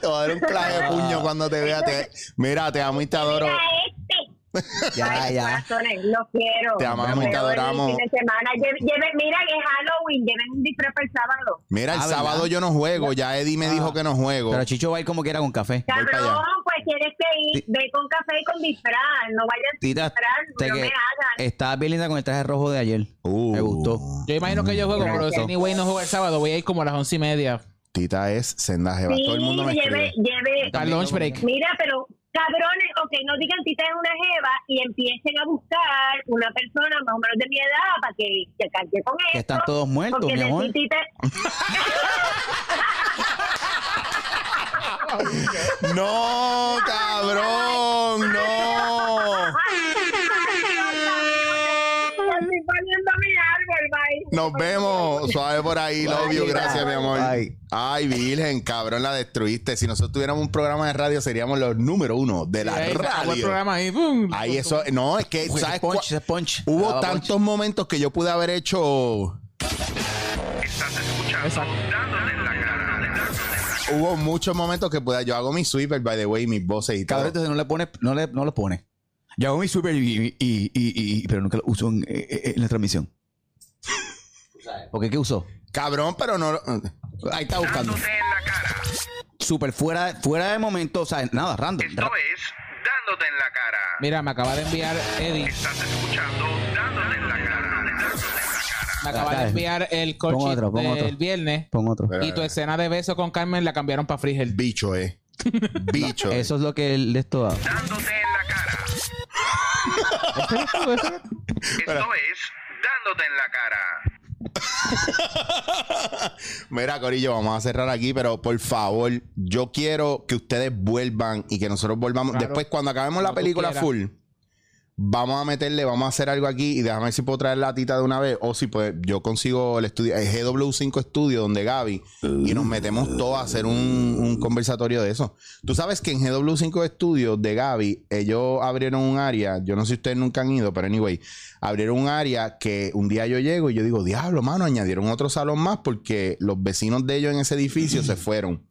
Speaker 2: te voy a dar un clave de puño cuando te vea. Te... Mira, te amo y te adoro.
Speaker 6: Mira este.
Speaker 3: Oh. Ya,
Speaker 6: Ay,
Speaker 3: ya.
Speaker 6: corazones, los quiero.
Speaker 2: Te amamos y te
Speaker 6: Los veo el
Speaker 2: adoramos.
Speaker 6: fin de semana. Lle- lleven- mira, que es Halloween, lleven un disfraz para el sábado.
Speaker 2: Mira, el
Speaker 3: Ah, ¿verdad?
Speaker 2: sábado yo no juego. Ya Eddie me dijo que no juego.
Speaker 3: Pero Chicho va a ir como quiera con café.
Speaker 2: Voy para allá.
Speaker 6: Cabrón, pues tienes que ir, ve con café y con disfraz, no vayas sin
Speaker 3: Tita, te
Speaker 6: disfraz, no
Speaker 3: que-
Speaker 6: me hagan.
Speaker 3: Estaba bien linda con el traje rojo de ayer.
Speaker 2: Uh,
Speaker 3: Me gustó.
Speaker 4: Yo imagino que yo juego, pero si
Speaker 3: Gracias.
Speaker 4: anyway no juego el sábado, voy a ir como a las once y media.
Speaker 2: Tita es senda jeva.
Speaker 6: Sí,
Speaker 2: Todo el mundo me
Speaker 6: lleve,
Speaker 2: escribe.
Speaker 6: lleve,
Speaker 4: Para el lunch break.
Speaker 6: mira, pero cabrones, ok, no digan tita es una jeva y empiecen a buscar una persona más o menos de mi edad para que se cargue con
Speaker 3: Que
Speaker 6: esto.
Speaker 3: están todos muertos,
Speaker 6: porque
Speaker 3: mi amor.
Speaker 6: decir tita-
Speaker 2: No, cabrón, no.
Speaker 6: Yo estoy poniendo mi árbol, bye.
Speaker 2: Nos vemos. Suave por ahí, love you. Gracias, mi amor.
Speaker 10: Bye.
Speaker 2: Ay, Virgen, cabrón, la destruiste. Si nosotros tuviéramos un programa de radio, seríamos los número uno de la
Speaker 4: Ahí, hago el
Speaker 2: radio.
Speaker 4: programa ahí, ¡pum!
Speaker 2: Ahí eso, no, es que,
Speaker 3: Ese
Speaker 2: ¿sabes?
Speaker 3: punch,
Speaker 2: cua-
Speaker 3: ese punch.
Speaker 2: Hubo
Speaker 3: Daba punch.
Speaker 2: tantos momentos que yo pude haber hecho. Hubo muchos momentos que pude. Yo hago mi sweeper, by the way, mis voces y
Speaker 10: Cabrón,
Speaker 2: todo.
Speaker 10: entonces no le pones, no le, no lo pones. Yo hago mi super y, y, y, y- y- pero nunca lo uso en, eh, eh, en la transmisión.
Speaker 3: ¿Por qué qué usó?
Speaker 2: Cabrón, pero no. lo- Ahí está buscando.
Speaker 3: Súper fuera, fuera de momento, o sea, nada, random. Ra-
Speaker 11: es Dándote en la cara.
Speaker 4: Mira, me acaba de enviar Eddie.
Speaker 11: Estás escuchando Dándote en la cara.
Speaker 4: Me acaba de
Speaker 10: Dale.
Speaker 4: enviar el
Speaker 10: Pon
Speaker 4: coche
Speaker 10: otro, pon
Speaker 4: del
Speaker 10: otro.
Speaker 4: viernes.
Speaker 10: Pon otro.
Speaker 4: Y tu escena de beso con Carmen la cambiaron para Frigel.
Speaker 2: Bicho, eh. Bicho. eh.
Speaker 3: Eso es lo que él de esto da.
Speaker 11: Dándote en la cara. Esto es Dándote en la cara.
Speaker 2: Mira, Corillo, vamos a cerrar aquí, pero por favor, yo quiero que ustedes vuelvan y que nosotros volvamos.
Speaker 4: Claro.
Speaker 2: Después, cuando acabemos la
Speaker 4: Como tú
Speaker 2: película
Speaker 4: quieras.
Speaker 2: full, vamos a meterle, vamos a hacer algo aquí y déjame ver si puedo traer la tita de una vez o si pues yo consigo el estudio, el GW5 Studio donde Gaby y nos metemos todos a hacer un, un conversatorio de eso. Tú sabes que en GW5 Studio de Gaby, ellos abrieron un área, yo no sé si ustedes nunca han ido, pero anyway, abrieron un área que un día yo llego y yo digo, diablo, mano, añadieron otro salón más porque los vecinos de ellos en ese edificio se fueron.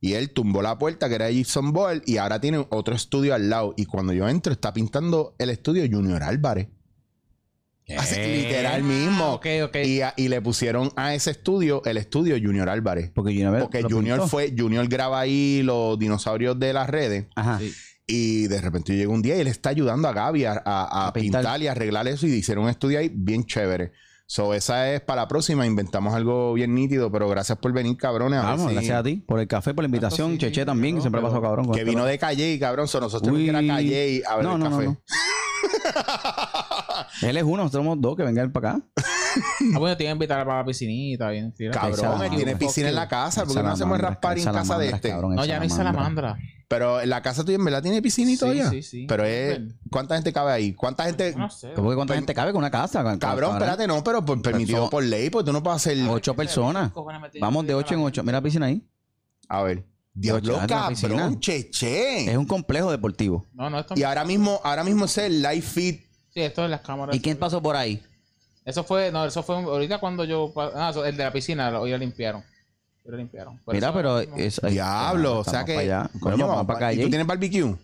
Speaker 2: Y él tumbó la puerta que era Gibson Ball y ahora tiene otro estudio al lado. Y cuando yo entro, está pintando el estudio Junior Álvarez. Así, literal mismo.
Speaker 4: Ah, ok, ok.
Speaker 2: Y, a- y le pusieron a ese estudio el estudio Junior Álvarez.
Speaker 10: Porque Junior, me-
Speaker 2: Porque
Speaker 10: lo
Speaker 2: Junior
Speaker 10: pintó.
Speaker 2: fue, Junior graba ahí los dinosaurios de las redes.
Speaker 10: Ajá.
Speaker 2: Y de repente llega un día y él está ayudando a Gaby a, a- a
Speaker 10: A pintar.
Speaker 2: pintar. y arreglar eso. Y hicieron un estudio ahí bien chévere. So, esa es para la próxima. Inventamos algo bien nítido, pero gracias por venir, cabrones. A ver
Speaker 10: Vamos,
Speaker 2: si-
Speaker 10: Ah, gracias a ti por el café, por la invitación.
Speaker 4: Ah, sí,
Speaker 10: Cheche también,
Speaker 4: no,
Speaker 10: que siempre ha
Speaker 4: pero-
Speaker 10: pasado cabrón. con
Speaker 2: Que
Speaker 10: esto.
Speaker 2: vino de Calle, y, cabrón. So, nosotros
Speaker 10: Uy.
Speaker 2: tenemos que ir a Calle y a ver
Speaker 10: No,
Speaker 2: el
Speaker 10: no, no,
Speaker 2: café.
Speaker 10: no. Él es uno, nosotros somos dos, que vengan para acá.
Speaker 4: Ah, bueno, te iba a invitar para la piscinita. Bien, tira.
Speaker 2: Cabrón, él
Speaker 10: Salamandra.
Speaker 2: tiene piscina en la casa. ¿Por qué no hacemos el
Speaker 10: Salamandra,
Speaker 2: raspar en casa de
Speaker 10: salamandra,
Speaker 2: este?
Speaker 10: cabrón,
Speaker 4: No, ya no hay salamandra.
Speaker 2: Pero en la casa tuya en verdad tiene piscina y
Speaker 4: Sí,
Speaker 2: todo ya.
Speaker 4: sí, sí.
Speaker 2: Pero es, eh,
Speaker 4: Bueno.
Speaker 2: ¿cuánta gente cabe ahí? ¿Cuánta gente?
Speaker 4: No sé.
Speaker 10: ¿Cómo que cuánta gente cabe con una casa? Con-
Speaker 2: Cabrón,
Speaker 10: con-
Speaker 2: espérate, no, pero por, permitido
Speaker 10: Persona-
Speaker 2: por ley, pues tú no puedes hacer.
Speaker 10: Ocho personas. Vamos de ocho en ocho. Mira la piscina ahí.
Speaker 2: A ver.
Speaker 3: ah,
Speaker 2: Diablo,
Speaker 10: ocho, haz la
Speaker 2: cabrón,
Speaker 10: piscina.
Speaker 2: cheche.
Speaker 10: Es un complejo deportivo.
Speaker 4: No, no, esto
Speaker 2: Y ahora mismo, ahora mismo es el live feed.
Speaker 4: Sí, esto es las cámaras.
Speaker 3: ¿Y quién pasó por ahí?
Speaker 4: Eso fue, no, eso fue ahorita cuando yo. pa- Ah, eso- el de la piscina, lo- hoy lo limpiaron. Hoy Lo limpiaron. Por
Speaker 10: Mira,
Speaker 4: eso
Speaker 10: pero
Speaker 4: mismo.
Speaker 3: eh,
Speaker 10: es,
Speaker 2: Diablo, o
Speaker 3: ah,
Speaker 2: sea
Speaker 10: estamos
Speaker 2: que.
Speaker 10: para allá.
Speaker 2: Coño,
Speaker 10: Bueno, vamos
Speaker 2: vamos
Speaker 10: para
Speaker 2: pa- ¿Y
Speaker 10: calle.
Speaker 2: tú tienes barbecue?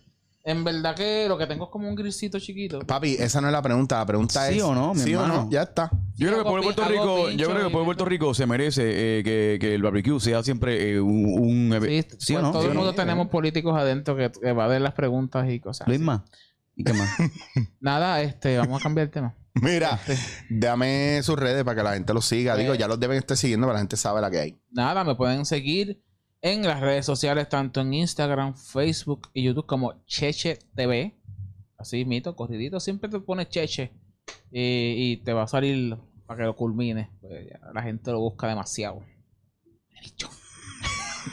Speaker 4: En verdad que lo que tengo es como un grisito chiquito.
Speaker 2: Papi, esa no es la pregunta. La pregunta
Speaker 3: ¿Sí
Speaker 2: es.
Speaker 3: o no, mi
Speaker 2: ¿Sí o
Speaker 3: hermano?
Speaker 2: no? Ya está.
Speaker 5: Yo creo que
Speaker 4: Hago
Speaker 5: por Puerto
Speaker 4: pi- hago
Speaker 5: Rico, yo
Speaker 4: pincho
Speaker 5: creo que
Speaker 4: y-
Speaker 5: por Puerto Rico se merece eh, que, que el barbecue sea siempre eh, un, un-
Speaker 4: Sí,
Speaker 3: ¿sí o
Speaker 4: pues
Speaker 3: no?
Speaker 4: Todo
Speaker 3: Sí,
Speaker 4: el mundo
Speaker 3: sí.
Speaker 4: tenemos políticos adentro que, que evaden las preguntas y cosas.
Speaker 3: Luis
Speaker 4: así.
Speaker 3: más. ¿Y qué más?
Speaker 4: Nada, este, vamos a cambiar el tema.
Speaker 2: Mira, dame sus redes para que la gente los siga.
Speaker 3: Pues.
Speaker 2: Digo,
Speaker 4: Eh.
Speaker 2: ya los deben estar siguiendo, pero la gente sabe la que hay.
Speaker 4: Nada, me pueden seguir en las redes sociales, tanto en Instagram, Facebook y YouTube como Cheche TV. Así, mito, corridito. Siempre te pones Cheche y, y te va a salir para que lo culmine. Pues ya la gente lo busca demasiado.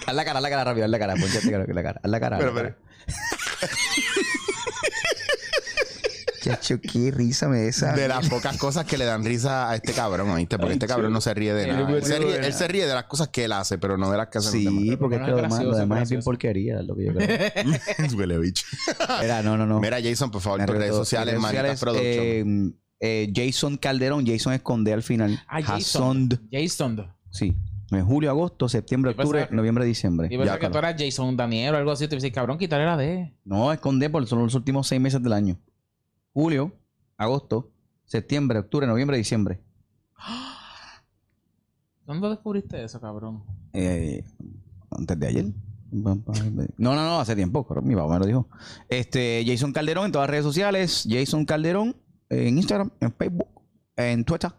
Speaker 3: Haz la cara, haz la cara rápido, haz la cara. Ponchate la cara, la cara. Haz la cara.
Speaker 2: Pero,
Speaker 3: haz la cara. Chacho, qué risa me esa.
Speaker 2: De las pocas cosas que le dan risa a este cabrón, ¿oíste? Porque este cabrón no se ríe de
Speaker 4: Sí,
Speaker 2: nada.
Speaker 4: muy
Speaker 2: Él se
Speaker 4: bueno,
Speaker 2: ríe,
Speaker 4: de
Speaker 2: él se ríe de las cosas que él hace, pero no de las que hacen los
Speaker 3: Sí, porque es que
Speaker 4: Pero no
Speaker 3: lo
Speaker 4: es
Speaker 3: demás, lo
Speaker 4: gracioso,
Speaker 3: demás es bien
Speaker 4: gracioso.
Speaker 3: porquería, es lo que yo creo.
Speaker 2: demás. Huele bicho.
Speaker 3: Era, no, no, no.
Speaker 2: Mira, Jason, por favor,
Speaker 3: Me
Speaker 2: tus redes
Speaker 3: recuerdo,
Speaker 2: sociales,
Speaker 3: mis redes
Speaker 2: Manitas Production.
Speaker 3: sociales, eh, eh, Jason Calderón, Jason Esconde al final.
Speaker 4: Ah, Jason.
Speaker 3: Jason.
Speaker 4: Jason. Yo
Speaker 3: Sí. En julio, agosto, septiembre,
Speaker 4: Yo pensaba
Speaker 3: octubre,
Speaker 4: que-
Speaker 3: noviembre, diciembre.
Speaker 4: pensaba
Speaker 2: Ya,
Speaker 4: que tú eras Jason Daniel o algo así. Te dices, cabrón, quitarle la D.
Speaker 3: No, esconde por son los últimos seis meses del año. Julio, agosto, septiembre, octubre, noviembre, diciembre.
Speaker 4: ¿Dónde descubriste eso, cabrón?
Speaker 3: Eh, antes de ayer. No, no, no, hace tiempo. pero Mi papá me lo dijo. Este, Jason Calderón en todas las redes sociales. Jason Calderón eh, en Instagram, en Facebook, en Twitter.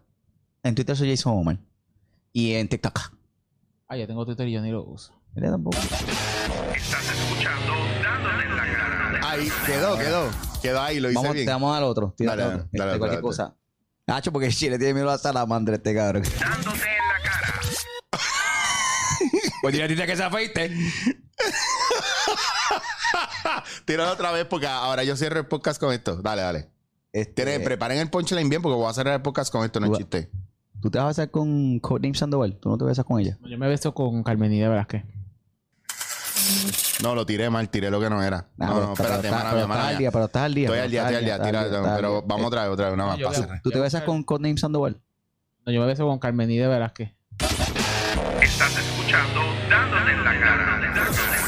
Speaker 3: En Twitter soy Jason Omar. Y en TikTok.
Speaker 4: Ah, yo tengo Twitter y yo ni lo uso.
Speaker 3: Mira, tampoco.
Speaker 11: Estás escuchando Dándote en la cara.
Speaker 2: Ahí, quedó, quedó. Quedó ahí, lo hice
Speaker 3: Vamos,
Speaker 2: bien.
Speaker 3: te vamos al otro. Tírate
Speaker 2: Dale,
Speaker 3: otro.
Speaker 2: dale, dale,
Speaker 3: Este, cualquier
Speaker 2: dale.
Speaker 3: cosa. Nacho, porque Chile tiene miedo a la salamandra este cabrón.
Speaker 11: Dándote en la cara.
Speaker 5: Pues dile a Tita que se afeite.
Speaker 2: Tíralo otra vez porque ahora yo cierro el podcast con esto. Dale, dale.
Speaker 3: Este,
Speaker 2: Tiene- preparen el punchline bien porque voy a cerrar el podcast con esto, no es
Speaker 3: Ua-
Speaker 2: chiste.
Speaker 3: Tú te vas a besar con Courtney Sandoval. Tú no te besas con ella.
Speaker 4: Yo me beso con Carmenida Velázquez.
Speaker 2: No, lo tiré mal, tiré lo que no era.
Speaker 3: Nah,
Speaker 2: no,
Speaker 3: Ah, pero
Speaker 2: no,
Speaker 3: está-
Speaker 2: espérate,
Speaker 3: pero está-
Speaker 2: mala
Speaker 3: pero
Speaker 2: mía,
Speaker 3: estás
Speaker 2: mala
Speaker 3: al
Speaker 2: mía.
Speaker 3: día, pero estás al día.
Speaker 2: Estoy
Speaker 3: pero
Speaker 2: al día, estoy
Speaker 3: estás
Speaker 2: al día,
Speaker 3: estás
Speaker 2: tira,
Speaker 3: al día, estás al
Speaker 2: pero
Speaker 3: día.
Speaker 2: vamos otra vez, otra vez, una más.
Speaker 4: yo
Speaker 2: pasa.
Speaker 4: veo-
Speaker 3: ¿Tú te besas con Courtney Sandoval?
Speaker 4: No, yo me beso con Carmenida Velázquez.
Speaker 11: Estás escuchando Dándote en la cara. Dándote en la cara.